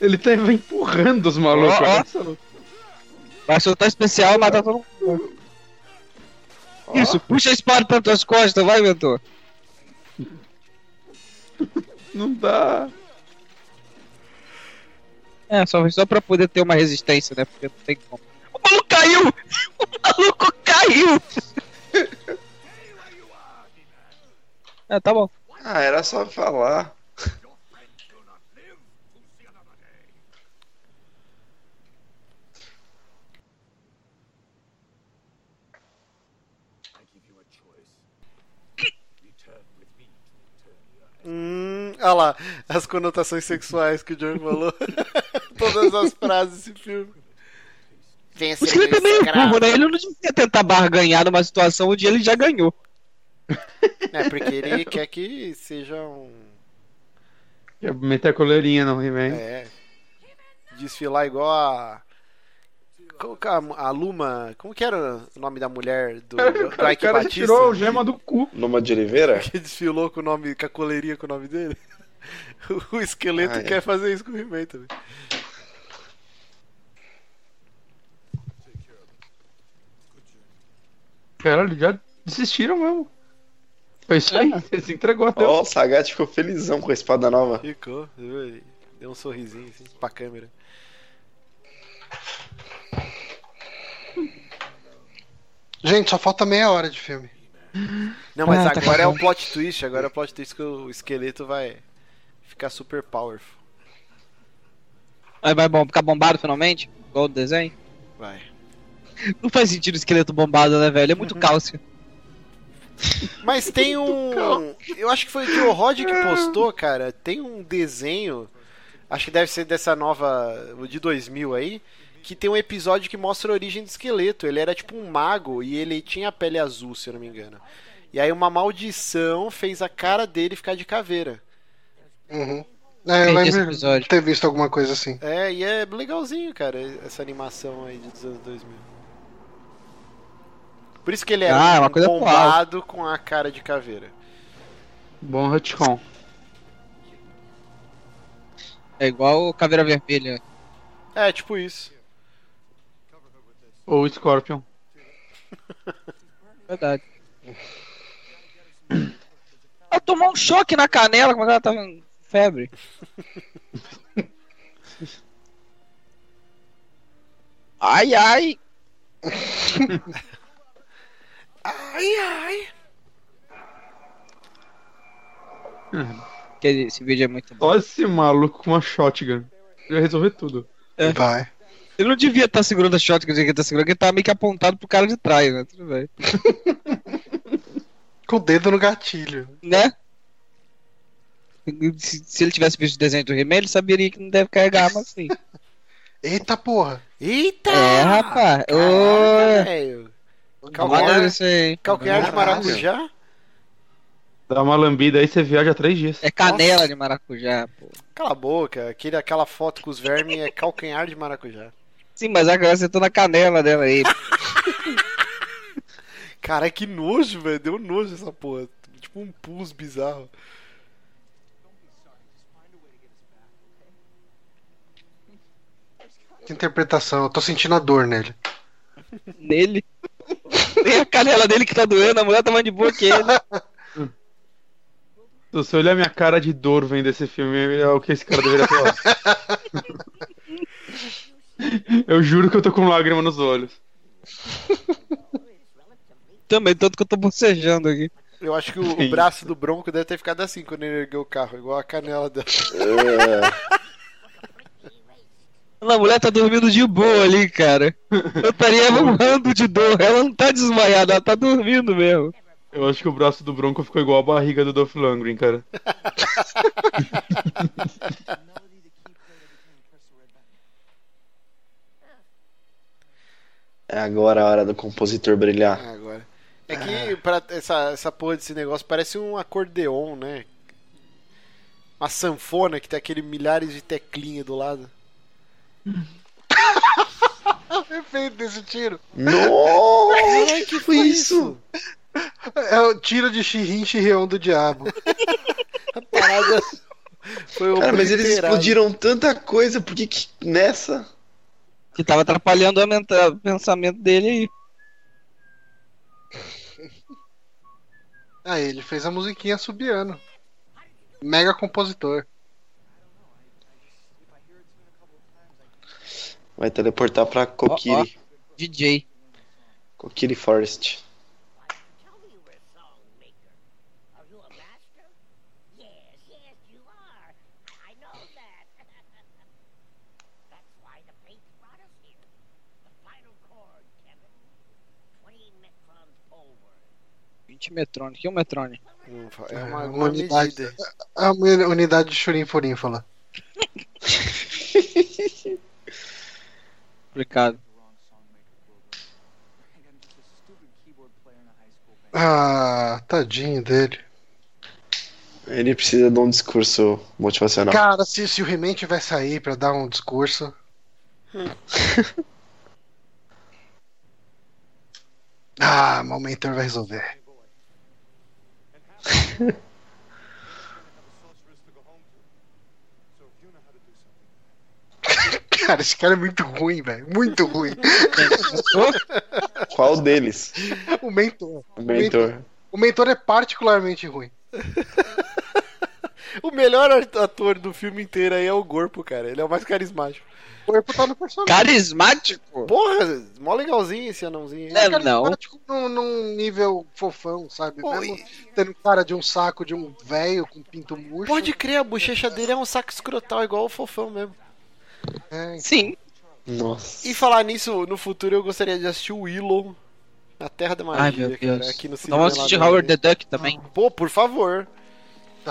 [SPEAKER 3] Ele tá vai empurrando os malucos.
[SPEAKER 5] Ó, ó.
[SPEAKER 3] olha só.
[SPEAKER 5] Vai soltar especial e matar todo mundo. Isso, puxa a espada pra tuas costas, vai, mentor.
[SPEAKER 3] Não dá.
[SPEAKER 5] É, só, só pra poder ter uma resistência, né? Porque não tem como. O maluco caiu! O maluco caiu! é, tá bom.
[SPEAKER 4] Ah, era só falar.
[SPEAKER 1] Hum, olha lá, as conotações sexuais que o John falou. Todas as frases desse filme.
[SPEAKER 5] O Slip é meio burro, né? Ele não devia tentar barganhar numa situação onde ele já ganhou.
[SPEAKER 1] É, porque ele quer que seja um.
[SPEAKER 3] Quer meter a coleirinha no He-Man.
[SPEAKER 1] É. Desfilar igual a. Como que a, a Luma. Como que era o nome da mulher do, do
[SPEAKER 3] O
[SPEAKER 1] Ike
[SPEAKER 3] cara
[SPEAKER 1] É, Batista?
[SPEAKER 3] tirou o gema do cu.
[SPEAKER 4] Noma de Oliveira?
[SPEAKER 1] Que desfilou com o nome, com a coleirinha com o nome dele. O esqueleto
[SPEAKER 4] Ah, é.
[SPEAKER 1] quer fazer isso com o He-Man também.
[SPEAKER 3] Caralho, já desistiram mesmo. Foi isso aí. Ele se entregou até.
[SPEAKER 4] Ó, o Sagat ficou felizão com a espada nova.
[SPEAKER 1] Ficou, viu? Ele deu um sorrisinho assim pra câmera.
[SPEAKER 2] Gente, só falta meia hora de filme.
[SPEAKER 1] Não, mas
[SPEAKER 5] Ah, tá
[SPEAKER 1] agora é o
[SPEAKER 5] bom.
[SPEAKER 1] plot twist, agora é o plot twist que o esqueleto vai ficar super powerful.
[SPEAKER 5] Aí vai bom, ficar bombado finalmente? Igual o desenho?
[SPEAKER 1] Vai.
[SPEAKER 5] Não faz sentido o esqueleto bombado, né, velho? É
[SPEAKER 2] Uhum.
[SPEAKER 5] muito cálcio.
[SPEAKER 1] Mas tem um. Eu acho que foi o Joe Rod que postou, cara. Tem um desenho. Acho que deve ser dessa nova. o de 2000 aí. Que tem um episódio que mostra a origem do esqueleto. Ele era tipo um mago e ele tinha a pele azul, se eu não me engano. E aí uma maldição fez a cara dele ficar de caveira.
[SPEAKER 2] Uhum. É, eu
[SPEAKER 5] Perdi
[SPEAKER 2] lembro
[SPEAKER 5] esse
[SPEAKER 2] de
[SPEAKER 5] episódio.
[SPEAKER 2] ter visto alguma coisa assim.
[SPEAKER 1] É, e é legalzinho, cara, essa animação aí dos anos 2000. Por isso que ele é
[SPEAKER 5] Ah, é uma
[SPEAKER 1] um
[SPEAKER 5] coisa
[SPEAKER 1] bombado com a cara de caveira.
[SPEAKER 3] Bom retcon.
[SPEAKER 5] É igual o Caveira Vermelha.
[SPEAKER 1] É, tipo isso.
[SPEAKER 3] Ou Scorpion.
[SPEAKER 5] Verdade. Ela tomou um choque na canela quando ela tava com febre. Ai, ai.
[SPEAKER 1] Ai, ai.
[SPEAKER 5] Quer dizer, esse vídeo é muito bom.
[SPEAKER 3] Olha esse maluco com uma shotgun. Ele vai resolver tudo.
[SPEAKER 5] É.
[SPEAKER 2] Vai.
[SPEAKER 5] Ele não devia estar segurando a shot que ele tá segurando, porque ele tava meio que apontado pro cara de trás, né? Tudo bem.
[SPEAKER 2] Com o dedo no gatilho.
[SPEAKER 5] Né? Se, se ele tivesse visto o desenho do He-Man, ele saberia que não deve carregar mas sim.
[SPEAKER 2] Eita porra.
[SPEAKER 1] Eita!
[SPEAKER 5] É, rapaz.
[SPEAKER 1] Caraca,
[SPEAKER 5] Ô,
[SPEAKER 1] Ah, velho.
[SPEAKER 5] olha
[SPEAKER 1] Calcanhar,
[SPEAKER 5] isso aí.
[SPEAKER 1] calcanhar de
[SPEAKER 2] Caralho.
[SPEAKER 1] maracujá?
[SPEAKER 3] Dá uma lambida aí, você viaja três dias.
[SPEAKER 5] É canela de maracujá, pô.
[SPEAKER 1] Cala a boca, aquele, aquela foto com os vermes é calcanhar de maracujá.
[SPEAKER 5] Sim, mas agora você tá na canela dela aí.
[SPEAKER 1] Cara, que nojo, velho. Deu nojo essa porra. Tipo um pus bizarro.
[SPEAKER 2] Que interpretação. Eu tô sentindo a dor nele.
[SPEAKER 5] Nele. Tem a canela dele que tá doendo, a mulher tá mais de boa que ele.
[SPEAKER 3] Se você olhar minha cara de dor vendo esse filme, é o que esse cara deveria falar. eu juro que eu tô com lágrima nos olhos.
[SPEAKER 5] Também, tanto que eu tô bocejando aqui.
[SPEAKER 1] Eu acho que o,
[SPEAKER 5] É
[SPEAKER 1] o braço do Bronco deve ter ficado assim quando ele ergueu o carro, igual a canela dela.
[SPEAKER 5] Ela, A mulher tá dormindo de boa ali, cara. Eu estaria morrendo de dor. Ela não tá desmaiada, ela tá dormindo mesmo.
[SPEAKER 3] Eu acho que o braço do Bronco ficou igual a barriga do Dolph Lundgren, cara.
[SPEAKER 4] É agora a hora do compositor brilhar.
[SPEAKER 1] Ah, agora. É que pra essa, essa porra desse negócio parece um acordeon, né? uma sanfona que tem aquele milhares de teclinha do lado.
[SPEAKER 2] Perfeito desse tiro.
[SPEAKER 4] Nossa,
[SPEAKER 1] Ai,
[SPEAKER 4] que foi isso?
[SPEAKER 2] É o tiro de Shirin Shirion do diabo.
[SPEAKER 1] A parada foi
[SPEAKER 4] Cara, mas eles
[SPEAKER 1] obliterada.
[SPEAKER 4] explodiram tanta coisa, por que que nessa?
[SPEAKER 5] Que tava atrapalhando a menta- o pensamento dele aí.
[SPEAKER 2] Aí Ah, ele fez a musiquinha subiano. Mega compositor.
[SPEAKER 4] Vai teleportar pra Kokiri,
[SPEAKER 5] DJ.
[SPEAKER 4] Kokiri Forest.
[SPEAKER 6] Tell me you were a song maker. Are you a master? Yes, yes, you are. I know that. That's why the paint brought us here. The final chord, Kevin. 20 microns forward.
[SPEAKER 5] 20 Metrone. Que é o Metrone?
[SPEAKER 1] Hum, É uma,
[SPEAKER 2] É,
[SPEAKER 1] uma
[SPEAKER 2] uma unidade.
[SPEAKER 1] medida.
[SPEAKER 2] A minha unidade de Shurin Forínfala.
[SPEAKER 5] Complicado.
[SPEAKER 2] Ah, tadinho dele.
[SPEAKER 4] Ele precisa de um discurso motivacional.
[SPEAKER 2] Cara, se, se o He-Man tivesse aí pra dar um discurso. ah, o Mentor vai resolver.
[SPEAKER 7] have a sorceress to go home to. So if you know how to do something,
[SPEAKER 2] Cara, esse cara é muito ruim, velho. Muito ruim.
[SPEAKER 4] Qual deles?
[SPEAKER 2] O Mentor.
[SPEAKER 4] O mentor.
[SPEAKER 2] O Mentor é particularmente ruim.
[SPEAKER 1] O melhor ator do filme inteiro aí é o Gorpo, cara. Ele é o mais carismático.
[SPEAKER 2] O corpo tá no personagem.
[SPEAKER 5] Carismático?
[SPEAKER 1] Porra, mó legalzinho esse anãozinho. aí.
[SPEAKER 5] É,
[SPEAKER 2] Cara,
[SPEAKER 5] não.
[SPEAKER 2] tá, tipo, num, num nível fofão, sabe?
[SPEAKER 1] Pô,
[SPEAKER 2] Mesmo tendo cara de um saco de um velho com pinto murcho.
[SPEAKER 1] É, Pode crer, a bochecha dele é um saco escrotal, igual o fofão mesmo.
[SPEAKER 2] É,
[SPEAKER 5] Sim.
[SPEAKER 4] Nossa.
[SPEAKER 1] E falar nisso, no futuro eu gostaria de assistir o Willow na Terra da Magia,
[SPEAKER 5] Ai, meu
[SPEAKER 1] cara,
[SPEAKER 5] Deus.
[SPEAKER 1] aqui no cinema.
[SPEAKER 5] Vamos assistir Howard the Duck também.
[SPEAKER 1] Pô, por favor. Ah.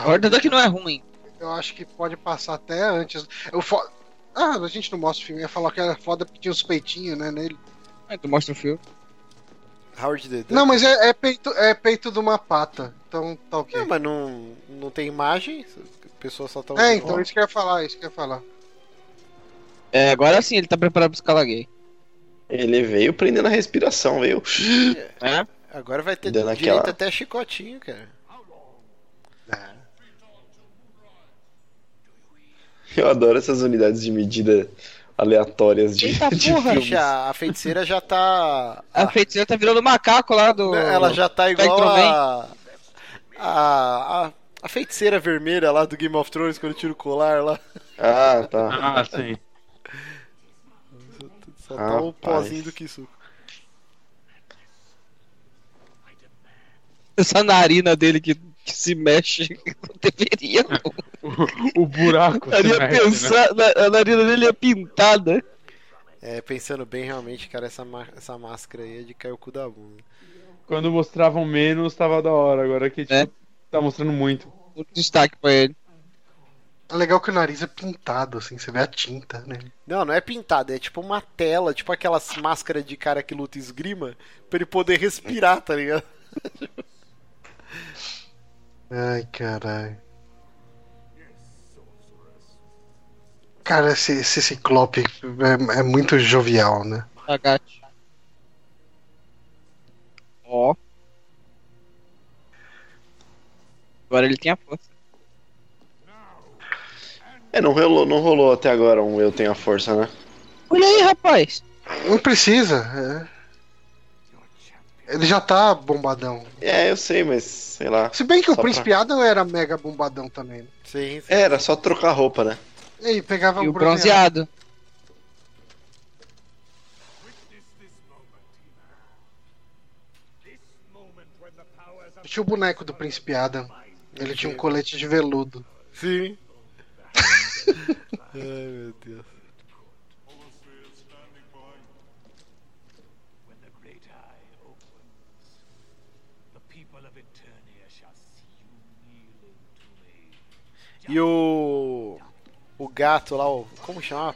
[SPEAKER 2] tá.
[SPEAKER 5] Howard the Duck não é ruim.
[SPEAKER 2] Eu acho que pode passar até antes. Eu fo- Ah, a gente não mostra o filme. Eu ia falar que era foda porque tinha os peitinhos, né, nele.
[SPEAKER 5] Ah, tu mostra o filme.
[SPEAKER 1] Howard the Duck.
[SPEAKER 2] Não, mas é, é peito, é peito de uma pata. Então tá ok.
[SPEAKER 1] Não, Ah, mas não, não tem imagem, a pessoa só tá
[SPEAKER 2] É, então isso que eu ia falar, isso que eu ia falar.
[SPEAKER 5] É, agora sim ele tá preparado pra escalar gay.
[SPEAKER 4] Ele veio prendendo a respiração, veio.
[SPEAKER 5] É?
[SPEAKER 1] Agora vai ter
[SPEAKER 4] Dando
[SPEAKER 1] direito
[SPEAKER 4] aquela-
[SPEAKER 1] até chicotinho, cara.
[SPEAKER 4] Eu adoro essas unidades de medida aleatórias de,
[SPEAKER 5] Eita
[SPEAKER 4] de
[SPEAKER 5] porra,
[SPEAKER 4] filmes.
[SPEAKER 1] Já, a feiticeira já tá.
[SPEAKER 2] É,
[SPEAKER 5] A feiticeira tá virando macaco lá do.
[SPEAKER 1] Ela já tá igual
[SPEAKER 5] Spectrum
[SPEAKER 1] a, a, a. a feiticeira vermelha lá do Game of Thrones quando tira o colar lá.
[SPEAKER 4] Ah, tá.
[SPEAKER 3] Ah, sim.
[SPEAKER 1] Só tá o
[SPEAKER 4] Rapaz.
[SPEAKER 1] pozinho do Kisuko.
[SPEAKER 5] Essa narina dele que, que se mexe. Não deveria, não.
[SPEAKER 3] O, o buraco.
[SPEAKER 5] Ela ia
[SPEAKER 3] se mexe, né?
[SPEAKER 5] pensar, na- a narina dele é pintada.
[SPEAKER 1] É, pensando bem, realmente, cara, essa, ma- essa máscara aí é de cair o cu da bunda.
[SPEAKER 3] Quando mostravam menos, tava da hora. Agora que tipo,
[SPEAKER 5] É.
[SPEAKER 3] tá mostrando muito.
[SPEAKER 5] O um destaque pra ele.
[SPEAKER 2] É legal que o nariz é pintado, assim, você vê a tinta nele.
[SPEAKER 1] Não, não é pintada, é tipo uma tela, tipo aquelas máscaras de cara que luta esgrima, pra ele poder respirar, tá ligado?
[SPEAKER 2] Ai, caralho. Cara, esse, esse ciclope é, é muito jovial, né?
[SPEAKER 5] Agate. Ó. Agora ele tem a força.
[SPEAKER 4] É, não rolou, não rolou até agora um Eu Tenho a Força, né?
[SPEAKER 5] Olha aí, rapaz.
[SPEAKER 2] Não precisa. é. Ele já tá bombadão.
[SPEAKER 4] É, eu sei, mas sei lá.
[SPEAKER 2] Se bem que
[SPEAKER 4] Só
[SPEAKER 2] o Príncipe
[SPEAKER 4] pra-
[SPEAKER 2] Adam era mega bombadão também.
[SPEAKER 1] Sim, sim.
[SPEAKER 4] É, Era só trocar roupa, né?
[SPEAKER 2] E aí, pegava um
[SPEAKER 5] E o bronzeado.
[SPEAKER 2] Tinha o boneco do Príncipe Adam. Ele tinha um colete de veludo.
[SPEAKER 1] Sim. Ai, meu Deus.
[SPEAKER 7] when the great eye opens, the people of Eternia shall see you kneeling to me.
[SPEAKER 1] E o. O gato lá, o. Como chama?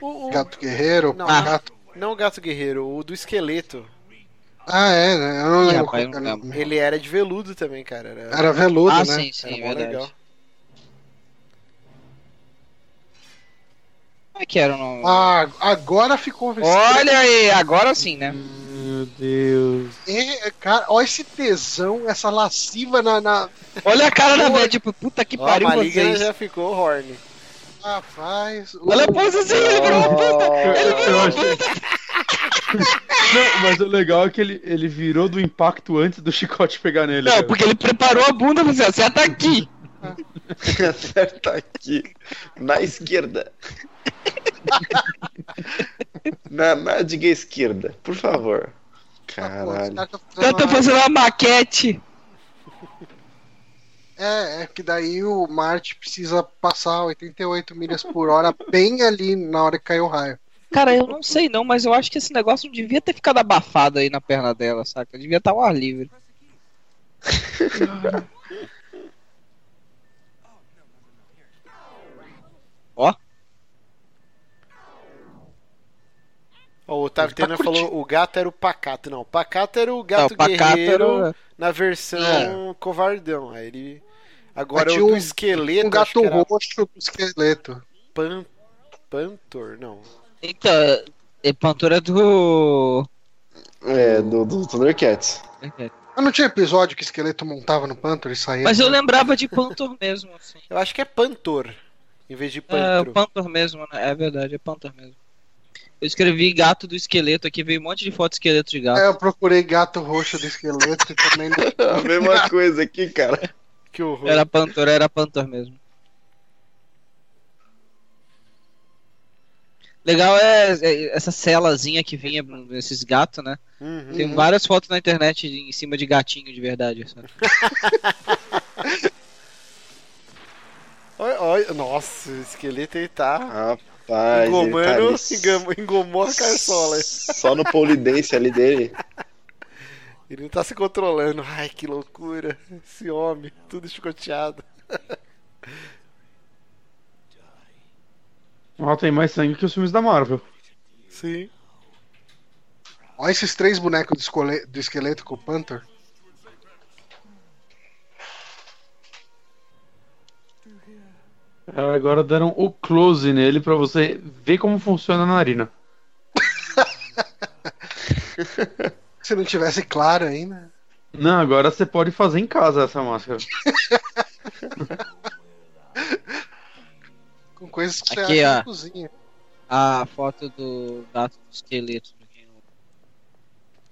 [SPEAKER 1] O, o-
[SPEAKER 2] Gato Guerreiro,
[SPEAKER 1] Não,
[SPEAKER 2] ah. gato.
[SPEAKER 1] Não o gato guerreiro, o do esqueleto.
[SPEAKER 2] Ah, é, né? Eu não
[SPEAKER 5] Ih,
[SPEAKER 2] lembro
[SPEAKER 5] rapaz,
[SPEAKER 2] qual
[SPEAKER 5] não
[SPEAKER 2] era o nome.
[SPEAKER 1] Ele era de veludo também, cara. Era,
[SPEAKER 2] Era veludo,
[SPEAKER 5] ah,
[SPEAKER 2] né?
[SPEAKER 5] sim, sim,
[SPEAKER 1] era
[SPEAKER 5] é
[SPEAKER 1] mó
[SPEAKER 5] verdade.
[SPEAKER 1] legal.
[SPEAKER 5] Como é que era o nome?
[SPEAKER 2] Ah, agora ficou.
[SPEAKER 5] Olha aí, agora sim, né?
[SPEAKER 3] Meu Deus.
[SPEAKER 2] É, cara, olha esse tesão, essa lasciva na. na...
[SPEAKER 5] Olha a cara da velha, tipo, puta que
[SPEAKER 1] Ó, a
[SPEAKER 5] pariu
[SPEAKER 1] maligna
[SPEAKER 5] vocês.
[SPEAKER 1] já ficou horny.
[SPEAKER 2] Rapaz. o-
[SPEAKER 5] Olha a pose assim, ele virou uma puta. Ele virou
[SPEAKER 3] Eu
[SPEAKER 5] uma
[SPEAKER 3] achei-
[SPEAKER 5] puta.
[SPEAKER 3] Não, mas o legal é que ele, ele virou do impacto antes do chicote pegar nele.
[SPEAKER 5] Não,
[SPEAKER 3] cara.
[SPEAKER 5] porque ele preparou a bunda e falou assim, ó, você tá aqui.
[SPEAKER 4] Acerta aqui. Na esquerda. na nádega esquerda, por favor.
[SPEAKER 2] Pô, esse
[SPEAKER 4] Caralho.
[SPEAKER 2] cara tá fazendo
[SPEAKER 5] Eu tô
[SPEAKER 2] uma-
[SPEAKER 5] fazendo uma maquete.
[SPEAKER 2] É, é que daí o Marte precisa passar 88 milhas por hora bem ali na hora que caiu o raio.
[SPEAKER 5] Cara, eu não sei não, mas eu acho que esse negócio não devia ter ficado abafado aí na perna dela, saca? Devia estar ao ar livre.
[SPEAKER 1] Ó, o Otávio
[SPEAKER 2] Tá
[SPEAKER 1] Tena falou o gato era o pacato. Não, o pacato era o
[SPEAKER 5] Tá,
[SPEAKER 1] gato guerreiro na versão covardão. Aí ele. Agora o
[SPEAKER 2] Mas É. tinha
[SPEAKER 1] do
[SPEAKER 2] um-
[SPEAKER 1] esqueleto.
[SPEAKER 2] Um
[SPEAKER 1] acho
[SPEAKER 2] gato
[SPEAKER 1] que era
[SPEAKER 2] roxo com esqueleto.
[SPEAKER 1] pan... Pantor, não.
[SPEAKER 5] Então, é pantura do... é
[SPEAKER 4] É, do, do Thundercats.
[SPEAKER 2] Mas não tinha episódio que o esqueleto montava no Panther e saía.
[SPEAKER 5] Mas eu lembrava de Pantor mesmo, assim.
[SPEAKER 1] Eu acho que é Pantor. Em vez de
[SPEAKER 5] É,
[SPEAKER 1] Pantro.
[SPEAKER 5] o Pantor mesmo, né? É verdade, é Pantor mesmo. Eu escrevi gato do esqueleto aqui, veio um monte de foto de esqueleto de gato.
[SPEAKER 2] É, eu procurei gato roxo do esqueleto e também não.
[SPEAKER 4] A mesma coisa aqui, cara.
[SPEAKER 1] Que horror.
[SPEAKER 5] Era Pantor, era Pantor mesmo. Legal é, é essa celazinha que vinha esses gatos, né?
[SPEAKER 1] Uhum.
[SPEAKER 5] Tem várias fotos na internet de- em cima de gatinho de verdade. sabe?
[SPEAKER 1] Olha, olha- Nossa, o esqueleto ele tá.
[SPEAKER 4] Rapaz. ele tá
[SPEAKER 1] engomando,
[SPEAKER 4] ali
[SPEAKER 1] engam- engomou a carçola.
[SPEAKER 4] Só no polidense ali dele.
[SPEAKER 1] Ele não tá se controlando. Ai, que loucura. Esse homem, tudo chicoteado.
[SPEAKER 3] Ah, tem mais sangue que os filmes da Marvel.
[SPEAKER 1] Sim.
[SPEAKER 2] Olha esses três bonecos do escole- do esqueleto com o Panther.
[SPEAKER 3] Ah, Agora deram o close nele pra você ver como funciona a narina.
[SPEAKER 2] Se não tivesse claro ainda.
[SPEAKER 3] Não, agora você pode fazer em casa essa máscara.
[SPEAKER 2] Com coisas que você
[SPEAKER 5] Aqui,
[SPEAKER 2] acha
[SPEAKER 5] ó.
[SPEAKER 2] na cozinha.
[SPEAKER 5] A foto do gato do esqueleto.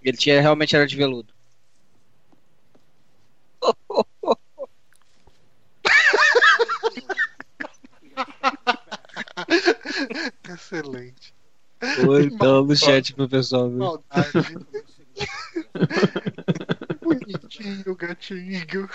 [SPEAKER 5] Ele tinha realmente era de veludo.
[SPEAKER 2] Excelente.
[SPEAKER 5] Foi então no chat pro pessoal. viu?
[SPEAKER 2] Maldade. Bonitinho, gatinho.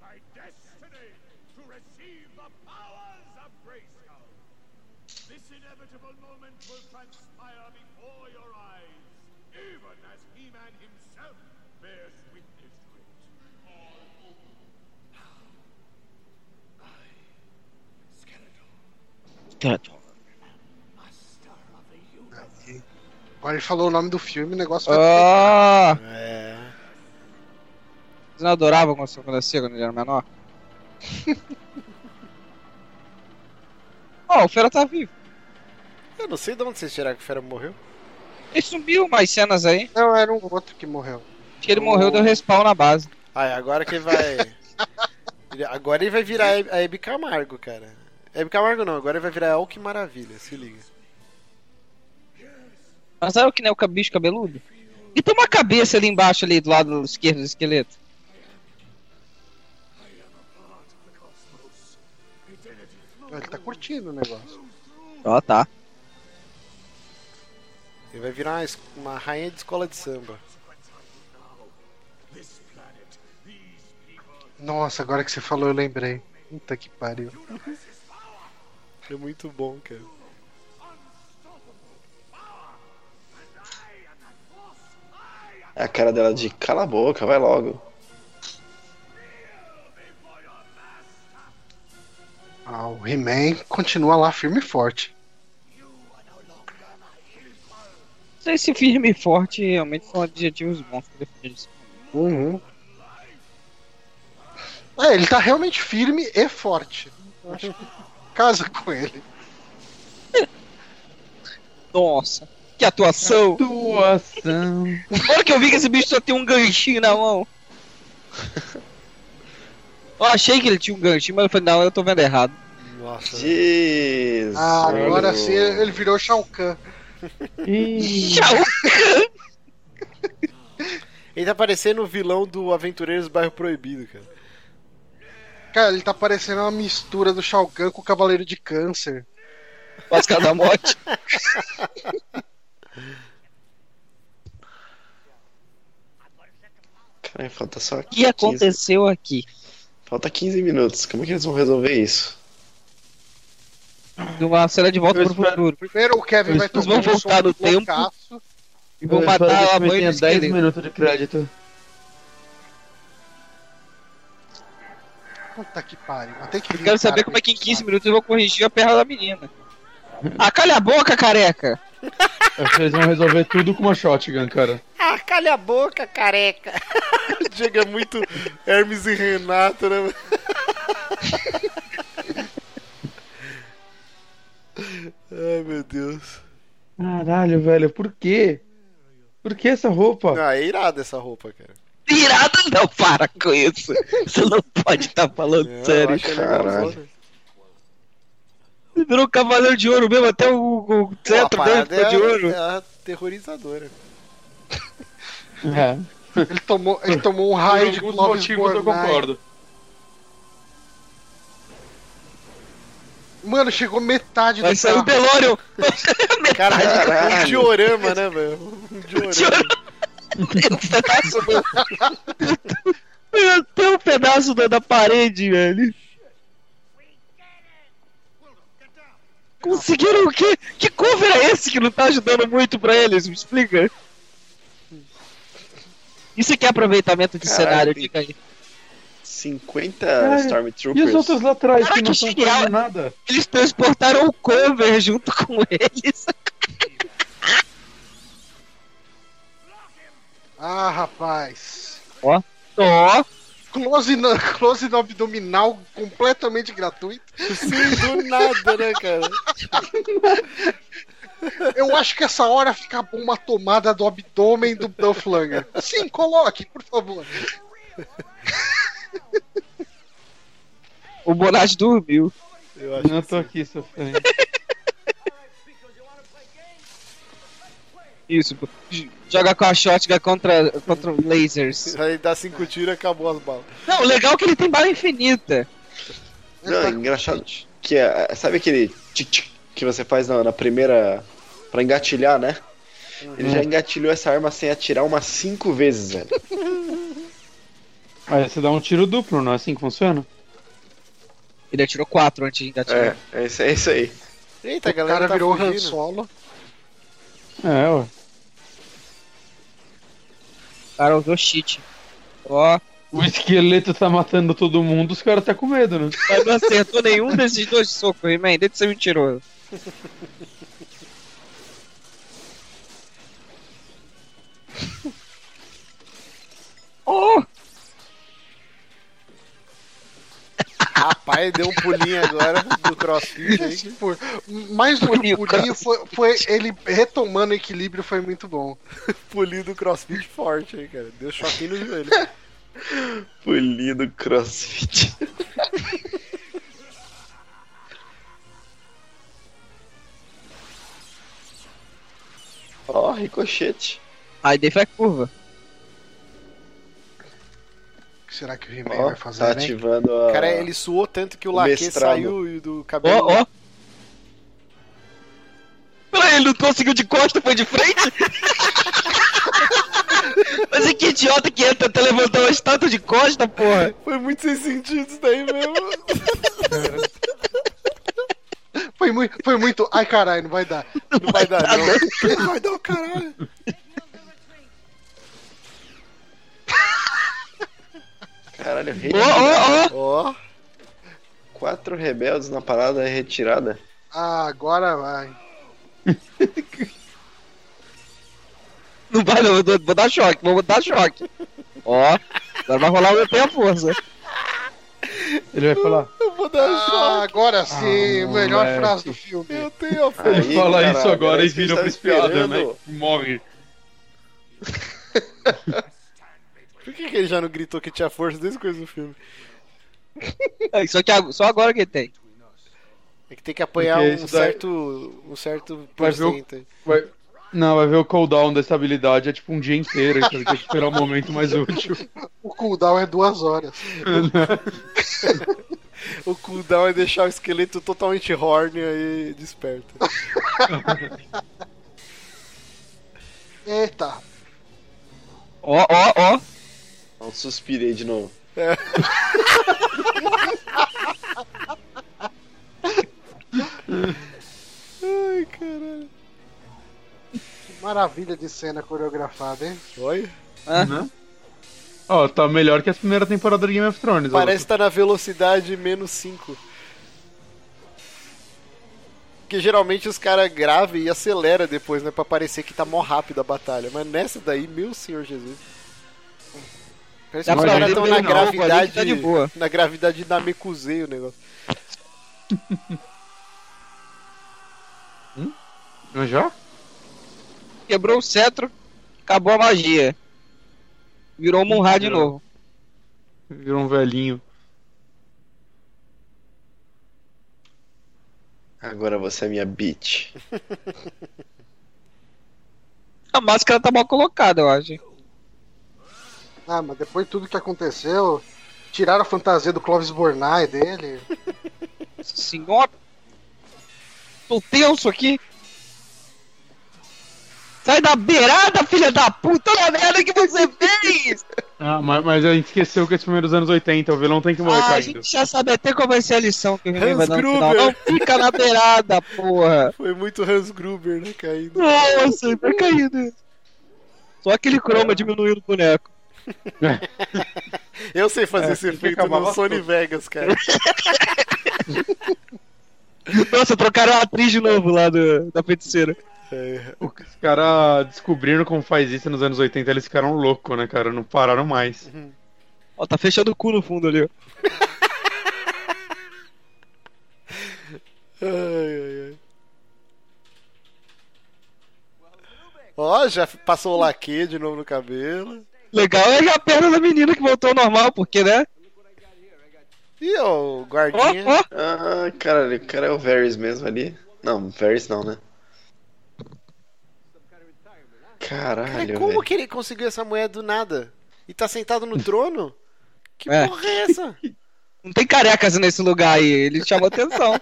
[SPEAKER 7] by destiny to receive the powers of Grayskull. This inevitable moment will transpire before your eyes, even as He-Man himself bears witness to it. All open. Now, I, Skeletor,
[SPEAKER 5] Tá.
[SPEAKER 7] master of the universe,
[SPEAKER 2] Agora ele falou o nome do filme, o negócio vai.
[SPEAKER 5] Ah!
[SPEAKER 1] É.
[SPEAKER 5] Vocês não adoravam quando isso acontecia quando ele era menor? Ó, o Fera tá vivo.
[SPEAKER 1] Eu não sei de onde vocês tiraram que o Fera morreu.
[SPEAKER 5] Ele sumiu mais cenas aí.
[SPEAKER 2] Não, era um outro que morreu.
[SPEAKER 5] Acho que ele morreu, deu respawn na base.
[SPEAKER 1] Ah, é agora que ele vai. Ele- agora ele vai virar a Hebe- a Hebe Camargo, cara. Hebe Camargo não, agora ele vai virar Al que maravilha, se liga.
[SPEAKER 5] Mas sabe o que não é o bicho cabeludo? E tem uma cabeça ali embaixo, ali do lado esquerdo do esqueleto.
[SPEAKER 2] Ele tá curtindo o negócio.
[SPEAKER 5] Ó, tá.
[SPEAKER 1] Ele vai virar uma, es- uma rainha de escola de samba.
[SPEAKER 2] Nossa, agora que você falou, eu lembrei. Puta que pariu.
[SPEAKER 1] É muito bom, cara.
[SPEAKER 4] A cara dela de cala a boca, vai logo.
[SPEAKER 2] Ah, o He-Man continua lá firme e forte.
[SPEAKER 5] sei se firme e forte realmente são adjetivos bons pra definir isso.
[SPEAKER 2] Uhum. É, ele tá realmente firme e forte. Eu Acho que casa com ele.
[SPEAKER 5] Nossa, que atuação!
[SPEAKER 3] Situação.
[SPEAKER 5] Agora que eu vi que esse bicho só tem um ganchinho na mão. Eu achei que ele tinha um ganchinho, mas eu falei, não, eu tô vendo errado.
[SPEAKER 1] Nossa.
[SPEAKER 4] Jesus.
[SPEAKER 2] Ah, agora sim ele virou Shao Kahn.
[SPEAKER 5] Tchau!
[SPEAKER 1] Ele tá parecendo o vilão do Aventureiros do Bairro Proibido, cara.
[SPEAKER 2] Cara, ele tá parecendo uma mistura do Shao Kahn com o Cavaleiro de Câncer.
[SPEAKER 5] Máscara da morte.
[SPEAKER 4] Caralho, falta só
[SPEAKER 5] O que aconteceu aqui?
[SPEAKER 4] Falta 15 minutos. Como é que eles vão resolver isso?
[SPEAKER 5] Numa cena de volta
[SPEAKER 3] Eu
[SPEAKER 5] pro
[SPEAKER 3] espero-
[SPEAKER 5] futuro.
[SPEAKER 2] Primeiro o Kevin vai
[SPEAKER 5] Eles
[SPEAKER 2] tomar um
[SPEAKER 5] vão voltar no tempo.
[SPEAKER 2] loucaço.
[SPEAKER 5] E vou
[SPEAKER 3] Eu espero
[SPEAKER 5] matar
[SPEAKER 3] que
[SPEAKER 5] a
[SPEAKER 3] esse filme
[SPEAKER 5] mãe
[SPEAKER 3] tenha
[SPEAKER 5] do
[SPEAKER 3] 10
[SPEAKER 5] Skyler.
[SPEAKER 3] minutos de crédito.
[SPEAKER 2] Puta que pariu. Até que
[SPEAKER 5] Quero saber como é que em 15 minutos eu vou corrigir a perna da menina. Ah, calha a boca, careca!
[SPEAKER 3] Acho que eles vão resolver tudo com uma shotgun, cara.
[SPEAKER 1] Ah, calha a boca, careca.
[SPEAKER 6] Uh,
[SPEAKER 1] Diego é muito Hermes e Renato, né? Ai, meu Deus.
[SPEAKER 3] Caralho, velho, por quê? Por que essa roupa?
[SPEAKER 1] Ah, é irada essa roupa, cara.
[SPEAKER 5] Irada não, para com isso! Você não pode estar falando
[SPEAKER 1] Não, eu
[SPEAKER 5] sério.
[SPEAKER 1] acho que é legalzona.
[SPEAKER 4] caralho.
[SPEAKER 5] Ele virou um cavaleiro de ouro mesmo, até o, o
[SPEAKER 1] Pô, a
[SPEAKER 5] centro dele
[SPEAKER 1] parada
[SPEAKER 5] ficou de
[SPEAKER 1] é,
[SPEAKER 5] ouro.
[SPEAKER 1] é aterrorizadora.
[SPEAKER 3] É.
[SPEAKER 2] Ele tomou, ele tomou um raio de Clóvis Bornai. Mano, chegou metade
[SPEAKER 5] Vai
[SPEAKER 2] do
[SPEAKER 5] sair o
[SPEAKER 2] carro.
[SPEAKER 5] Delório!
[SPEAKER 1] Cara, um
[SPEAKER 4] Caralho.
[SPEAKER 1] diorama, né, velho? Um diorama.
[SPEAKER 5] Tem um pedaço do... Tem um pedaço da, da parede, velho. Conseguiram o quê? Que cover é esse que não tá ajudando muito pra eles? Me explica. Isso aqui é aproveitamento de
[SPEAKER 4] Caralho,
[SPEAKER 5] cenário,
[SPEAKER 4] tem-
[SPEAKER 5] diga aí.
[SPEAKER 4] 50
[SPEAKER 3] Cara,
[SPEAKER 4] Stormtroopers.
[SPEAKER 3] E os outros lá atrás
[SPEAKER 5] Cara,
[SPEAKER 3] que não
[SPEAKER 5] que
[SPEAKER 3] estão
[SPEAKER 5] genial.
[SPEAKER 3] fazendo nada?
[SPEAKER 5] Eles transportaram o cover junto com eles.
[SPEAKER 2] Ah, rapaz.
[SPEAKER 5] Ó,
[SPEAKER 2] Close no, close no abdominal completamente gratuito.
[SPEAKER 1] Sim, do nada, né, cara?
[SPEAKER 2] Eu acho que essa hora fica bom uma tomada do abdômen do Dolph Lundgren. Sim, coloque, por favor.
[SPEAKER 5] o Bonatti dormiu.
[SPEAKER 1] Eu acho
[SPEAKER 3] Não, eu tô aqui sofrendo.
[SPEAKER 5] Isso, pô. Joga com a shotgun contra, contra lasers.
[SPEAKER 1] que vai dar cinco tiros e acabou as balas.
[SPEAKER 5] Não, o legal é que ele tem bala infinita.
[SPEAKER 4] Não, é engraçado. Que é, sabe aquele tic, tic que você faz na, na primeira. pra engatilhar, né? Ele já engatilhou essa arma sem atirar umas 5 vezes, velho.
[SPEAKER 3] Aí você dá um tiro duplo, não é assim que funciona?
[SPEAKER 5] Ele atirou 4 antes de engatilhar.
[SPEAKER 4] É, é isso, é isso aí.
[SPEAKER 1] Eita, a
[SPEAKER 2] o
[SPEAKER 1] galera
[SPEAKER 2] cara
[SPEAKER 1] tá
[SPEAKER 2] virou Han
[SPEAKER 1] fugindo.
[SPEAKER 2] Solo.
[SPEAKER 3] É, ué.
[SPEAKER 5] O cara usou cheat. Ó,
[SPEAKER 3] O esqueleto tá matando todo mundo, os caras tá com medo, né?
[SPEAKER 5] mas não acertou nenhum desses dois socos, He-Man. Deixa de ser mentiroso. Oh!
[SPEAKER 1] Rapaz, deu um pulinho agora do crossfit aí.
[SPEAKER 2] Esse pu- Mais do que
[SPEAKER 5] Pulinho,
[SPEAKER 2] o pulinho, foi, foi ele retomando o equilíbrio, foi muito bom.
[SPEAKER 1] Pulinho do crossfit forte aí, cara. Deu choquinho no joelho.
[SPEAKER 4] Polido crossfit. Ó, ricochete.
[SPEAKER 5] Aí daí foi a curva.
[SPEAKER 2] O que será que o He-Man
[SPEAKER 4] Ó,
[SPEAKER 2] vai fazer,
[SPEAKER 4] tá
[SPEAKER 2] né?
[SPEAKER 4] ativando a.
[SPEAKER 1] Cara, ele suou tanto que o
[SPEAKER 4] O
[SPEAKER 1] laque
[SPEAKER 4] mestrado.
[SPEAKER 1] saiu e do
[SPEAKER 5] Ó,
[SPEAKER 1] cabelo.
[SPEAKER 5] ó. Peraí, ele não conseguiu de costa, foi de frente? Mas é que idiota que entra até levantar uma estátua de costa, porra.
[SPEAKER 1] Foi muito sem sentido isso daí mesmo.
[SPEAKER 2] Foi, mui- foi muito. Ai, caralho, não vai dar.
[SPEAKER 1] Não vai dar, não. Não vai dar o caralho.
[SPEAKER 4] Caralho, rei.
[SPEAKER 5] Ó, ó, ó.
[SPEAKER 1] Ó,
[SPEAKER 4] Quatro rebeldes na parada retirada.
[SPEAKER 2] Ah, agora vai.
[SPEAKER 5] Não vai, não. Vou, vou dar choque, vou dar choque. Ó, agora vai rolar o EP à força.
[SPEAKER 3] Ele vai falar.
[SPEAKER 1] Eu vou dar
[SPEAKER 2] Ah, agora sim,
[SPEAKER 3] Ah,
[SPEAKER 2] melhor
[SPEAKER 3] moleque.
[SPEAKER 2] frase do filme.
[SPEAKER 1] Eu tenho a fé.
[SPEAKER 3] Ele
[SPEAKER 4] Aí,
[SPEAKER 3] fala
[SPEAKER 4] caralho,
[SPEAKER 3] isso agora
[SPEAKER 4] era
[SPEAKER 3] e
[SPEAKER 4] isso que eu
[SPEAKER 3] vira pra
[SPEAKER 4] estava
[SPEAKER 3] espiada, né?
[SPEAKER 4] tá esperando.
[SPEAKER 3] Morre.
[SPEAKER 1] Por que, que ele já não gritou que tinha força desde o começo do filme?
[SPEAKER 5] É, Só, que, ag- só agora que ele tem.
[SPEAKER 1] É que tem que apanhar
[SPEAKER 3] Porque
[SPEAKER 1] um
[SPEAKER 3] isso daí-
[SPEAKER 1] certo. um certo
[SPEAKER 3] Vai ver o-
[SPEAKER 1] porcento. aí.
[SPEAKER 3] Vai- Não, vai ver o cooldown da estabilidade é tipo um dia inteiro, então ele tem que esperar o momento mais útil.
[SPEAKER 2] O cooldown é duas horas.
[SPEAKER 1] O cooldown é deixar o esqueleto totalmente horny aí desperta.
[SPEAKER 2] Eita.
[SPEAKER 5] Ó, ó, ó.
[SPEAKER 4] Não, suspirei de novo.
[SPEAKER 1] Ai, caralho.
[SPEAKER 2] que Maravilha de cena coreografada, hein?
[SPEAKER 1] Olha.
[SPEAKER 3] Né? Ó, tá melhor que a primeira temporada de Game of Thrones. ó.
[SPEAKER 1] Parece que tá na velocidade menos 5. Porque geralmente os caras gravam e acelera depois, né? Pra parecer que tá mó rápido a batalha. Mas nessa daí, meu senhor Jesus. Parece
[SPEAKER 5] Dá
[SPEAKER 1] que os
[SPEAKER 5] pra
[SPEAKER 1] caras
[SPEAKER 5] ver
[SPEAKER 1] estão
[SPEAKER 5] bem
[SPEAKER 3] é,
[SPEAKER 1] na
[SPEAKER 5] na roupa ali que tá
[SPEAKER 1] gravidade.
[SPEAKER 5] de boa.
[SPEAKER 1] Na gravidade da Mecusei o negócio.
[SPEAKER 3] Mas Já?
[SPEAKER 5] Quebrou o cetro, acabou a magia. Virou um Munra de novo.
[SPEAKER 3] Virou um velhinho.
[SPEAKER 4] Agora você é minha bitch.
[SPEAKER 5] A máscara tá mal colocada, eu acho.
[SPEAKER 2] Ah, mas depois de tudo que aconteceu, tiraram a fantasia do Clóvis Bornai dele.
[SPEAKER 5] Senhora. Assim, Tô tenso aqui. Sai da beirada, filha da puta! Olha a merda que você fez!
[SPEAKER 3] Ah, mas, mas a gente esqueceu que é dos primeiros anos 80, o vilão tem que morrer
[SPEAKER 5] Ah, a
[SPEAKER 3] caindo.
[SPEAKER 5] gente já sabe até qual vai ser a lição que o Renan vai
[SPEAKER 1] Hans
[SPEAKER 5] dar no final.
[SPEAKER 1] Gruber.
[SPEAKER 5] Não fica na beirada, porra!
[SPEAKER 1] Foi muito Hans Gruber, né? Caindo.
[SPEAKER 5] Nossa, vai caindo. Só aquele croma diminuindo o boneco.
[SPEAKER 1] Eu sei fazer
[SPEAKER 3] É,
[SPEAKER 1] esse
[SPEAKER 3] tem que
[SPEAKER 1] efeito
[SPEAKER 3] acabar
[SPEAKER 1] no
[SPEAKER 3] com
[SPEAKER 1] Sony
[SPEAKER 3] tudo.
[SPEAKER 1] Vegas, cara.
[SPEAKER 5] Nossa, trocaram a atriz de novo lá do- da feiticeira.
[SPEAKER 1] É,
[SPEAKER 3] Os caras descobriram como faz isso nos anos 80, eles ficaram loucos, né, cara? Não pararam mais.
[SPEAKER 5] Uhum. Ó, tá fechando o cu no fundo ali. ó.
[SPEAKER 1] Ai, ai, ai. Ó, já passou o laque de novo no cabelo.
[SPEAKER 5] Legal é a perna da menina que voltou ao normal, porque, né?
[SPEAKER 1] E ó, o
[SPEAKER 5] Ó,
[SPEAKER 1] guardinha.
[SPEAKER 5] ó.
[SPEAKER 4] Ah, caralho, o cara é o Varys mesmo ali. Não, Varys não, né?
[SPEAKER 1] Cara,
[SPEAKER 4] Caralho,
[SPEAKER 1] como
[SPEAKER 4] velho.
[SPEAKER 1] que ele conseguiu essa moeda do nada? E tá sentado no trono? Que
[SPEAKER 5] É.
[SPEAKER 1] porra é essa?
[SPEAKER 5] Não tem carecas nesse lugar aí. Ele chamou atenção.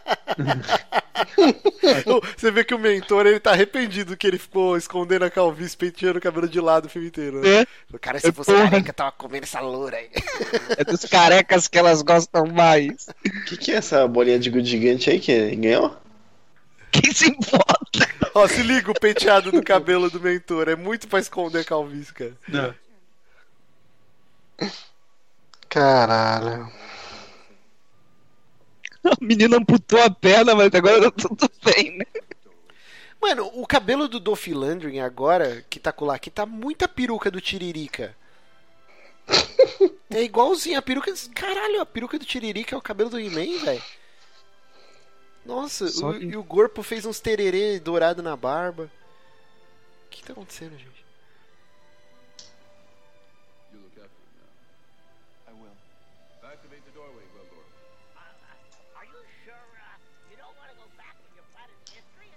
[SPEAKER 1] Você vê que o mentor, ele tá arrependido que ele ficou escondendo a calvície, penteando o cabelo de lado o filme inteiro. Né?
[SPEAKER 5] né?
[SPEAKER 1] Cara, se fosse
[SPEAKER 5] Porra.
[SPEAKER 1] careca, tava comendo essa loura aí.
[SPEAKER 5] É dos carecas que elas gostam mais.
[SPEAKER 4] O que, que é essa bolinha de gude gigante aí que ele ganhou?
[SPEAKER 5] Quem se importa?
[SPEAKER 1] Ó, se liga o penteado do cabelo do mentor. É muito pra esconder a calvície, cara.
[SPEAKER 2] Caralho.
[SPEAKER 5] A menina amputou a perna, mas agora tá tudo bem, né?
[SPEAKER 1] Mano, o cabelo do Dolph Lundgren agora, que tá com lá, que tá muita peruca do Tiririca. É igualzinho a peruca. Caralho, a peruca do Tiririca é o cabelo do He-Man, velho. Nossa,
[SPEAKER 5] Só
[SPEAKER 1] o-
[SPEAKER 5] que-
[SPEAKER 1] e o corpo fez uns tererê dourado na barba. O que tá acontecendo, gente?
[SPEAKER 7] You look after him now. I will. Activate the doorway, Gwendor.
[SPEAKER 6] Uh, are you sure uh, you don't want to go back to your planet's history?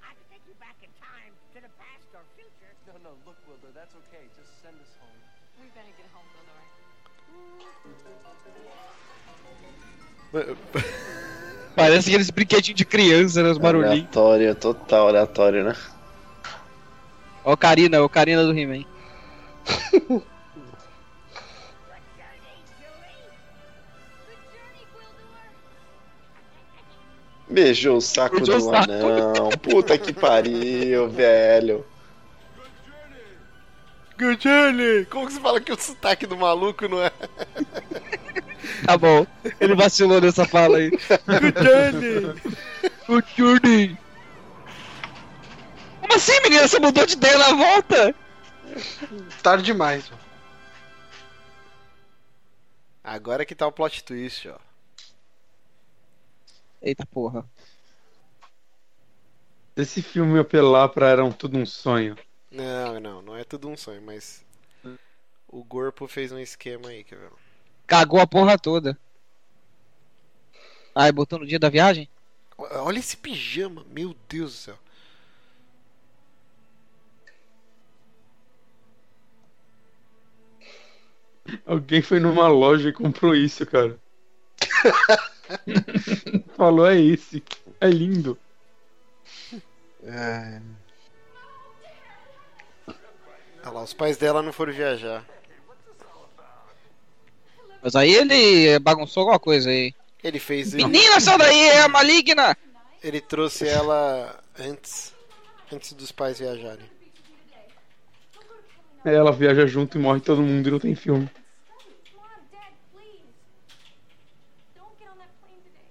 [SPEAKER 6] I can take you back in time to the past or future.
[SPEAKER 8] No, no, look, Wilder, that's okay. Just send us home.
[SPEAKER 9] We better get home, Willow.
[SPEAKER 5] Parece aqueles brinquedinhos de criança, né? Os
[SPEAKER 4] É,
[SPEAKER 5] barulhinhos.
[SPEAKER 4] Aleatório, total aleatório, né?
[SPEAKER 5] Ó, o Karina, o Karina do He-Man.
[SPEAKER 6] Good journey, Julie.
[SPEAKER 9] Good journey, Gwildor!
[SPEAKER 4] Beijou o saco
[SPEAKER 5] Beijou o
[SPEAKER 4] do
[SPEAKER 5] saco.
[SPEAKER 4] anão. Puta que pariu, velho.
[SPEAKER 1] Gudjani, como que você fala que o sotaque do maluco não é?
[SPEAKER 5] Tá bom. Ele vacilou nessa fala aí.
[SPEAKER 1] Gudjani!
[SPEAKER 5] O Journey. Como assim, menina? Você mudou de ideia na volta?
[SPEAKER 2] Tarde demais, mano.
[SPEAKER 1] Agora que tá o plot twist, ó.
[SPEAKER 5] Eita porra.
[SPEAKER 3] Esse filme apelar pra era um, tudo um sonho.
[SPEAKER 1] Não, não, não é tudo um sonho, mas. O corpo fez um esquema aí, quer ver?
[SPEAKER 5] Cagou a porra toda. Aí botou no dia da viagem?
[SPEAKER 1] O- Olha esse pijama, meu Deus do céu.
[SPEAKER 3] Alguém foi numa loja e comprou isso, cara. Falou, é esse. É lindo.
[SPEAKER 1] Olha lá, os pais dela não foram viajar.
[SPEAKER 5] Mas aí ele bagunçou alguma coisa aí.
[SPEAKER 1] Ele fez.
[SPEAKER 5] Menina, sai daí, é a maligna!
[SPEAKER 1] Ele trouxe ela antes. Antes dos pais viajarem.
[SPEAKER 3] Aí ela viaja junto e morre todo mundo e não tem filme.
[SPEAKER 9] Mom, Dad, please. Don't get on that plane today.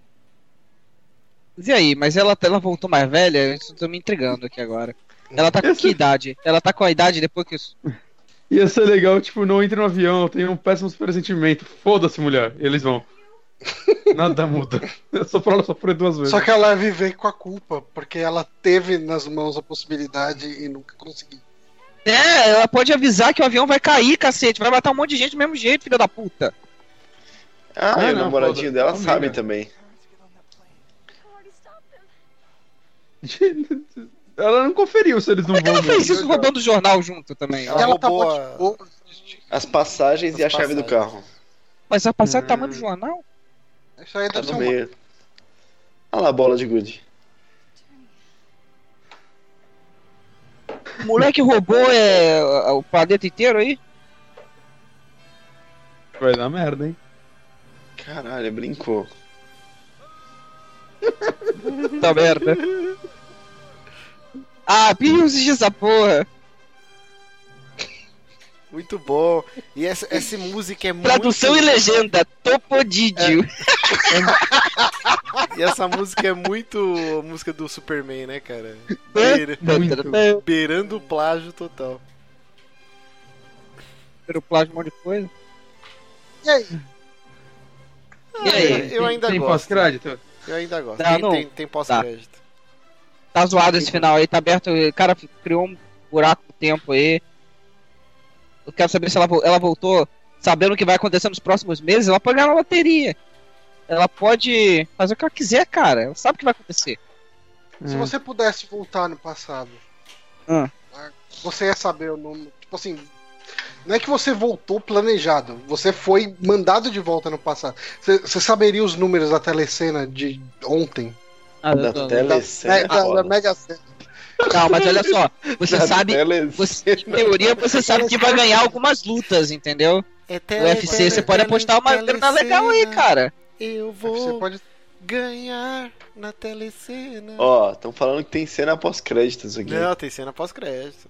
[SPEAKER 5] Mas E aí, mas ela, ela voltou mais velha? Isso tá me intrigando aqui agora. Ela tá com que idade? Ela tá com a idade depois que. os-
[SPEAKER 3] Ia ser legal, tipo, não entra no avião, eu tenho um péssimo pressentimento. Foda-se, mulher. E eles vão. Nada muda. É Só pra ela sofrer duas vezes.
[SPEAKER 2] Só que ela vive com a culpa, porque ela teve nas mãos a possibilidade e nunca conseguiu.
[SPEAKER 5] É, ela pode avisar que o avião vai cair, cacete. Vai matar um monte de gente do mesmo jeito, filha da puta.
[SPEAKER 4] Ah,
[SPEAKER 3] Ah,
[SPEAKER 4] e o
[SPEAKER 3] não,
[SPEAKER 4] namoradinho
[SPEAKER 3] foda.
[SPEAKER 4] dela
[SPEAKER 3] Amiga.
[SPEAKER 4] sabe também.
[SPEAKER 9] Already stopped him.
[SPEAKER 3] Ela não conferiu se eles não
[SPEAKER 5] Como é que
[SPEAKER 3] vão.
[SPEAKER 5] ela fez
[SPEAKER 3] mesmo.
[SPEAKER 5] isso roubando o jornal junto também?
[SPEAKER 1] Ela
[SPEAKER 2] E ela tá
[SPEAKER 1] roubou
[SPEAKER 2] mó de
[SPEAKER 1] a-
[SPEAKER 2] boa.
[SPEAKER 4] As passagens
[SPEAKER 1] As
[SPEAKER 4] e a chave do
[SPEAKER 1] passagens.
[SPEAKER 4] carro.
[SPEAKER 5] Mas a passagem do
[SPEAKER 3] Hum.
[SPEAKER 5] tamanho do jornal?
[SPEAKER 2] Isso aí
[SPEAKER 4] Tá
[SPEAKER 2] deve ser
[SPEAKER 4] no
[SPEAKER 2] uma...
[SPEAKER 4] meio. Olha lá a bola de gude.
[SPEAKER 5] O moleque roubou é, o planeta inteiro aí?
[SPEAKER 3] Vai dar merda, hein?
[SPEAKER 4] Caralho, brincou.
[SPEAKER 5] Puta merda. Ah, pinhos essa porra.
[SPEAKER 1] Muito bom. E essa, essa música é muito.
[SPEAKER 5] Tradução e legenda, Topodídio.
[SPEAKER 1] E essa música é muito a música do Superman, né, cara? Beira-
[SPEAKER 3] muito.
[SPEAKER 1] beirando o plágio total.
[SPEAKER 5] Plágio, um monte de coisa.
[SPEAKER 2] E aí?
[SPEAKER 5] E aí? Tá,
[SPEAKER 1] Eu ainda
[SPEAKER 3] tem
[SPEAKER 1] gosto.
[SPEAKER 3] pós-crédito?
[SPEAKER 1] Eu ainda gosto.
[SPEAKER 5] Não,
[SPEAKER 1] tem
[SPEAKER 5] não.
[SPEAKER 1] tem, tem pós-crédito.
[SPEAKER 5] Tá zoado esse final aí, tá aberto. O cara criou um buraco no tempo aí. Eu quero saber se ela, vo- ela voltou sabendo o que vai acontecer nos próximos meses. Ela pode ganhar na loteria. Ela pode fazer o que ela quiser, cara. Ela sabe o que vai acontecer.
[SPEAKER 2] Se você pudesse voltar no passado,
[SPEAKER 5] Ah.
[SPEAKER 2] você ia saber o nome. Tipo assim, não é que você voltou planejado, você foi mandado de volta no passado. Você você saberia os números da telecena de ontem?
[SPEAKER 5] Ah,
[SPEAKER 4] Da telecena.
[SPEAKER 2] da, da
[SPEAKER 4] foda.
[SPEAKER 2] Mega Sena.
[SPEAKER 5] Não, mas olha só. É, tá, Você
[SPEAKER 4] Da
[SPEAKER 5] sabe.
[SPEAKER 4] telecena.
[SPEAKER 5] Você, em teoria, você sabe que vai ganhar algumas lutas, entendeu?
[SPEAKER 1] É
[SPEAKER 5] O
[SPEAKER 1] tele-
[SPEAKER 5] UFC, você
[SPEAKER 1] tele-
[SPEAKER 5] pode apostar uma
[SPEAKER 1] tele-
[SPEAKER 5] grana legal aí,
[SPEAKER 1] telecena.
[SPEAKER 5] cara.
[SPEAKER 1] Eu
[SPEAKER 2] Você
[SPEAKER 1] vou
[SPEAKER 2] pode.
[SPEAKER 1] ganhar na telecena.
[SPEAKER 4] Ó, estão falando que tem cena pós-créditos aqui.
[SPEAKER 1] Não, tem cena pós-crédito.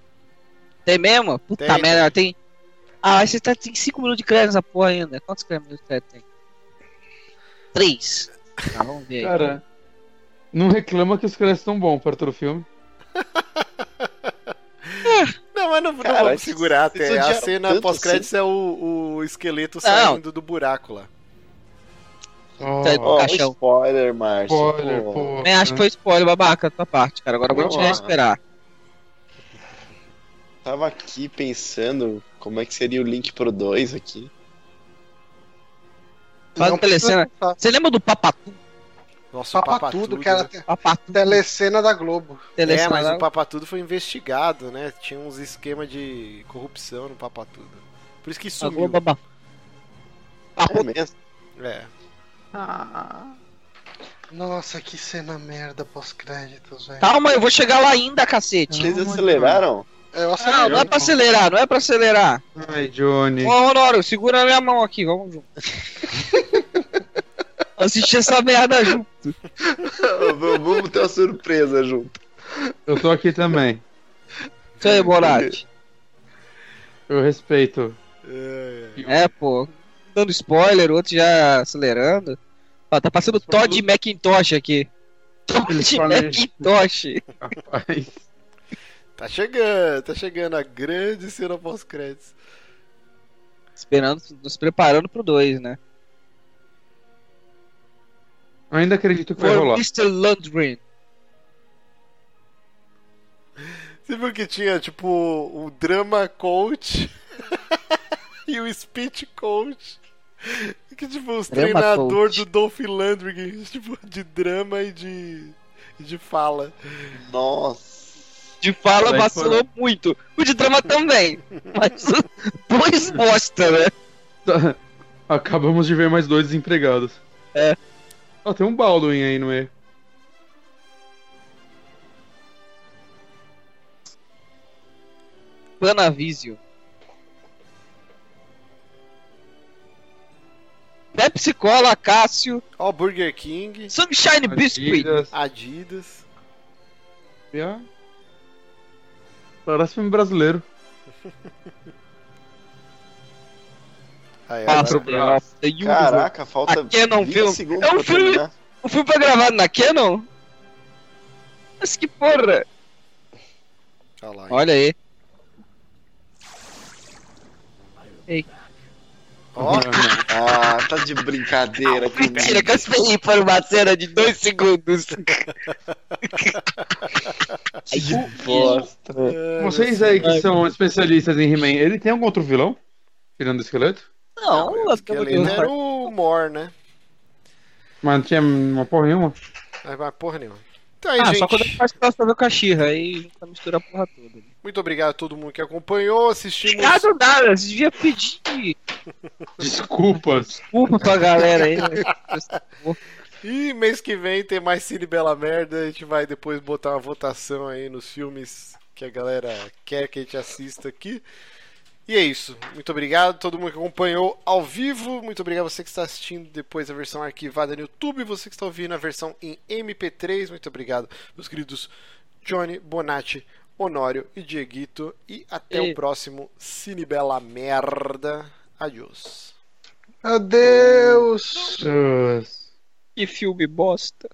[SPEAKER 5] Tem mesmo? Puta
[SPEAKER 1] Tem.
[SPEAKER 5] merda, tem. Ah, você tá, tem 5 minutos de crédito nessa porra ainda. Quantos créditos de crédito tem? 3. Tá, vamos ver aí.
[SPEAKER 3] Cara, não reclama que os créditos estão bons perto do filme.
[SPEAKER 1] Não, mas não, não
[SPEAKER 4] Cara,
[SPEAKER 1] vamos segurar
[SPEAKER 4] vocês
[SPEAKER 1] até. A
[SPEAKER 4] odiaram
[SPEAKER 1] cena
[SPEAKER 4] tanto assim-
[SPEAKER 1] pós-crédito é o, o esqueleto
[SPEAKER 5] Não.
[SPEAKER 1] saindo do buraco lá.
[SPEAKER 5] Tá-
[SPEAKER 3] Oh,
[SPEAKER 4] Ó,
[SPEAKER 5] Caixão.
[SPEAKER 4] spoiler, Márcio.
[SPEAKER 3] spoiler,
[SPEAKER 4] pô.
[SPEAKER 3] pô.
[SPEAKER 5] É, acho que foi spoiler babaca da tua parte, cara. Agora eu vou
[SPEAKER 4] Vamos
[SPEAKER 5] te
[SPEAKER 4] lá.
[SPEAKER 5] esperar.
[SPEAKER 4] Tava aqui pensando como é que seria o link pro 2 aqui.
[SPEAKER 5] Faz
[SPEAKER 2] não
[SPEAKER 5] a telecena.
[SPEAKER 2] precisa voltar.
[SPEAKER 5] Você lembra do Papatu?
[SPEAKER 1] Nossa, o
[SPEAKER 2] Papa tudo, que
[SPEAKER 1] né?
[SPEAKER 2] era a te-
[SPEAKER 5] Papatu.
[SPEAKER 2] telecena da Globo.
[SPEAKER 1] É,
[SPEAKER 5] telecena
[SPEAKER 1] mas
[SPEAKER 5] lá.
[SPEAKER 1] o Papatudo foi investigado, né? Tinha uns esquemas de corrupção no Papatudo. Por isso que
[SPEAKER 5] A
[SPEAKER 1] sumiu.
[SPEAKER 5] Globo abafou. Ah,
[SPEAKER 4] É mesmo?
[SPEAKER 1] É.
[SPEAKER 2] Nossa, que cena merda pós-créditos, velho.
[SPEAKER 5] Calma, eu vou chegar lá ainda, cacete.
[SPEAKER 4] Vocês aceleraram?
[SPEAKER 2] É, eu
[SPEAKER 5] Não,
[SPEAKER 2] acelerei.
[SPEAKER 5] não é pra acelerar, não é pra acelerar.
[SPEAKER 3] Ai, Johnny.
[SPEAKER 5] Ô, Honório, segura a minha mão aqui, vamos junto. Assistir essa merda junto.
[SPEAKER 4] V- Vamos ter uma surpresa junto.
[SPEAKER 3] Eu tô aqui também.
[SPEAKER 5] Isso aí, Bonatti.
[SPEAKER 3] Eu respeito.
[SPEAKER 1] É.
[SPEAKER 5] É, pô. Dando spoiler, outro já acelerando. Ó, tá passando Todd Macintosh aqui. Todd
[SPEAKER 3] Eles falam-
[SPEAKER 5] Macintosh.
[SPEAKER 3] Rapaz.
[SPEAKER 1] Tá chegando, tá chegando a grande cena pós-créditos.
[SPEAKER 5] Esperando, nos preparando pro 2, né?
[SPEAKER 3] Ainda acredito que vai
[SPEAKER 5] For
[SPEAKER 3] rolar.
[SPEAKER 5] Mr. Lundgren.
[SPEAKER 1] Você viu que tinha, tipo, o drama coach e o speech coach. Que, tipo, os
[SPEAKER 5] Drama
[SPEAKER 1] treinador
[SPEAKER 5] coach.
[SPEAKER 1] do Dolph Lundgren, tipo, de drama e de, e de fala.
[SPEAKER 4] Nossa.
[SPEAKER 5] De fala
[SPEAKER 3] Vai,
[SPEAKER 5] vacilou muito. O de drama também. Mas o dois mostra, né?
[SPEAKER 3] Tá. Acabamos de ver mais dois desempregados.
[SPEAKER 5] É.
[SPEAKER 3] Ó, tem um Baldwin aí no meio.
[SPEAKER 5] Panavisio. Pepsi Cola, Cássio,
[SPEAKER 1] Ó, Burger King,
[SPEAKER 5] Sunshine Biscuit.
[SPEAKER 3] Adidas.
[SPEAKER 1] Adidas.
[SPEAKER 3] Yeah. Parece filme brasileiro.
[SPEAKER 1] Aí,
[SPEAKER 5] Passa
[SPEAKER 1] agora-
[SPEAKER 5] o playoff da Universe.
[SPEAKER 4] Caraca, falta
[SPEAKER 5] Aqui é não
[SPEAKER 4] 20
[SPEAKER 5] filme.
[SPEAKER 4] segundos
[SPEAKER 5] É um
[SPEAKER 4] pra
[SPEAKER 5] filme.
[SPEAKER 4] terminar.
[SPEAKER 5] O filme foi gravado na Canon? Mas que porra!
[SPEAKER 1] Olha lá, hein?
[SPEAKER 5] Olha aí.
[SPEAKER 1] Ó,
[SPEAKER 4] Ah, tá de brincadeira comigo.
[SPEAKER 5] Ah, Mentira, que eu esperei por uma cena de dois segundos.
[SPEAKER 4] Que bosta.
[SPEAKER 1] ah,
[SPEAKER 3] Vocês aí que são especialistas em He-Man, ele tem algum outro vilão? Tirando o esqueleto?
[SPEAKER 5] Não,
[SPEAKER 1] o
[SPEAKER 5] eu tô
[SPEAKER 1] esqueleto era
[SPEAKER 5] brincando.
[SPEAKER 1] o Mor, né?
[SPEAKER 3] Mas não tinha uma porra nenhuma.
[SPEAKER 1] Mas mas porra nenhuma. Então aí,
[SPEAKER 5] Ah,
[SPEAKER 1] gente.
[SPEAKER 5] só quando ele faz crossover com a Xirra, aí junta mistura a porra toda.
[SPEAKER 1] Muito obrigado a todo mundo que acompanhou. Assistimos.
[SPEAKER 5] Obrigado nada, você devia pedir
[SPEAKER 3] Desculpas.
[SPEAKER 5] desculpa pra galera aí. né?
[SPEAKER 1] E mês que vem tem mais Cine Bela Merda. A gente vai depois botar uma votação aí nos filmes que a galera quer que a gente assista aqui. E é isso. Muito obrigado a todo mundo que acompanhou ao vivo. Muito obrigado a você que está assistindo depois a versão arquivada no YouTube. Você que está ouvindo a versão em MP3. Muito obrigado, meus queridos Johnny Bonatti, Honório e Dieguito. E até
[SPEAKER 5] E-
[SPEAKER 1] o próximo Cine Bela Merda. Adiós.
[SPEAKER 2] Adeus.
[SPEAKER 3] Deus.
[SPEAKER 5] Que filme bosta.